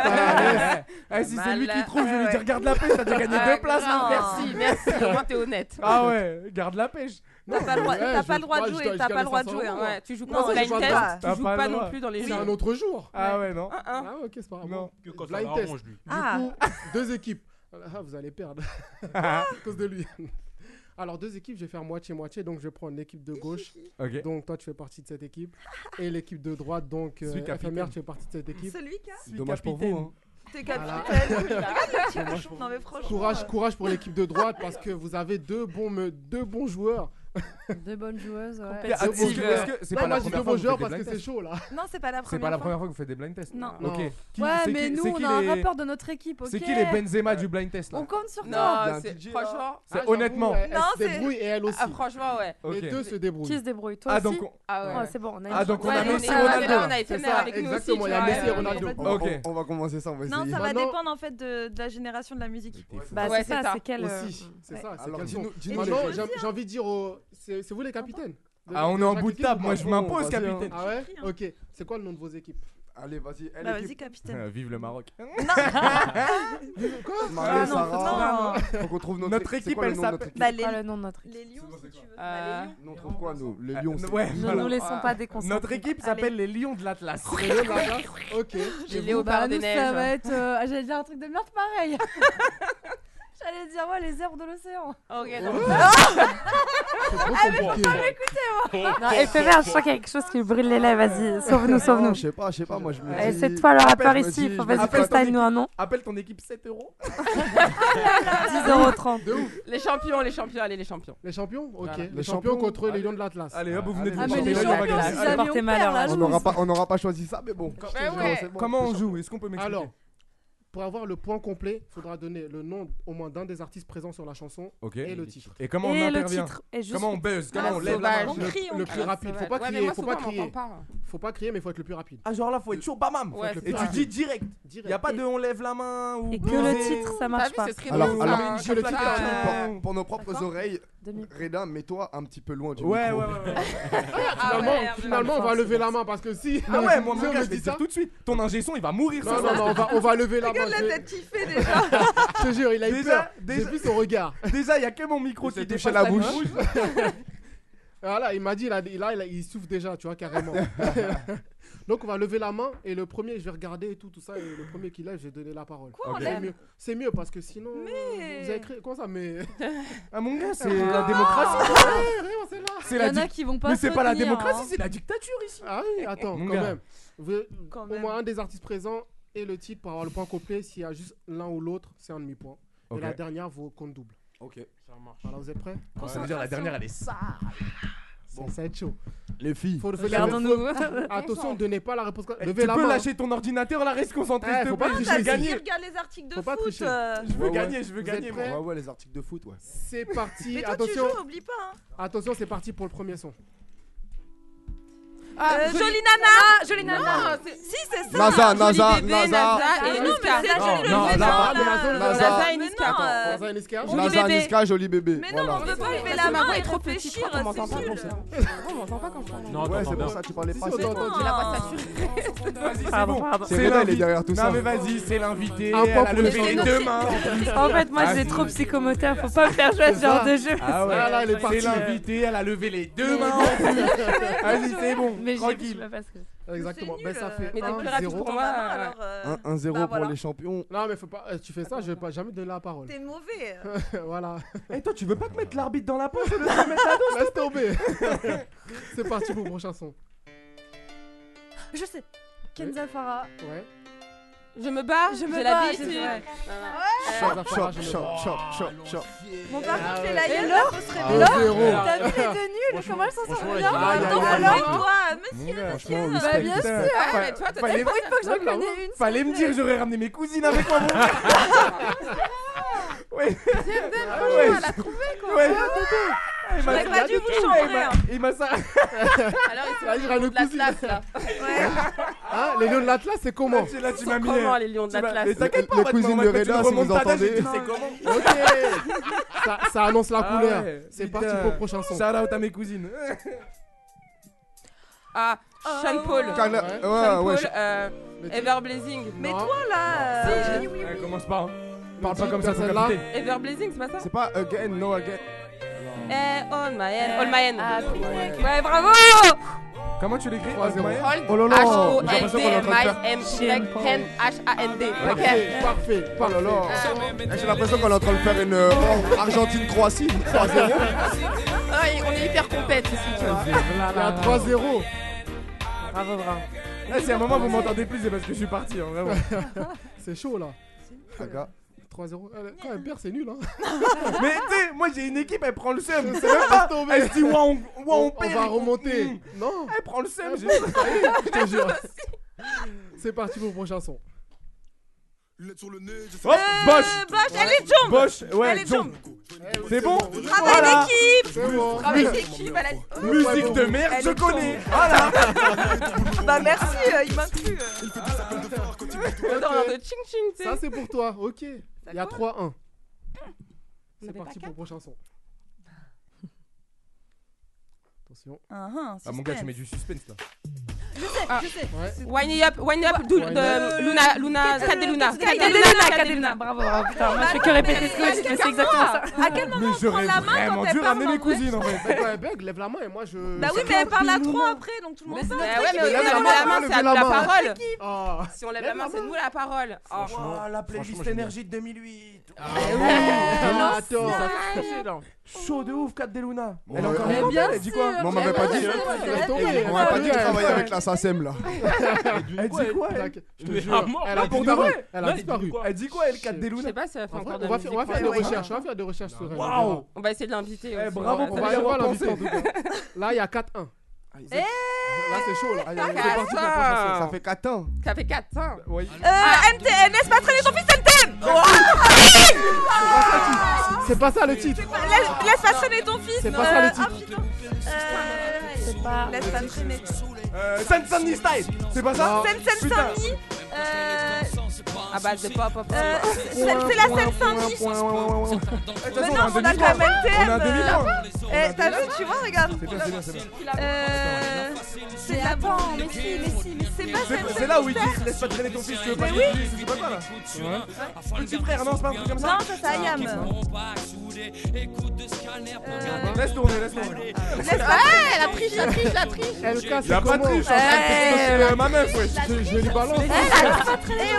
S2: pas,
S6: Eh, si c'est lui qui trouve, je vais lui dire garde la pêche, t'as déjà gagné
S13: Ah,
S6: deux places.
S13: grave.
S6: mec.
S13: Merci, merci, au moins t'es honnête.
S6: Ah ouais, garde la pêche.
S13: T'as pas le droit- t'as pas le droit de jouer, t'as pas le droit de jouer, hein. Ouais, tu joues pas au blind test, tu joues pas non plus dans les
S2: C'est
S13: jeux.
S2: un autre jour.
S6: Ah ouais, non.
S2: Ah, ok, c'est pas grave.
S6: Non.
S2: Bon,
S6: Que quand ça
S2: blind
S6: l'arrange,
S2: test.
S6: lui.
S2: Du
S3: Ah.
S2: coup, deux équipes. Ah, vous allez perdre. à cause de lui. Alors, deux équipes, je vais faire moitié-moitié. Donc, je vais prendre l'équipe de gauche.
S6: Ok.
S2: Donc, toi, tu fais partie de cette équipe. Et l'équipe de droite, donc, euh,
S6: Celui capitaine.
S2: FMR, tu fais partie de cette équipe.
S3: Celui qui a-
S6: Celui Dommage pour capitaine. vous,
S3: hein. T'es capitaine. Regarde le petit
S2: Dommage
S3: cochon.
S2: pour
S3: Non, mais
S2: vous.
S3: franchement,
S2: Courage,
S3: euh.
S2: courage pour l'équipe de droite parce que vous avez deux bons, me- deux bons joueurs.
S8: Deux bonnes joueuses, ouais.
S2: Compétitives.
S6: Est-ce que- est-ce que c'est
S2: Non,
S6: pas
S2: moi,
S6: la
S2: je
S6: première
S2: dis deux
S6: fois
S2: bons
S6: que
S2: joueurs
S6: vous faites
S2: parce
S6: des
S2: que
S6: blind
S2: c'est chaud là.
S3: Non, c'est pas la
S6: C'est
S3: première.
S6: pas la
S3: fois.
S6: première fois que vous faites des blind tests
S3: Non.
S6: Ok.
S2: Non.
S6: Qui-
S8: Ouais,
S6: c'est
S8: mais
S6: qui-
S8: nous,
S6: c'est qui
S8: on a
S6: les-
S8: un rapport de notre équipe, ok
S6: C'est qui les Benzema du blind test là
S8: On compte sur
S13: Non,
S8: toi.
S6: c'est-
S13: Franchement,
S6: C'est honnêtement.
S13: Non, c'est-
S2: et elle aussi.
S13: Ah, franchement, ouais.
S6: Ok.
S2: Les deux se débrouillent.
S8: Qui se débrouille Toi
S6: Ah,
S8: aussi
S6: donc on-
S13: Ah ouais.
S8: Oh, c'est bon, on a
S6: Ah,
S8: une
S6: donc on
S8: chance.
S6: a
S8: Ouais,
S6: Messi,
S8: on est-
S6: Ronaldo.
S13: là, on a été
S6: C'est
S13: mère
S6: ça,
S13: avec nous aussi,
S6: Exactement,
S13: tu
S6: il y a
S13: vois,
S6: Messi
S13: ouais,
S6: et
S13: ouais,
S6: Ronaldo.
S13: complètement.
S6: Ok.
S7: On, on va commencer ça, on va essayer.
S3: Non, ça
S2: Bah
S3: va dépendre en fait de, de la génération de la musique.
S8: Bah,
S2: Ouais,
S8: c'est ça, c'est quel. euh,
S2: Aussi, c'est
S8: ouais.
S2: ça, c'est
S7: Alors,
S2: quel
S7: dis-nous-
S2: son.
S7: dis-nous
S2: Maintenant,
S7: les-
S2: j'ai j'ai envie de dire aux. C'est c'est vous les capitaines de-
S6: Ah, on
S2: de
S6: est en
S2: chaque
S6: bout de
S2: équipe
S6: table,
S2: ou
S6: moi,
S2: pas
S6: je m'impose,
S2: Vas-y, hein.
S6: capitaine.
S2: Ah ouais Ok, c'est quoi le nom de vos équipes
S7: Allez, vas-y,
S3: Bah, vas-y, capitaine.
S6: Euh, Vive le Maroc.
S2: Quoi
S7: Marie,
S3: Ah, non,
S7: Sarah,
S3: faut pas.
S7: Faut qu'on trouve notre,
S6: Notre
S7: c'est
S6: équipe,
S7: quoi le
S6: elle
S7: nom de notre
S6: s'appelle-
S7: équipe
S3: Bah, les,
S8: Pas le nom de notre équipe.
S3: les lions, si tu veux.
S13: Euh,
S7: Nous, on trouve quoi, nous Les
S6: Euh,
S7: lions.
S6: ne-
S7: c'est-
S6: ouais,
S8: Ne
S6: voilà.
S8: nous laissons pas déconcentrer.
S6: Notre équipe s'appelle les Lions de l'Atlas.
S2: Les Lions de l'Atlas Ok.
S13: Les
S2: Et vous
S13: léopards
S8: Bah,
S13: des
S8: nous, ça va
S13: neiges.
S8: être. euh, ah, J'allais dire un truc de merde pareil. J'allais dire, ouais, les herbes de l'océan.
S13: Ok,
S8: non.
S13: non.
S8: Ah, mais faut pas m'écouter, moi. Non, éphémère, je sens qu'il y a quelque chose qui brûle les lèvres. Vas-y, sauve-nous,
S7: Non,
S8: sauve-nous.
S7: Je sais pas, je sais pas, moi je me
S8: Eh,
S7: dis-
S8: c'est toi le rappeur
S7: je me
S8: ici,
S7: dis-
S8: faut-
S7: je me dis-
S8: vas-y, freestyle-nous un nom.
S6: Appelle ton équipe 7 euros.
S8: 10,30€.
S2: De ouf.
S13: Les champions, les champions, allez, les champions.
S2: Les champions Ok.
S13: Voilà.
S2: Les,
S7: Les
S2: champions,
S7: champions.
S2: contre les Lions de l'Atlas.
S6: Allez, hop, vous venez de
S2: Ah,
S6: vous
S2: mais
S6: porter
S2: les
S6: les
S2: champions,
S6: bagages.
S2: si
S6: Allez,
S2: jamais
S6: partez.
S2: on perd, là,
S7: On
S2: je
S7: n'aura
S2: vous-
S7: pas- on n'aura pas choisi ça, mais bon. Je te jure, c'est bon.
S6: Comment on joue Est-ce qu'on peut m'expliquer
S2: Alors, pour avoir le point complet, il faudra donner le nom au moins d'un des artistes présents sur la chanson
S6: Ok.
S2: et le titre.
S6: Et comment on Et le intervient titre. Et juste- Ah, Comment on buzz Comment on lève la main
S2: Le,
S6: On crie, on
S2: le
S6: crie.
S2: plus rapide. Faut pas
S6: Ouais, mais
S2: crier,
S6: moi,
S2: faut
S6: souvent,
S2: pas
S6: on
S2: crier.
S6: m'entend pas.
S2: Faut pas crier, mais faut être le plus rapide.
S6: Ah, genre là, faut être chaud, bam, bam.
S2: Faut être le
S6: Et tu
S2: plus
S6: dis
S2: rapide.
S6: direct.
S2: Direct.
S6: Y a pas de on lève la main ou.
S8: Et que le titre, ça marche pas.
S7: Alors,
S6: drôle,
S7: alors,
S6: ça,
S7: que le
S6: comme
S7: titre,
S6: ça,
S7: pour-
S6: euh,
S7: pour, pour nos propres
S6: D'accord.
S7: oreilles, Reda, mets-toi un petit peu loin du
S6: Ouais,
S7: micro.
S6: ouais, ouais,
S2: Finalement, finalement, on va lever la main parce que si.
S6: Ah ouais, moi,
S2: si
S6: mon
S2: on
S6: gars,
S2: me
S6: je vais
S2: dit
S6: te dire tout de suite. Ton ingé son, il va mourir.
S2: Non,
S6: ce
S2: non,
S6: soir.
S2: non, on va, on va lever la main.
S3: Regarde la
S2: je vais-
S3: tête qu'il fait déjà.
S2: Je te jure, il a eu
S6: Déjà-
S2: peur. J'ai vu son regard.
S6: Déjà, il y a que mon micro qui touche
S2: touché la bouche. Voilà, il m'a dit, là, il, a- il a- il souffle déjà, tu vois, carrément. Donc, on va lever la main et le premier, je vais regarder et tout, tout ça. Et le premier qui lève, je vais donner la parole.
S3: on Ok.
S2: C'est
S3: lève
S2: mieux, c'est mieux parce que sinon. Vous avez créé. Comment ça, mais.
S6: Ah, mon gars, c'est
S2: Ah,
S6: la démocratie.
S2: ouais, vraiment, c'est là.
S6: C'est la dic- Mais c'est pas la
S3: hein.
S6: démocratie, c'est la dictature.
S2: ici. Ah oui, attends,
S6: Mon
S2: quand
S6: gars.
S2: même. Vous- Au moins un des artistes présents et le titre pour avoir le point complet. S'il y a juste l'un ou l'autre, c'est un demi-point.
S6: Ok.
S2: Et la dernière vaut compte double.
S7: Ok.
S2: Voilà, vous êtes prêts
S6: Ça veut dire la dernière, elle est sale.
S2: ça- ça va être chaud.
S7: Les filles.
S2: Faut lever la-
S7: Regardons-nous.
S2: faut- Attention, ne donnez pas la réponse.
S6: Eh,
S2: Levez
S6: tu
S2: la
S6: peux
S2: main.
S6: lâcher ton ordinateur là, reste concentré,
S2: Eh,
S6: s'il te
S2: faut
S6: plaît,
S2: pas
S6: je
S2: tricher
S6: vais
S2: ici.
S6: gagner.
S3: Regarde les articles de
S2: Faut pas
S3: foot.
S2: tricher.
S3: euh.
S6: Je veux
S7: Ouais, ouais.
S6: gagner, je veux
S7: Vous
S6: gagner,
S7: êtes
S6: moi.
S7: prêts Ah Ouais, ouais, les articles de foot, ouais.
S2: C'est parti.
S3: Mais toi, tu
S2: attention.
S3: joues, oublie pas, hein.
S2: Attention, c'est parti pour le premier son.
S3: Euh,
S2: jolie-
S3: jolie nana.
S2: Ah, jolie nana.
S3: Non, c'est- Si, c'est ça.
S7: Naza,
S3: Jolie
S7: Naza,
S3: bébé, Et
S7: Naza.
S3: non, mais c'est la
S7: Non,
S3: jolie
S7: non,
S3: bébé, non,
S7: Naza, Naza,
S3: euh,
S7: Naza.
S3: Naza et Niska,
S2: Mais non,
S3: attends.
S2: euh, Naza et Niska.
S3: Joli
S7: Nazar,
S3: bébé.
S7: Niska, joli bébé.
S3: Mais non,
S7: Voilà.
S3: on veut pas lever
S13: Parce
S3: la
S13: que ma
S3: main
S13: voix
S3: et
S13: est trop petite, je
S3: réfléchir.
S13: crois qu'on m'entend
S3: c'est
S13: pas
S3: nul.
S13: comme ça. On m'entend pas comme ça.
S7: Ouais, c'est pour ça, tu parlais pas.
S13: Si, si, on t'entend. J'ai la voix saturée.
S6: Vas-y,
S3: Ah,
S6: c'est
S13: Pardon,
S6: bon.
S13: pardon.
S6: C'est
S7: C'est vrai,
S6: l'invité.
S7: il est derrière tout
S6: non,
S7: ça.
S6: mais vas-y, c'est l'invité.
S7: Un point
S6: Elle a
S7: pour
S6: levé
S7: les
S6: les
S7: filles.
S6: deux mains.
S5: En fait, moi, j'ai trop psychomoteur. Faut pas me faire jouer à ce
S6: C'est
S5: genre
S6: ça.
S5: de jeu.
S6: Ah ouais.
S5: C'est-
S6: C'est l'invité, elle a levé les deux mains. en plus. Vas-y,
S2: Bah,
S6: c'est bon.
S5: Mais j'ai-
S6: tranquille.
S5: je sais pas ce que-
S2: Exactement.
S6: C'est
S2: Ben,
S6: nul,
S2: ça
S6: euh,
S2: fait
S6: mais t'es plus
S2: 1-0.
S6: rapide pour moi, alors,
S7: Un- 1-0
S2: bah,
S7: pour
S2: voilà.
S7: les champions.
S2: Non, mais faut pas. euh, Tu fais ça, je vais pas jamais te donner la parole.
S3: T'es mauvais.
S2: voilà.
S23: Et toi, tu veux pas te mettre l'arbitre dans la poche
S2: Laisse tomber. C'est parti pour le prochain son.
S8: Je sais. Kenza Farah.
S2: Ouais.
S13: Je me bats,
S8: Je me
S13: j'ai
S8: bats,
S13: la bite.
S8: je me- ouais.
S7: Chop, chop, chop, chop, chop, chop.
S13: Mon
S3: parti,
S6: Ah,
S13: parti,
S3: fais la
S13: Et
S3: gueule,
S13: Laure
S3: là, faut se
S7: Ah,
S3: réveiller.
S7: zéro.
S3: T'as vu les deux nuls, comment elles s'en sortent bien
S6: Franchement,
S3: Bah,
S6: respect.
S3: bien sûr.
S6: Putain, fa-
S3: Ouais, mais toi, t'as-
S6: fallait-
S3: pour une fois que j'en
S6: Ouais, bah
S3: connais
S6: ouais.
S3: une,
S6: Fallait me dire, j'aurais ramené mes cousines avec moi.
S13: franchement, elle a trouvé, quoi.
S6: Ah Ouais.
S3: Ah,
S6: Ah,
S13: Je n'aurais pas dû vous chambrer, hein.
S6: Il m'a ça.
S13: Alors, ils sont
S2: Là,
S13: les
S2: j'aurais
S13: lions
S2: le
S13: de l'Atlas,
S2: cousin.
S13: là.
S2: Hein, les lions de l'Atlas, c'est comment
S6: Là, tu m'as mis.
S13: Comment, les lions de
S6: tu m'as-
S13: l'Atlas
S6: Mais t'inquiète pas,
S2: Les
S6: on va te
S2: cousines
S6: mettre
S2: de
S6: une
S2: Reda, si vous
S6: remontada, j'ai dit,
S2: entendez.
S6: C'est comment
S2: ça, ça annonce la
S6: Ah
S2: couleur.
S6: ouais,
S2: c'est
S6: putain.
S2: parti pour le prochain son.
S6: Shout out à mes cousines.
S13: Ah, Sean Paul.
S6: Carla- ouais,
S13: Sean
S6: ouais,
S13: Paul,
S6: Sean-
S13: euh, Ever Blazing.
S3: Mais toi, là. euh,
S6: Elle commence pas. hein. Parle pas comme ça, ton
S7: Celle-là.
S6: capitaine.
S13: Ever Blazing, c'est pas ça
S7: C'est pas again, no again.
S13: Eh, All My End. All My End.
S7: Happy-
S13: Ouais, bravo
S6: Comment tu l'écris Old Man
S13: Hold
S7: Oh là là.
S13: H-O-L-D,
S7: J'ai l'impression qu'on est en train de
S13: My
S7: faire-
S13: M, N, H-A-N-D. Ok.
S2: Parfait, parfait.
S7: Oh là là. J'ai l'impression qu'on est en train de faire une euh, oh, Argentine-Croatie. 3-0.
S13: Ouais, Ah, on est hyper compète ici, tu vois.
S2: Il y a 3-0.
S13: Bravo, bravo.
S6: Là, si à Eh, un moment vous m'entendez plus, c'est parce que je suis parti, hein, vraiment. Ah,
S2: C'est chaud là.
S7: Aga.
S2: 3-0. Elle- Quand elle perd, c'est nul. Hein.
S6: Mais tu sais, moi j'ai une équipe, elle prend le seum.
S2: C'est
S6: C'est même pas. Eh,
S2: tombé.
S6: Elle se dit, ouais, on, ouais, on,
S2: On- on
S6: perd,
S2: va
S6: et-
S2: remonter.
S6: Mm.
S2: Non.
S6: Elle prend le seum.
S2: Ah
S6: j'ai-
S2: bon, ça y est, je te jure. C'est parti pour le prochain son.
S6: Hop,
S3: Euh,
S6: Bosch.
S3: Bosch, elle est jump.
S6: Bosch, ouais,
S3: Elle est
S6: jump. C'est bon
S3: Travail
S6: Voilà.
S3: d'équipe.
S2: C'est bon.
S3: Travail d'équipe. elle a- oh.
S6: Musique de merde,
S3: Elle
S6: je
S3: est
S6: connais.
S3: jump.
S6: Voilà.
S3: Bah, merci, euh, il m'inclut.
S13: Dans
S2: Ok.
S13: un de ching ching, tu sais.
S2: Ça, c'est pour toi. Ok. Il y a 3-1. C'est parti pour le prochain son. Attention.
S6: Ah, mon gars, tu mets du suspense là.
S3: Je sais, je sais.
S13: Wind it up, wind it up, do-
S6: Wind
S13: de Luna, Luna, Cat de Luna, Cat de Luna, Cat de Luna, Bah, bravo, bravo, putain,
S5: moi, je fais que répéter ce que tu fais, c'est
S13: bah,
S5: exactement ça.
S3: À quel moment
S6: Mais
S3: on prend
S6: j'aurais
S3: la main quand
S6: vraiment
S3: elle
S6: dû
S3: perd,
S6: ramener mes
S3: en vrai
S6: cousines en fait.
S2: Mais quand elle bug, lève la main et moi je.
S3: Bah oui, mais elle parle à trois après, donc tout le monde sait.
S13: ouais, mais on
S3: Lève
S13: lève la
S3: la
S13: main, c'est à la parole.
S2: Ah.
S13: bah, Si on lève la main, c'est nous la parole. Oh.
S23: Voilà, la playlist énergie de 2008.
S2: Ah, attends.
S23: Chaud de ouf, 4 des Luna.
S7: Bon,
S23: Elle est
S7: ouais,
S23: encore
S7: ouais.
S23: en elle dit quoi
S7: Mais on m'avait pas dit.
S2: Laisse tomber.
S7: On m'avait pas dit de
S2: Ouais,
S7: travailler
S2: ouais.
S7: avec la SACEM là.
S23: Elle dit quoi elle
S2: T'inquiète, Je te
S6: Mais à
S2: jure.
S6: mort,
S2: Elle
S6: non,
S2: a
S6: pour de
S2: disparu.
S6: vrai.
S2: Elle
S6: Non,
S2: a
S6: il dit
S2: disparu.
S6: quoi Elle dit quoi, elle 4 des
S13: Je
S6: Luna
S13: sais pas si elle fait
S2: En vrai,
S13: encore de
S2: on
S13: la
S2: va faire- on va
S13: musique
S2: faire des
S13: pour
S2: recherches. On va faire des recherches sur elle.
S23: Waouh
S13: On va essayer de l'inviter
S23: Eh,
S13: aussi.
S23: bravo
S2: On
S23: pour
S2: va
S23: les
S2: aller voir
S23: repenser.
S2: l'invité en tout cas. Là, il y a 4-1.
S7: Là,
S2: c'est chaud là.
S7: Aïe, aïe, aïe.
S2: C'est parti pour le prochain son.
S7: Ça fait 4 ans.
S13: Ça fait 4 ans.
S6: Oui.
S13: Ah,
S3: Euh, MTN, laisse pas traîner ton fils MTN Ah,
S2: C'est pas ça le titre.
S3: Laisse laisse pas traîner ton fils
S2: C'est pas ça, le
S3: euh,
S2: titre.
S3: ah, putain. Euh, Laisse pas traîner.
S6: Euh, San Sunny Style, c'est pas ça
S3: Sen Sen
S6: Putain. Ah bah,
S3: Sami euh,
S21: Ah,
S13: À
S21: bah,
S13: base de pop, pop, pop.
S3: euh, c'est- C'est la Sen Sami
S6: Eh, de toute
S3: Mais non,
S6: façon,
S3: on a quand même
S6: On a un
S3: MTN
S6: demi-point.
S3: Eh, t'as vu, tu vois, regarde
S6: C'est bien, c'est bien, c'est bien.
S3: Euh, C'est avant, mais si, mais si, mais c'est pas Sen
S6: C'est-
S3: Sen
S6: C'est là où il dit
S3: Mister.
S6: laisse pas traîner ton fils, tu veux pas
S3: Mais
S6: qu'il
S3: oui.
S6: dise, c'est pas quoi là Petit frère, non, c'est pas un truc comme ça
S3: Non, ça c'est Ayam Euh,
S6: Laisse tourner, Ah, laisse tourner.
S3: laisse pas
S13: Ouais, la triche, la triche, la triche.
S2: LK,
S6: Il a
S2: c'est
S6: pas de
S2: comment
S6: triche, je suis en train de
S3: Eh,
S6: texter, euh, ma meuf, wesh.
S2: Je je lui balance.
S3: Eh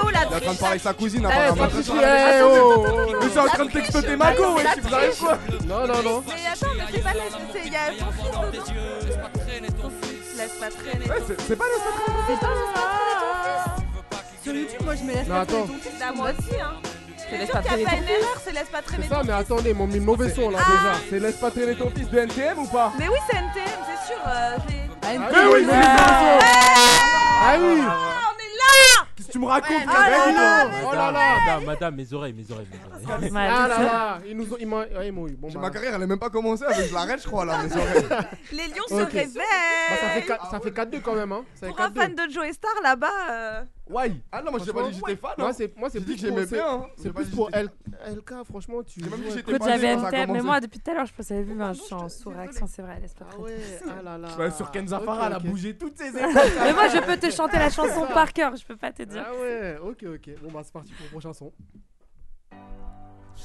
S3: oh, la
S7: Il est
S3: triche
S7: en train de parler avec sa cousine
S6: Ah,
S2: Eh,
S7: apparemment.
S2: Patricia, eh, oh.
S6: Mais c'est en train de textoter Mago, wesh, tu vous arrive quoi
S2: Non, non, non.
S3: Mais attends, mais c'est pas laisse, c'est il y a ton fils dedans. Ton fils, laisse pas traîner.
S6: Ouais, c'est- c'est pas laisse pas traîner.
S21: Sur YouTube, moi je me laisse
S2: Mais
S21: pas traîner
S2: attends.
S21: ton fils.
S3: Bah, moi aussi, hein. C'est
S13: laisse
S3: sûr
S13: pas
S3: qu'il y a pas
S13: traîner
S3: une erreur, c'est laisse pas
S2: C'est
S3: traîner.
S2: ça, mais attendez, ils m'ont mis le mauvais son là déjà.
S6: C'est laisse pas traîner ton fils de NTM ou pas
S3: Ah. Mais oui, c'est NTM, c'est sûr, euh, j'ai.
S6: Ah
S21: Mais oui,
S3: Ouais.
S21: félicitations.
S3: Ah On
S21: oui.
S3: est là
S21: Qu'est-ce que tu me racontes,
S3: Oh
S21: là
S3: là là, mais
S21: Oh
S4: Madame,
S21: là là
S4: madame, madame, mes oreilles, mes oreilles. mes oreilles.
S2: Ah là là, ils nous ont, ils m'ont, ouais, ils m'ont eu. Bon,
S7: J'ai-
S2: bah,
S7: Ma carrière, elle est même pas commencée avec je l'arrête, je crois, là, mes
S3: Les lions se
S7: Ok.
S3: réveillent
S2: bah, ça fait 4, ça fait 4-2 quand même, hein. Ça fait
S3: Pour un
S2: 4-2.
S3: fan de Joe Star là-bas. euh,
S7: Ouais. Ah non, moi, je t'ai pas dit que j'étais fan.
S2: Moi,
S7: hein.
S2: c'est, moi, c'est
S7: J'ai
S2: plus
S7: dit que j'aimais
S2: pour-
S7: bien,
S2: c'est-
S7: hein. J'ai
S2: C'est
S7: pas
S2: plus
S7: dit
S2: pour
S7: que
S2: L- LK, franchement, tu.
S7: J'ai même dit que
S2: joues
S7: j'étais
S2: avec-
S5: Écoute, j'avais une tête, mais moi depuis tout à l'heure je pensais à vivre, je suis en sous-réaction, c'est vrai, laisse pas trop.
S2: ah là là.
S6: Ouais, sur Kenza
S2: Ok,
S6: Farah, elle a
S2: ok.
S6: bougé toutes ses épaules.
S5: Mais moi je peux te chanter la chanson
S2: Ah.
S5: par cœur, je peux pas te dire.
S2: Ah ouais, ok, ok. Bon, bah, c'est parti pour la prochaine chanson.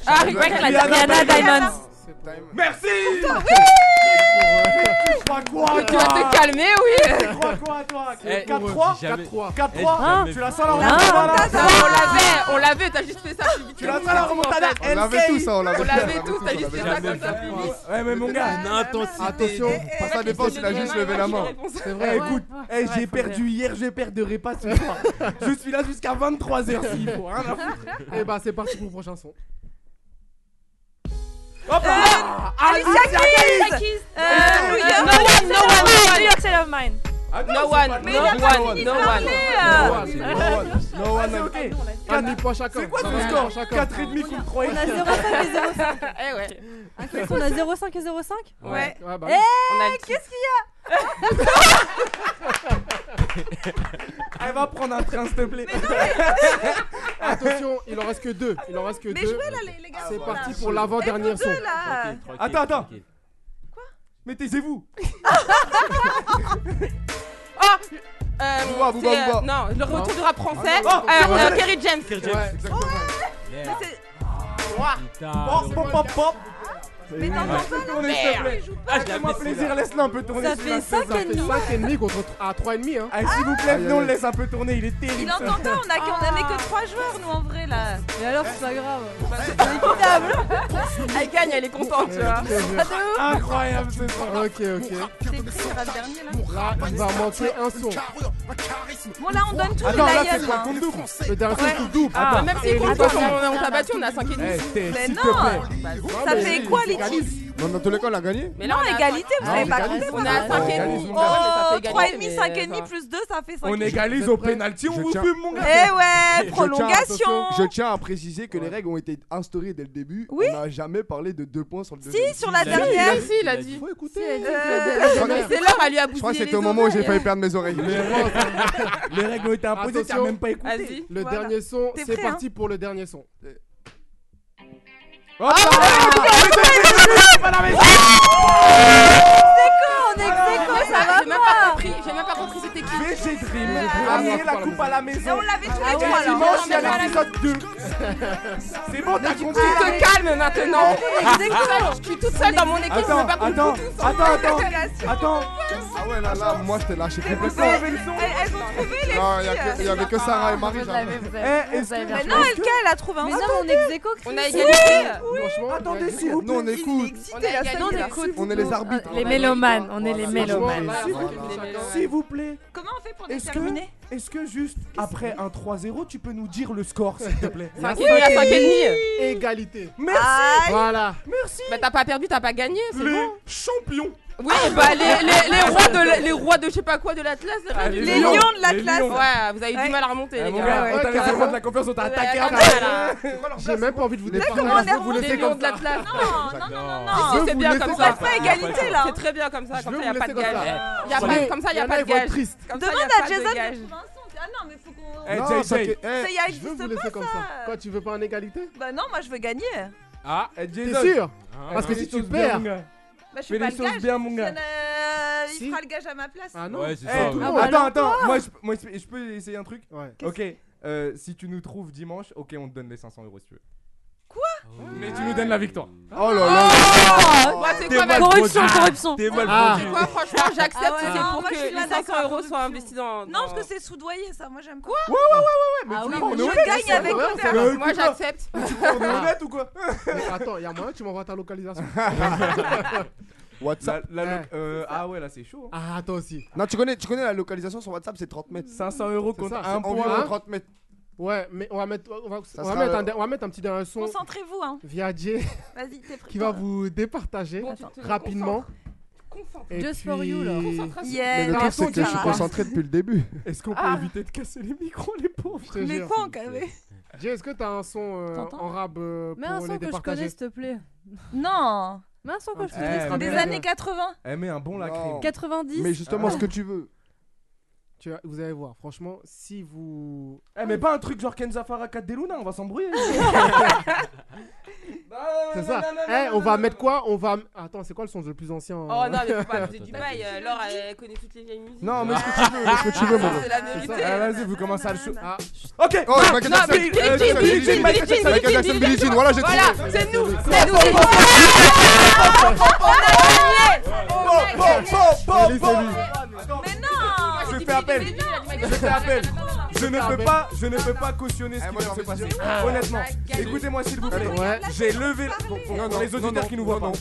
S5: Ah, je crois qu'elle a dit Rihanna Diamonds.
S6: Merci
S21: Tu
S6: crois quoi
S21: Tu vas te calmer, oui
S6: Tu crois quoi, toi
S21: Eh,
S6: 4-3
S21: j'ai jamais- Eh, j'ai
S6: 4-3
S21: jamais
S6: 4-3 Tu
S21: vu.
S6: la sens la
S13: Ah,
S21: Non,
S6: remontada là
S21: ça, on l'avait, on l'avait, t'as juste fait ça.
S6: Tu la sens la remontada
S21: On l'avait
S6: LCI.
S21: tous, hein, on l'avait On tous, on l'avait l'avait tous, tous, t'as on juste l'avait fait ça tous. comme ça,
S6: Ouais,
S21: puis vite.
S6: Ouais, mais mon gars, une intensité.
S21: Attention, parce que ça dépend s'il a juste levé la main.
S6: C'est vrai,
S21: Ouais,
S6: écoute,
S21: ouais,
S6: eh,
S21: ouais,
S6: j'ai
S21: faut le
S6: perdu
S21: dire.
S6: hier, je perds de repas ce soir. Je suis là jusqu'à 23h s'il faut, rien à foutre.
S2: Et bah, c'est parti pour la prochaine chanson.
S6: Hop
S9: Euh,
S6: là
S21: Alicia
S6: Alicia
S21: Keys.
S6: Keys.
S21: Keys.
S6: Euh,
S21: Euh,
S6: New
S21: euh,
S6: York.
S21: no one, no one, no one.
S5: New York, c'est Love Mine.
S6: Ah non,
S21: No
S6: c'est
S21: one,
S6: pas-
S21: no one, no one. No one, no one.
S6: No
S7: Ah,
S6: one, no one. Ok,
S2: Un demi-point chacun.
S6: C'est quoi
S2: Ça
S6: ce
S2: va,
S6: score
S2: un chacun.
S6: Quatre et demi contre trois et
S2: On
S8: a
S6: demi.
S8: 0,5 et 0,5.
S13: Eh ouais.
S8: Ah, qu'est-ce qu'on a 0,5 et 0,5
S13: Ouais.
S6: Ah,
S2: Ouais, bah
S8: Eh,
S2: oui.
S13: qu'est-ce qu'il
S6: Elle va prendre un train, s'il te plaît.
S2: Attention, il en reste que deux. Il en reste que
S3: Mais
S2: deux.
S3: jouez, là, les- les gars,
S2: C'est
S3: voilà.
S2: parti
S3: Eh,
S2: pour
S3: vous
S2: l'avant-dernière
S3: deux,
S2: son.
S3: là. Tranquille,
S6: Attends, attends. Quoi Mais taisez-vous.
S13: Ah euh,
S6: Booba, Booba,
S13: c'est, euh,
S6: Booba.
S13: Non, le retour
S6: Non.
S13: du rap français.
S6: Ah, non,
S13: euh,
S6: non,
S13: euh,
S6: non.
S13: Kerry James.
S6: Kerry James, Ouais, exactement.
S13: Mais c'est-
S6: Pop, pop, pop, pop.
S13: Mais non, non,
S6: Laisse-le
S13: non,
S6: tourner, s'il te plaît.
S13: merde.
S6: Ah, Fais-moi plaisir, laisse-le un peu tourner.
S2: Ça
S6: celui-là,
S2: fait cinq
S6: c'est
S2: et demi.
S6: ça.
S2: Cinq et demi contre à 3,5. Hein.
S6: Allez, s'il vous plaît, venez, on le laisse un peu tourner, il est terrible.
S3: Il
S6: ça.
S3: entend pas, on a on avait que 3 joueurs, nous en vrai là.
S8: Mais alors, c'est pas grave.
S13: Elle gagne, elle est contente, tu vois.
S6: Incroyable ce soir.
S2: Ah, Ok, ok.
S3: Ah, C'est pris le rap dernier là.
S2: Là, il va manquer un son.
S3: Bon, là, on donne tout
S2: Attends,
S3: les
S2: là,
S3: Lions,
S2: c'est quoi
S3: hein.
S2: qu'on double Le dernier son,
S13: Ouais.
S2: tout double.
S13: Ah, même si
S2: Et
S13: on
S2: les
S13: compte,
S2: passes-
S13: on on t'a battu, on a 5 et
S2: Eh,
S13: demi.
S3: Mais
S2: s'il
S3: non
S2: te plaît.
S3: Ça
S2: mais
S3: fait
S2: si,
S3: equality
S7: Non, dans tous les cas, on a gagné.
S13: Mais
S3: hein. Non,
S13: on est à
S3: égalité,
S13: cinq-
S3: vous
S13: Non,
S3: savez
S13: on
S3: pas
S13: égalise,
S3: compter,
S13: on
S3: ça
S13: est à
S3: va.
S13: cinq et demi. Ouais, mais ça fait
S3: Oh,
S13: égalité,
S3: 3,5,
S13: mais, euh,
S3: 5,5
S13: enfin.
S3: plus 2, ça fait 5.
S6: On égalise au pénalty, on vous fume, mon gars.
S3: Eh ouais,
S7: Je tiens-
S3: prolongation.
S7: attention, Je tiens à préciser que les règles ont été instaurées dès le début. On n'a jamais parlé de deux points sur le deuxième.
S3: sur la Il a dit, dernière. il a dit,
S13: il a dit.
S2: Faut écouter.
S7: Je crois que-
S13: C'est l'heure à lui
S7: Je crois que
S13: abousiller
S7: c'était
S13: les
S7: au moment où j'ai
S13: oreilles.
S7: failli perdre mes oreilles.
S6: Les règles ont été imposées, t'as
S2: Attention.
S6: même pas écouté.
S13: Vas-y.
S2: Le
S13: Voilà.
S2: dernier son,
S13: T'es
S2: c'est
S13: prêt,
S2: parti pour le dernier son.
S3: Ah,
S6: Hop là
S13: On est exéco, ça va Ah, J'ai même pas compris, j'ai même pas compris c'était qui. Ah,
S6: VG Dream a amené la coupe à la maison. Ah,
S13: on l'avait tous les
S6: Et
S13: trois, alors.
S6: Dimanche,
S13: On
S6: il y a
S13: l'avait
S6: l'épisode 2. C'est bon, t'as
S13: Tu
S6: compris.
S13: te calmes maintenant Je suis toute seule dans mon équipe, je
S6: Ah,
S13: sais pas qu'on
S6: Attends, attends,
S13: fout tous.
S6: attends, attends, attends.
S7: Ah ouais, là, là, moi, je t'ai lâché complètement.
S21: hein.
S3: Elles elles ont trouvé les
S7: Non, il y a que- il y avait que Sarah et Marie.
S8: Vous
S6: Eh,
S7: j'avoue.
S8: l'avez- vous
S6: avez-
S8: vous avez
S3: Mais
S8: raison.
S3: non, LK, elle a trouvé un
S8: Mais
S3: son.
S8: non, mais on est exéco,
S13: On a
S8: Chris.
S13: égalité.
S6: Attendez, s'il vous
S7: Nous,
S6: plaît.
S7: on écoute.
S13: On a égalité. là.
S7: On est les arbitres.
S5: Les mélomanes, on est les mélomanes.
S6: S'il vous- S'il vous plaît.
S3: Comment on fait pour
S6: Est-ce que,
S3: déterminer
S6: est-ce que juste après un 3-0, tu peux nous dire le score, s'il te plaît
S13: Cinq et demi à cinq et demi.
S2: Égalité.
S6: Merci
S13: Aïe.
S2: Voilà.
S6: Merci
S13: Bah t'as pas perdu, t'as pas gagné, c'est
S6: Les
S13: bon
S6: champions
S13: Oui, bah les, les, les rois de la- les rois de je sais pas quoi de l'Atlas, les rois
S6: Ah,
S13: du-
S6: les Les lions. lions de l'Atlas. Les lions.
S13: Ouais, vous avez
S3: Ouais.
S13: du mal à remonter
S6: Eh,
S13: les
S6: mon
S13: gars.
S6: gars,
S13: Ouais,
S6: on t'a laissé
S13: carrément.
S6: prendre la confiance, on t'a
S13: Ouais,
S6: attaqué
S13: attends,
S6: après.
S13: là.
S2: J'ai même pas envie de vous
S13: Vous
S2: départager.
S13: êtes
S2: Je vais vous
S13: des
S2: laisser
S13: lions
S2: comme
S13: de
S2: ça.
S13: l'Atlas.
S3: Non, non, non, non.
S13: Si,
S2: veux
S13: c'est
S2: vous
S13: bien
S2: laisser
S13: comme
S2: comme
S13: ça.
S2: ça. On reste pas
S3: égalité, là.
S13: C'est très bien comme ça,
S2: Je
S13: comme
S2: veux
S13: ça y a
S2: vous
S13: pas de
S2: laisser comme
S13: gage.
S2: ça.
S13: Y a pas
S2: Allez.
S13: comme ça y
S2: Il y
S13: a
S2: en
S13: pas
S2: a,
S13: de
S2: ils vont être
S13: gage.
S2: tristes.
S13: Comme ça,
S3: Demande
S13: y
S3: à
S13: a pas de
S3: Jason
S13: gage.
S3: de trouver un son. Ah non, mais faut qu'on.
S6: Eh,
S2: Non,
S6: Jay,
S2: ça
S6: Jay.
S2: fait-
S3: Ça y a
S2: Je veux vous
S3: existe
S2: laisser comme
S3: pas
S2: ça.
S3: ça.
S2: Toi, tu veux pas en égalité
S3: Bah non, moi je veux gagner.
S6: Ah, eh,
S2: T'es
S6: Jason.
S2: sûr
S6: Ah,
S2: Parce que
S6: fais
S2: si
S6: les
S2: tu
S6: choses bien,
S2: perds.
S6: mon gars.
S3: Bah je suis
S6: Fais
S3: pas
S6: les
S3: le
S6: choses
S3: gage.
S6: bien, mon
S3: Il, y en
S6: gars.
S3: a- il
S2: Si.
S3: fera le gage à ma place.
S2: Ah non
S6: Eh,
S4: Ouais, c'est ça.
S6: tout le
S4: ouais.
S6: monde.
S2: bah
S6: Attends,
S2: alors
S6: attends, moi je, moi, je peux- je peux essayer un truc
S2: Ouais.
S6: Ok, euh, si tu nous trouves dimanche, ok, on te donne les 500 euros si tu veux.
S3: Quoi
S6: Mais tu nous donnes la victoire.
S7: Oh là là.
S13: Ouais, Ah. Oh Bah, c'est
S6: T'es
S13: quoi
S6: mal
S13: ma-
S6: Corruption,
S13: Ah.
S6: corruption. T'es mal
S13: Ah.
S6: vendu.
S13: C'est quoi, franchement, j'accepte
S3: Ah ouais,
S13: si c'est
S3: non,
S13: pour
S3: moi, je suis
S13: que
S3: là
S13: les 500
S3: d'accord.
S13: euros soient investis dans.
S3: Non,
S13: dans-
S3: parce que c'est soudoyé ça, moi j'aime quoi
S6: Ouais, ouais, ouais, ouais, mais
S3: Ah
S6: tu
S3: oui,
S6: crois qu'on
S3: je
S6: est honnête
S3: gagne
S6: ça,
S3: avec
S6: ouais,
S3: mon
S6: c'est
S3: père.
S6: vrai, tu
S13: Moi
S6: crois-
S13: j'accepte.
S6: tu crois qu'on est honnête ou quoi
S2: Mais Attends, y'a moyen que tu m'envoies ta localisation
S7: WhatsApp.
S6: La- la- euh, Ah ouais, là c'est chaud. hein.
S2: Ah, toi aussi.
S7: Non, tu connais, tu connais la localisation sur WhatsApp, c'est 30 mètres.
S6: 500 euros
S7: C'est
S6: contre
S7: ça,
S6: un
S7: c'est
S6: point.
S7: environ 30 mètres.
S2: Hein? Ouais, mais on va mettre, on va, on va
S7: sera-
S2: mettre, un, on va mettre un petit dernier son
S3: Concentrez-vous, hein.
S2: via Jay
S3: Vas-y, t'es prêt.
S2: qui va vous départager
S13: Bon, tu te
S2: rapidement.
S13: Concentre.
S2: Et
S13: Just for you, là.
S5: Ah,
S13: Concentration.
S7: Mais le
S13: Par
S7: truc, c'est
S13: contre,
S7: que je suis
S13: Clara.
S7: concentré depuis le début.
S6: Est-ce qu'on
S13: peut Ah. éviter
S6: de casser les micros, les pauvres
S13: Mais quoi,
S2: quoi
S13: quand même
S2: Jay, est-ce que t'as un son euh,
S13: T'entends
S2: en rab euh,
S13: Mets
S2: pour
S13: un son
S2: les
S13: que je
S2: départager
S13: connais, s'il te plaît.
S3: Non
S13: Mais un son que je
S2: Eh, mais-
S3: Des
S2: mais-
S3: années 80
S6: Eh,
S18: Elle met un bon
S2: Non.
S18: lacrim.
S13: 90.
S7: Mais justement,
S2: Ah.
S7: ce que tu veux.
S2: Tu vas- vous allez voir, franchement, si vous.
S6: Eh, mais pas un truc genre Kenza Faraka Deluna, on va s'embrouiller.
S2: C'est ça. Eh, on va mettre quoi On va. Attends, c'est quoi le son le plus ancien hein?
S13: Oh non, mais faut pas abuser du bail. euh, Laure, elle connaît toutes les vieilles musiques. Ah,
S2: Non, mais ce
S6: que tu veux, mais ce que tu veux, mon gars.
S13: C'est la
S6: C'est
S13: vérité.
S6: ça. Ah, vas-y, vous commencez à le chou-
S2: Ah.
S6: Ok,
S13: Oh,
S6: non,
S13: Michael
S6: non,
S13: Jackson.
S6: Billie Jean,
S13: Billie Jean,
S6: Billie Jean,
S13: Billie
S6: Michael
S13: Jean,
S6: Jackson,
S13: Billie
S6: Michael Jackson,
S13: Jean,
S6: Billie Jean,
S13: Billie
S6: voilà, j'ai
S13: Jean.
S6: trouvé.
S13: Voilà, c'est nous, c'est
S6: Bon,
S13: nous,
S6: bon,
S13: c'est nous.
S6: bon,
S13: On a gagné.
S6: bon, bon, bon, bon.
S3: Mais non
S6: Je fais appel. Je fais appel. Je ne peux pas, je ne peux pas cautionner ce qui vient de se passer. Honnêtement, écoutez-moi s'il vous plaît. J'ai levé la pour, pour- pour les auditeurs qui nous voient pas.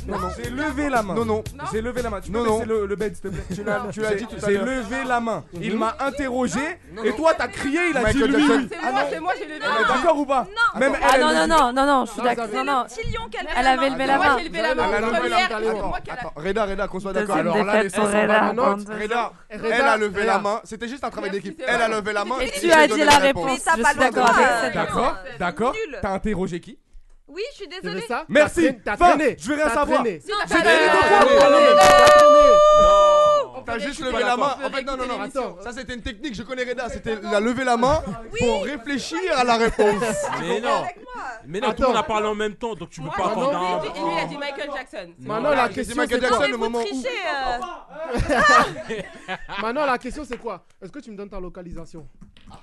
S6: J'ai levé la main.
S7: Non, non.
S6: J'ai levé la main. Tu peux
S7: Non, non.
S6: laisser le, le bed s'il te plaît. Tu
S7: l'as- tu l'as dit tout à
S6: J'ai
S7: l'heure.
S6: levé la main. Il
S7: Mhm.
S6: m'a interrogé
S7: Non,
S6: et
S7: non.
S6: toi t'as crié, il a dit
S7: Michael
S6: lui.
S7: Jackson.
S6: Ah
S13: C'est moi,
S6: non.
S13: c'est moi, j'ai levé la
S6: On est
S13: main.
S6: D'accord ou pas Même
S5: Ah
S6: elle,
S5: non,
S6: elle
S5: non,
S6: le
S5: non,
S6: dit.
S5: non, non, je suis
S6: Non,
S5: d'accord.
S6: vous
S5: Non,
S6: avez-
S5: non.
S3: Petit lion qu'elle
S5: Elle avait levé la
S7: Moi,
S5: main.
S7: j'ai levé la main.
S5: Elle a levé
S7: Première,
S5: la main.
S7: elle a- Attends, attends, Reda, Reda, qu'on soit d'accord.
S5: Deuxième
S7: Alors là, les
S5: défaite
S7: 500
S5: pour
S7: balles
S5: Reda.
S7: en note.
S5: Reda.
S7: Reda,
S5: Reda,
S7: elle a levé
S5: Reda.
S7: la main. C'était juste un travail d'équipe. Elle a levé la main.
S5: Et tu
S7: j'ai
S5: as
S7: donné
S5: dit la réponse.
S3: Mais t'as
S5: Je
S3: pas
S5: suis
S3: le
S5: d'accord
S3: droit,
S5: avec
S3: euh,
S5: cette réponse.
S6: D'accord, d'accord.
S3: Nul.
S6: T'as interrogé qui
S3: Oui, je suis désolée.
S6: Merci.
S2: T'as
S6: Va,
S2: traîné.
S6: Je veux rien
S2: T'as
S6: savoir.
S2: traîné.
S3: Non,
S6: J'ai
S3: t'as-
S6: gagné
S3: t'as-
S6: deux fois.
S3: t'as-
S7: Non T'as
S2: peut
S7: juste
S2: récupérer
S7: levé la main.
S2: la
S7: En fait, non, non, non.
S2: Attends.
S7: Ça, c'était une technique. Je connais Reda. C'était la lever la main pour réfléchir à la réponse.
S4: Mais non. Mais non, tout le
S7: Attends.
S4: monde a parlé en même temps, donc tu peux pas
S7: Manon-
S4: accorder un.
S13: Et lui, il a dit Michael Jackson.
S4: Non.
S2: Maintenant, la
S7: J'ai dit
S2: question.
S7: Michael
S2: c'est
S7: Jackson
S2: quoi
S7: au moment où- Trichez,
S2: euh, Maintenant, la question, c'est quoi Est-ce que tu me donnes ta localisation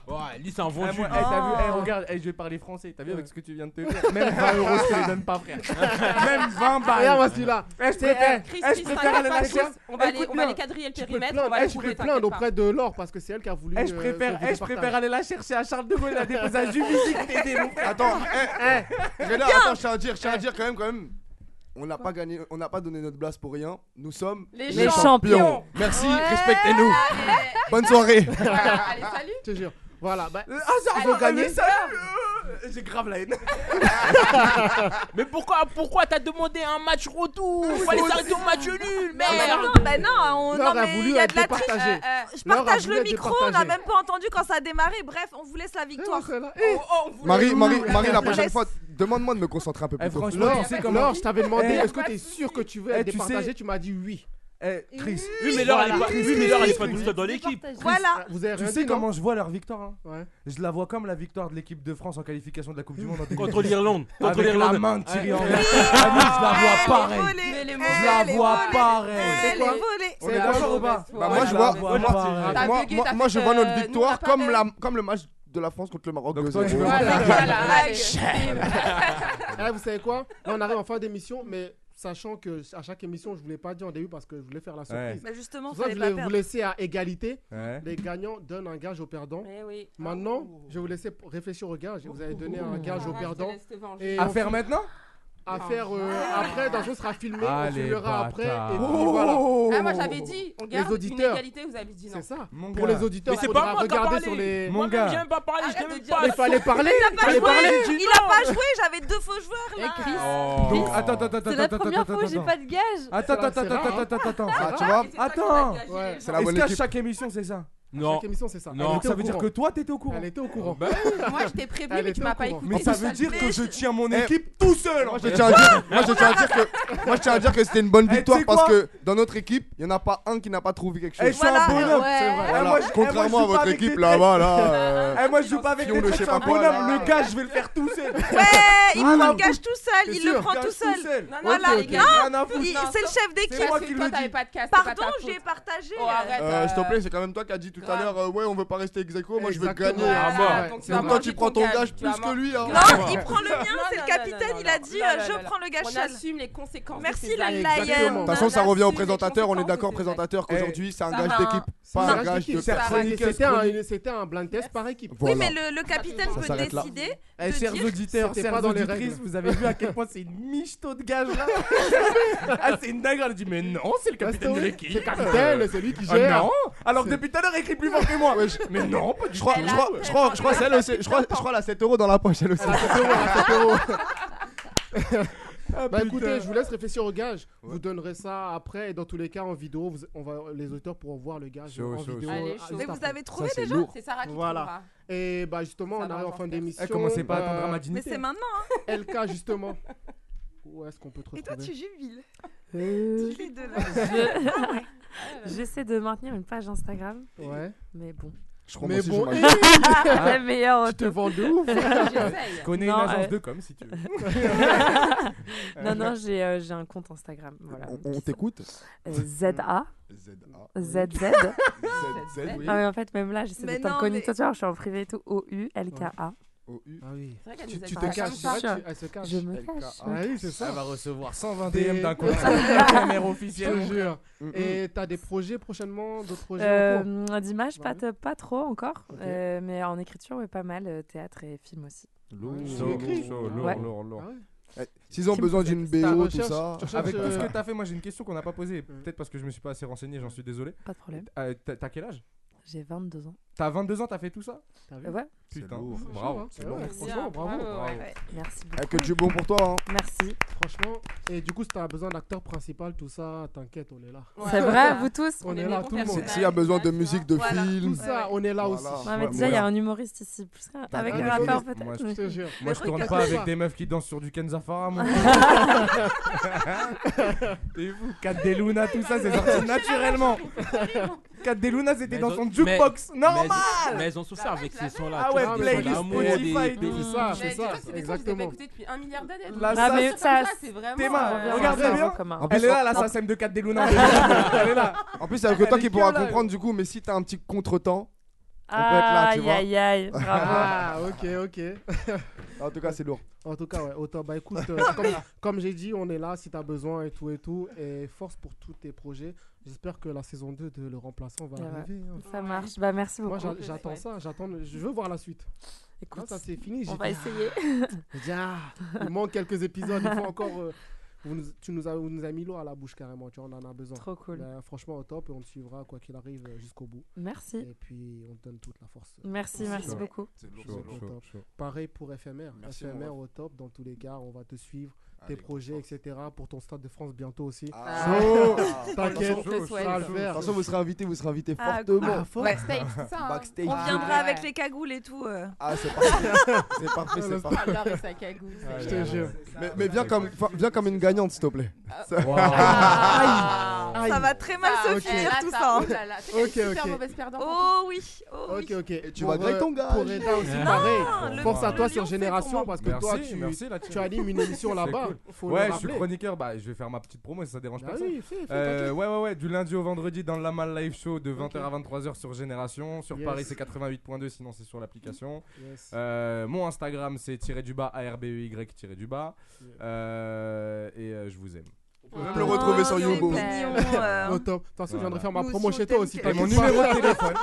S4: Ouais, lui, c'est un
S6: Eh,
S4: vendu.
S6: moi, eh, t'as vu,
S2: Oh.
S6: eh, regarde, eh, je vais parler français. T'as vu avec ce que tu viens de te dire Même 20 euros, je te les donne pas, frère. Même 20 balles.
S2: Regarde-moi celui-là.
S6: Eh, je
S2: C'est-
S6: préfère,
S2: eh,
S6: eh,
S2: Chris,
S6: je
S2: Chris,
S6: préfère aller
S2: t'inquiète
S6: lâcher.
S2: pas,
S13: On va aller-
S2: Écoute
S13: on va
S2: bien.
S13: aller quadriller le
S2: Tu peux te
S13: périmètre.
S2: plaindre.
S13: On va
S2: Eh,
S13: le
S2: je
S13: trouver.
S2: peux te
S13: t'inquiète
S2: plaindre
S13: pas.
S2: auprès de Laure parce que c'est elle qui a voulu. euh,
S6: Eh, je préfère, eh, je préfère aller la chercher à Charles de Gaulle. Il a déposé à Juvisy que t'es des
S7: Attends, eh, Reda, attends, je tiens à dire, je tiens à dire quand même, quand même. On n'a pas gagné, on n'a pas donné notre place pour rien. Nous sommes
S13: Les
S2: champions.
S7: Merci, respectez-nous. Bonne soirée.
S13: Allez, salut.
S2: Je te jure. Voilà. bah,
S6: Ah, ça
S2: Ils ont gagné.
S6: J'ai grave la haine.
S4: Mais pourquoi, pourquoi t'as demandé un match retour
S3: Ah
S4: Fallait s'arrêter au match nul,
S3: Mais
S4: merde
S3: non, bah non, on,
S2: Laure
S3: non,
S2: a
S3: mais
S2: voulu
S3: il y a
S2: être
S3: de la triche. Euh,
S2: départagée.
S3: Je
S2: Laure a
S3: partage
S2: voulu
S3: le
S2: être
S3: micro, on n'a
S2: départagée.
S3: même pas entendu quand ça a démarré. Bref, on vous
S6: Eh,
S3: laisse la victoire. Oh,
S7: Marie, Marie, Marie, la
S3: On
S7: prochaine
S3: laisse.
S7: fois, demande-moi de me concentrer un peu
S4: Eh,
S7: plus. tôt.
S6: franchement,
S2: Laure,
S6: tu sais comment.
S2: Laure, je t'avais demandé
S6: Eh,
S2: est-ce que t'es sûr que tu veux
S6: eh,
S2: être
S6: tu sais-
S2: départagé Tu m'as dit oui.
S6: Eh, Chris.
S4: Oui, mais l'heure, elle est
S6: Voilà.
S4: pas- oui, mais l'heure, elle est pas douce dans l'équipe.
S3: Voilà.
S2: Vous avez
S6: Tu
S2: rien
S6: sais
S2: dit, non
S6: comment je vois leur victoire hein
S2: Ouais.
S6: Je la vois comme la victoire de l'équipe de France en qualification de la Coupe du Monde en 2018.
S4: Contre l'Irlande. Contre
S6: Avec
S4: l'Irlande.
S6: la main de Thierry
S4: Ouais.
S6: Henry. Ah oui, je la vois pareil. Je la vois
S3: Elle est volée.
S6: pareil. On est d'accord ou pas
S7: Bah, moi, je vois, moi, moi- moi- moi- moi, je vois notre victoire comme, la, comme le match de la France contre le Maroc. 2-0.
S6: tu veux-
S2: Eh, vous savez quoi Là, on arrive en fin d'émission, mais sachant que à chaque émission, je ne vous l'ai pas dit en début parce que je voulais faire la surprise.
S3: Ouais. Mais justement,
S2: C'est pour ça que
S3: fallait
S2: je
S3: pas
S2: voulais vous
S3: perdre.
S2: laisser à égalité.
S6: Ouais.
S2: Les gagnants donnent un gage aux perdants.
S13: Eh oui.
S2: Maintenant,
S6: Oh.
S2: je vais vous laisser réfléchir au gage. Vous allez donner un gage
S13: Sarah, je
S2: aux
S13: te
S2: perdants.
S13: laisse te venger.
S2: Et
S6: À
S2: on
S6: faire
S2: fi-
S6: maintenant
S2: À
S13: Ah.
S2: faire euh,
S3: Ah,
S2: après, dans le sens, sera filmé,
S6: Ah,
S2: on
S6: les
S2: filmera après. Et
S6: bâtards.
S2: puis voilà.
S13: Ah, moi j'avais dit, on garde
S2: Les auditeurs.
S13: une égalité, vous avez dit non.
S2: C'est ça.
S6: Mon
S2: Pour
S6: gars.
S2: les auditeurs,
S4: Mais c'est
S2: il
S4: pas
S2: faudra
S4: moi qui a
S2: regarder
S4: parlé.
S2: sur les.
S6: Mon
S4: Moi-même, j'ai
S6: gars.
S4: même pas parlé, je t'ai même pas.
S2: Mais il fallait parler.
S3: Il a pas
S2: fallait parler.
S3: joué. Il a pas joué, j'avais deux faux joueurs là.
S6: Donc, Oh, attends, attends, attends, attends.
S5: Eh, C'est la
S6: attends,
S5: première
S6: attends,
S5: fois où j'ai
S6: attends.
S5: pas de gage.
S6: Attends,
S2: C'est
S6: attends,
S2: rare,
S6: attends,
S2: hein.
S6: attends, attends, attends.
S7: Ah, tu vois
S6: Attends.
S2: Ouais.
S7: C'est la
S6: Est-ce
S7: bonne
S6: qu'à
S7: équipe.
S6: chaque émission c'est ça
S4: Non.
S2: Chaque émission, c'est ça.
S4: Non. Bah
S2: Elle était
S6: Ça
S2: au
S6: veut dire
S2: courant.
S6: que toi t'étais au courant.
S2: Elle était au courant.
S13: Moi je t'ai prévenu,
S2: Elle
S13: mais
S2: était
S13: tu
S2: au
S13: m'as pas
S2: courant.
S13: écouté.
S6: Mais ça veut
S13: sale
S6: dire que
S13: bête.
S6: je tiens mon
S7: Eh,
S6: équipe tout seul.
S7: Moi je, tiens à dire, moi, je tiens à dire que, moi, je tiens à dire que c'était une bonne
S6: Eh,
S7: victoire
S6: tu sais
S7: parce
S6: quoi
S7: que dans notre équipe, il n'y en a pas un qui n'a pas trouvé quelque chose.
S6: Eh, je suis un bonhomme.
S7: C'est vrai.
S6: Eh,
S7: Voilà.
S6: moi, je- eh,
S7: Contrairement
S6: moi,
S7: à
S6: je joue pas
S7: votre
S6: avec
S7: équipe
S6: des
S7: là-bas, là. euh,
S6: Eh, moi je joue pas avec
S7: Pion
S6: les
S7: de je
S6: traits, je
S7: sais
S6: suis un
S7: pas quoi,
S6: bonhomme.
S7: là.
S6: Le gars, je vais le faire tout seul.
S3: Ouais, il
S6: Ah,
S3: prend
S6: non.
S3: le gage tout seul, il
S6: sûr.
S3: le prend
S6: Gage
S3: tout
S6: tout
S3: seul.
S6: seul.
S13: Non, non,
S3: Voilà,
S13: là,
S3: les
S13: les
S3: gars.
S6: Rien à foutre.
S3: Il-
S13: non,
S3: C'est le chef
S13: C'est
S3: d'équipe.
S6: moi
S13: moi
S6: qui
S13: qui
S6: le
S13: toi
S6: dis.
S13: t'avais pas de casse. c'est pas
S3: Pardon,
S13: ta
S3: j'ai
S13: faute.
S3: partagé.
S13: Oh, arrête.
S7: euh, S'il te plaît, c'est quand même toi qui as dit tout à
S13: grave.
S7: l'heure, euh, ouais, on veut pas rester ex aequo, moi je veux
S2: Exactement.
S7: gagner.
S2: Ouais,
S7: Ah,
S13: Voilà,
S2: ouais.
S13: donc tu
S7: Même
S13: vas
S7: toi,
S13: manger
S7: tu prends ton gage
S13: tu vas
S7: plus que
S13: manger-
S7: lui hein. là.
S3: Non, il prend le mien, c'est
S13: Non,
S3: le
S13: non,
S3: capitaine,
S13: non,
S3: il a
S13: non,
S3: dit
S13: non,
S3: euh,
S13: non,
S3: je
S13: non,
S3: prends le gage
S13: On
S3: seul.
S13: assume les conséquences. de
S3: Merci,
S13: ces
S3: la
S13: actes.
S3: Lion.
S7: De toute façon, ça
S13: On
S7: revient au
S13: assume les
S7: présentateur, on est d'accord,
S13: conséquences de ces actes.
S7: présentateur,
S6: Eh,
S7: qu'aujourd'hui c'est un
S13: ça
S7: gage
S13: va.
S7: d'équipe, pas
S2: C'est
S7: un gage de
S2: d'équipe.
S6: Ça va.
S7: personne.
S2: C'était un- C'était un blind test par équipe.
S3: Oui,
S7: Voilà.
S3: mais le, le capitaine
S7: Ça
S3: peut
S7: s'arrête là.
S3: décider.
S6: Eh,
S3: de
S6: chers
S3: dire-
S6: auditeurs,
S2: C'était
S6: chers
S2: pas dans les
S6: auditrices,
S2: règles.
S6: vous avez vu à quel point c'est une michto de gage là Ah, c'est une dingue, elle a dit mais non, c'est le capitaine de
S2: Reste au-
S6: l'équipe.
S2: Bah, C'est capitaine, c'est lui qui
S6: Ah
S2: gère.
S6: non Alors que depuis tout à l'heure, elle écrit plus fort que moi. Mais non, pas du
S7: Je crois,
S6: tout.
S7: je crois, je crois, je crois,
S2: Ah
S7: c'est elle aussi. Je crois, je crois, elle a 7 euros dans la poche, elle aussi.
S2: Elle a 7 euros, elle a 7 euros. Oh. bah
S5: Ah,
S8: putain.
S2: écoutez, je vous laisse réfléchir au gage. Vous donnerez ça après et dans tous les cas en vidéo, vous- on va les auditeurs pourront voir le gage
S8: Chaud,
S2: en
S8: chaud,
S2: vidéo.
S8: chaud. Allez,
S2: euh,
S8: chaud.
S2: juste
S8: Mais vous
S2: après.
S8: avez trouvé Ça, c'est déjà lourd. C'est Sarah qui
S2: Voilà.
S8: trouvera.
S2: Et bah justement, on
S8: Sarah
S2: arrive en fin
S8: Jean-Pierre.
S2: d'émission.
S8: Eh, commencez pas à attendre à ma
S3: Mais c'est maintenant,
S2: hein. LK justement. Où est-ce qu'on peut te
S3: Et
S2: retrouver
S3: toi, tu jubiles.
S5: Euh,
S3: Tu lis de là.
S5: je-
S3: Ah ouais.
S5: J'essaie de maintenir une page Instagram.
S2: Ouais.
S5: Mais bon.
S2: Je crois, moi Mais aussi, bon, j'imagine.
S5: Ah, la meilleure.
S2: Tu te
S5: auto.
S2: vends de ouf. J'essaye.
S6: Je connais une agence de com, si tu veux.
S5: euh. non, non, j'ai euh, j'ai un compte Instagram. Voilà.
S7: On, on t'écoute
S5: Euh, ZA.
S7: ZA.
S5: ZZ.
S7: ZZ, oui.
S5: Ah, mais en fait, même là, j'essaie
S7: Mais
S5: d'être
S7: non,
S5: incognito.
S7: mais-
S5: Tu vois, je suis en privé et tout. O-U-L-K-A.
S2: Ah oui.
S7: C'est vrai
S2: qu'elle Tu- nous a tu te parlé caches, comme ça. c'est vrai, tu- elle se cache.
S5: Je me
S2: Elle
S5: cache.
S2: ca- Ah oui, c'est ça.
S24: Elle va recevoir 120
S2: Des-
S24: DM d'un compte.
S2: Je
S24: Caméra
S2: te
S24: officielle.
S2: jure.
S8: Mm,
S24: Mm-mm.
S2: Et t'as des projets prochainement D'autres projets en cours
S5: Euh, D'image, pas, t- pas trop encore.
S2: Ok.
S5: euh, mais en écriture, ouais, pas mal. euh, Théâtre et film aussi.
S7: Lourd,
S5: Ouais.
S7: lourd,
S5: Tu écris
S7: lourd, lourd,
S5: Ouais.
S7: lourd, lourd.
S5: Ah ouais.
S7: Eh, S'ils ont besoin d'une BO, tout ça.
S6: Avec
S2: euh,
S6: tout ce que t'as fait, moi j'ai une question qu'on n'a pas posée.
S2: Hmm.
S6: Peut-être parce que je me suis pas assez renseigné, j'en suis désolé.
S5: Pas de problème.
S6: Euh, t'as t'as quel âge
S5: J'ai 22 ans.
S6: T'as 22 ans, t'as fait tout ça
S5: T'as vu Ouais.
S7: C'est
S6: Putain,
S7: lourd.
S6: bravo.
S2: C'est lourd, hein. C'est lourd. Franchement, bravo.
S5: ouais. Merci beaucoup.
S7: Eh, que du bon pour toi. hein.
S5: Merci.
S2: Franchement, et du coup, si t'as besoin d'acteur principal, tout ça, t'inquiète, on est là.
S5: Ouais. C'est vrai, vous tous
S2: On est là, tout le monde.
S7: S'il y a besoin de musique, de
S2: Voilà.
S7: film.
S2: Tout ça, on est là aussi.
S5: Ouais, mais déjà, il y a un humoriste ici, plus qu'un-
S2: T'as
S5: avec
S2: raison.
S5: le rappeur
S2: Moi,
S5: peut-être.
S6: Moi, je,
S5: mais-
S6: moi, je tourne pas avec des meufs qui dansent sur du Ken Zafara, moi. T'es fou, 4 des Luna, tout ça, c'est sorti naturellement. 4 des Luna, c'était dans son jukebox. Normal
S4: Mais, elles ont souffert avec ces sons-là.
S6: Ah
S4: tu
S6: ouais,
S4: vois,
S6: playlist,
S4: l'amour,
S6: Spotify,
S4: des-
S6: tout
S4: des-
S2: ça,
S13: Mais
S2: c'est
S13: dis-toi,
S2: ça,
S13: c'est des sons que je t'ai pas
S2: exactement.
S13: écoutés depuis un milliard d'années.
S6: La
S13: donc,
S6: Là,
S13: euh,
S6: ça,
S13: comme ça, c'est vraiment.
S6: Théma,
S13: euh,
S6: regarde
S7: vraiment
S6: bien.
S7: comme un-
S6: Elle est là,
S7: En
S6: la
S7: plus,
S6: SACEM de 4 des Luna. Elle est là.
S7: En plus, il n'y a que toi
S6: Elle
S7: qui
S6: est
S7: pourras
S6: gueule,
S7: comprendre du coup, mais si t'as un petit contretemps, on peut être là, tu
S5: Aïe,
S7: vois.
S5: aïe, aïe. Bravo.
S2: Ah, ok, ok.
S7: En tout cas, c'est lourd.
S2: En tout cas, ouais, autant. Bah écoute, euh, comme, comme j'ai dit, on est là si t'as besoin et tout et tout. Et force pour tous tes projets. J'espère que la saison 2 de Le Remplaçant va
S5: Ouais, ouais.
S2: arriver. hein.
S5: Ça marche. Bah, merci
S2: Moi,
S5: beaucoup.
S2: j'a- j'attends ça. J'attends. Je veux voir la suite.
S5: Écoute,
S2: Là, ça c'est fini.
S5: on
S2: j'ai dit,
S5: va essayer.
S2: ah. J'ai dit, ah, il manque quelques épisodes. Il faut encore. euh, vous nous- tu nous as, vous nous as mis l'eau à la bouche carrément. Tu vois, on en a besoin.
S5: Trop cool.
S2: Bah, franchement, au top. Et on te suivra quoi qu'il arrive euh, jusqu'au bout.
S5: Merci.
S2: Et puis, on te donne toute la force. euh,
S5: Merci,
S2: possible.
S5: merci beaucoup.
S7: C'est
S2: Vous
S7: lourd,
S2: êtes
S7: c'est
S2: au
S7: lourd.
S2: top.
S7: Chaud, chaud.
S2: Pareil pour FMR.
S7: Merci, mon
S2: FMR
S7: ref.
S2: au top dans tous les cas. On va te suivre,
S7: Allez,
S2: tes projets, etc. Pour ton stade de France bientôt aussi.
S7: Ah.
S2: Chaud.
S7: Ah.
S2: T'inquiète,
S7: Attention,
S2: on
S7: chaud,
S2: fera le
S7: chaud,
S2: faire.
S7: chaud. Attention, vous serez invité, vous serez invité
S3: Ah,
S7: fortement.
S3: cool. Ouais, backstage, c'est ça, hein.
S7: Backstage.
S3: On viendra avec les cagoules et tout. euh.
S7: Ah, c'est parfait. c'est parfait, c'est parfait. Ah,
S13: J'adore sa cagoule.
S7: Je
S2: te jure.
S7: Mais, mais viens, comme, viens comme une gagnante, s'il te plaît. Ça-
S3: Ah.
S7: Aïe.
S3: Ça va très mal
S13: Ah,
S3: se
S13: ok.
S3: finir
S13: Eh,
S3: tout ça.
S13: là, ça, oh là là, c'est qu'elle est
S2: Ok,
S13: super
S2: ok.
S13: mauvaise perdante.
S3: Oh oui, oh oui.
S2: Ok, ok.
S7: tu vas griller ton gage.
S2: Pour Ah, Reda aussi,
S6: Ah,
S7: Non,
S2: pareil.
S7: le-
S2: Force à
S7: le
S2: toi
S7: lion
S2: sur
S7: fait
S2: Génération
S7: comment
S2: parce que toi, tu,
S6: merci, la team.
S2: tu animes une émission
S6: C'est
S2: là-bas.
S6: cool.
S2: Faut le
S6: Ouais, je suis
S2: rappeler.
S6: chroniqueur. Bah, je vais faire ma petite promo si ça dérange
S2: Bah
S6: personne.
S2: oui, fais, fais,
S6: Euh,
S2: t'inquiète.
S6: ouais, ouais, ouais. Du lundi au vendredi dans la Mal Live Show de 20h à 23h sur Génération. Sur
S2: Yes.
S6: Paris, c'est 88.2, sinon c'est sur l'application.
S2: Yes.
S6: Euh, mon Instagram, c'est tiré du bas, ARBEY E tiré du bas.
S2: Yeah.
S6: Euh, et euh, je vous aime.
S7: On
S2: Ah,
S7: peut même le retrouver sur Youbo.
S2: Au top. euh. De toute façon, je viendrai faire ma
S6: Nous
S2: promo
S6: aussi,
S2: chez
S6: on
S2: toi
S6: t'aime
S2: aussi.
S6: que- Et mon
S2: t'inquiète
S6: numéro
S2: pas.
S6: de téléphone.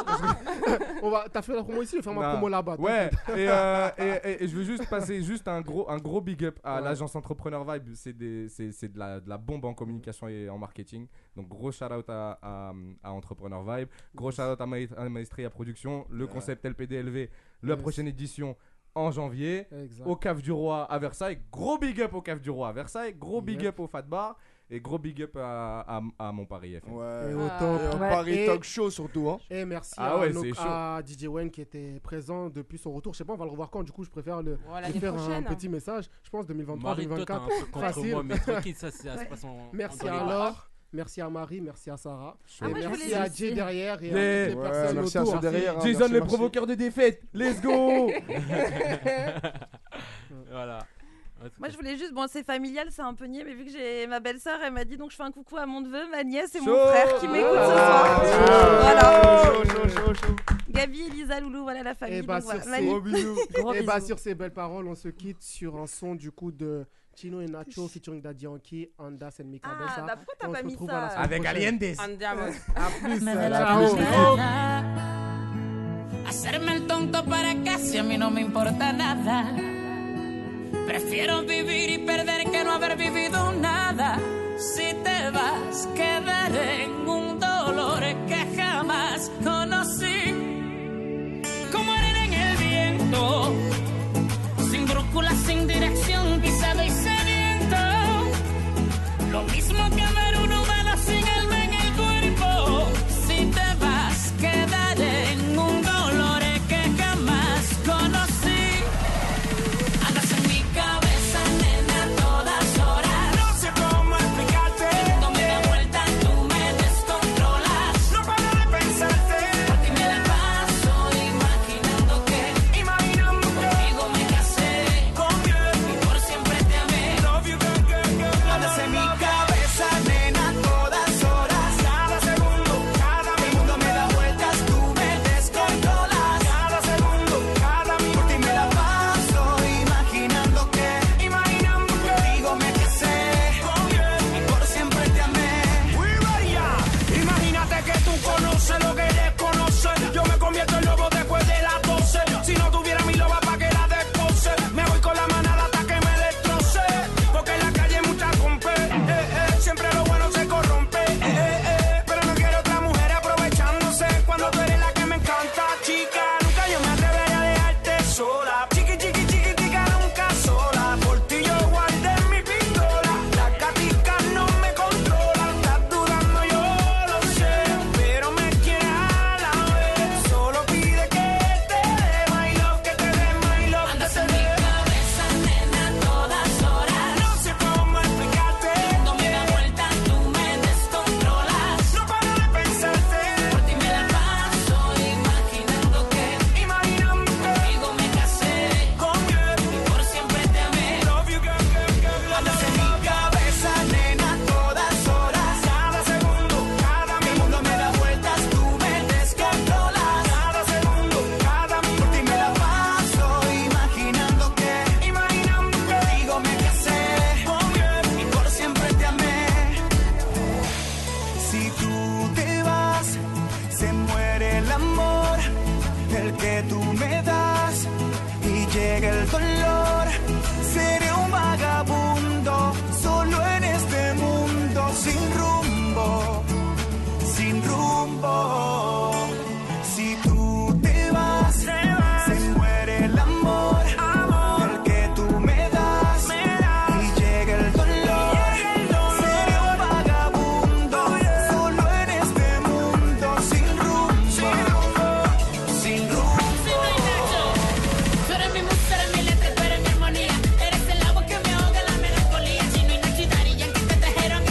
S2: On va, t'as fait la promo ici, je vais faire ma
S6: Non.
S2: promo là-bas.
S6: Ouais,
S2: t'inquiète.
S6: et, euh, et- et- et je veux juste passer juste un gros, un gros big up à
S2: Ouais.
S6: l'agence Entrepreneur Vibe. C'est des- c'est- c'est de, la, de la bombe en communication et en marketing. Donc gros shout out à, à, à Entrepreneur Vibe. Gros shout out à, Maë- à Maestria Production. Le
S2: Ouais.
S6: concept LPDLV, la
S2: Yes.
S6: prochaine édition en janvier.
S2: Exact.
S6: Au Cave du Roi à Versailles. Gros big up au Cave du Roi à Versailles. Gros big
S2: Yep.
S6: up au Fat Bar. Et gros big up à, à, à Montparis FM.
S7: Ouais. Ah.
S2: Et au top.
S7: Et au
S2: Ouais.
S7: Paris
S2: Et-
S7: Talk Show surtout. Hein.
S2: Et Eh, merci
S6: Ah
S2: à,
S6: ouais,
S2: nos-
S6: c'est chaud.
S2: à DJ Wayne qui était présent depuis son retour. Je sais pas, on va le revoir quand. Du coup, je préfère le,
S13: Ouais, l'année
S2: lui faire un
S13: prochaine.
S3: hein.
S2: petit message. Je pense 2023,
S4: Marie, toi, t'as
S2: 2024.
S4: un truc contre
S2: facile.
S4: moi, mais tranquille, ça, c'est- ça se
S2: Ouais.
S4: passe en-
S2: Merci
S4: en
S2: à
S4: délire.
S2: Laure. Merci à Marie, merci à Sarah.
S4: Ah,
S2: et
S4: moi, je
S2: merci
S4: voulais
S2: à
S4: aussi.
S2: Jay derrière et
S6: Yeah.
S2: à toutes les
S6: Ouais,
S2: personnes
S6: merci à
S2: autour.
S6: ceux derrière, hein, Jason, merci, le merci. provoqueur de défaite. Let's go
S4: Voilà.
S3: Moi, je voulais juste, bon, c'est familial, c'est un peu niais, mais vu que j'ai ma belle-sœur, elle m'a dit donc je fais un coucou à mon neveu, ma nièce et mon
S6: Chaud.
S3: frère qui m'écoutent ce
S6: Ah,
S3: soir.
S6: chaud.
S3: Voilà.
S6: Chaud, chaud, chaud, chaud.
S3: Gabi, Elisa, Loulou, voilà la
S7: Eh
S3: famille.
S2: Et
S7: ben,
S2: bah,
S3: donc voilà,
S2: sur,
S3: Manu. ben,
S2: ces...
S3: Gros
S2: et bah,
S3: bisous.
S2: sur ces belles paroles, on se quitte sur un son du coup de Chino et Nacho featuring Daddy Yankee, Andas and Mika
S3: Ah, bah, pourquoi t'as pas mis ça
S6: Avec Alientes.
S2: Ah, pues, A plus.
S21: Ah, Me la
S2: Ciao.
S21: Hacerme el tonto para casi a mí no me importa nada. Prefiero vivir y perder que no haber vivido nada. Si te vas, quedaré en un dolor que jamás conocí. Como arena en el viento, sin brújula, sin dirección, pisado y sediento. Eh,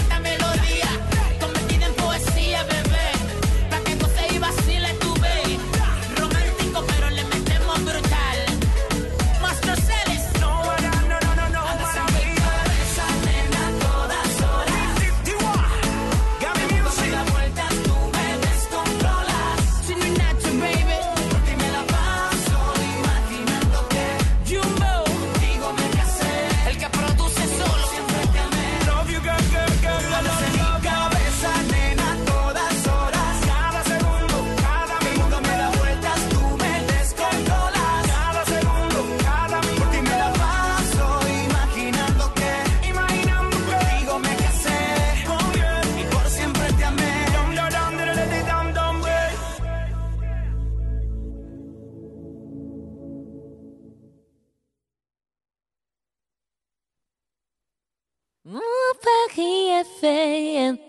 S21: este Oh,
S1: BFA and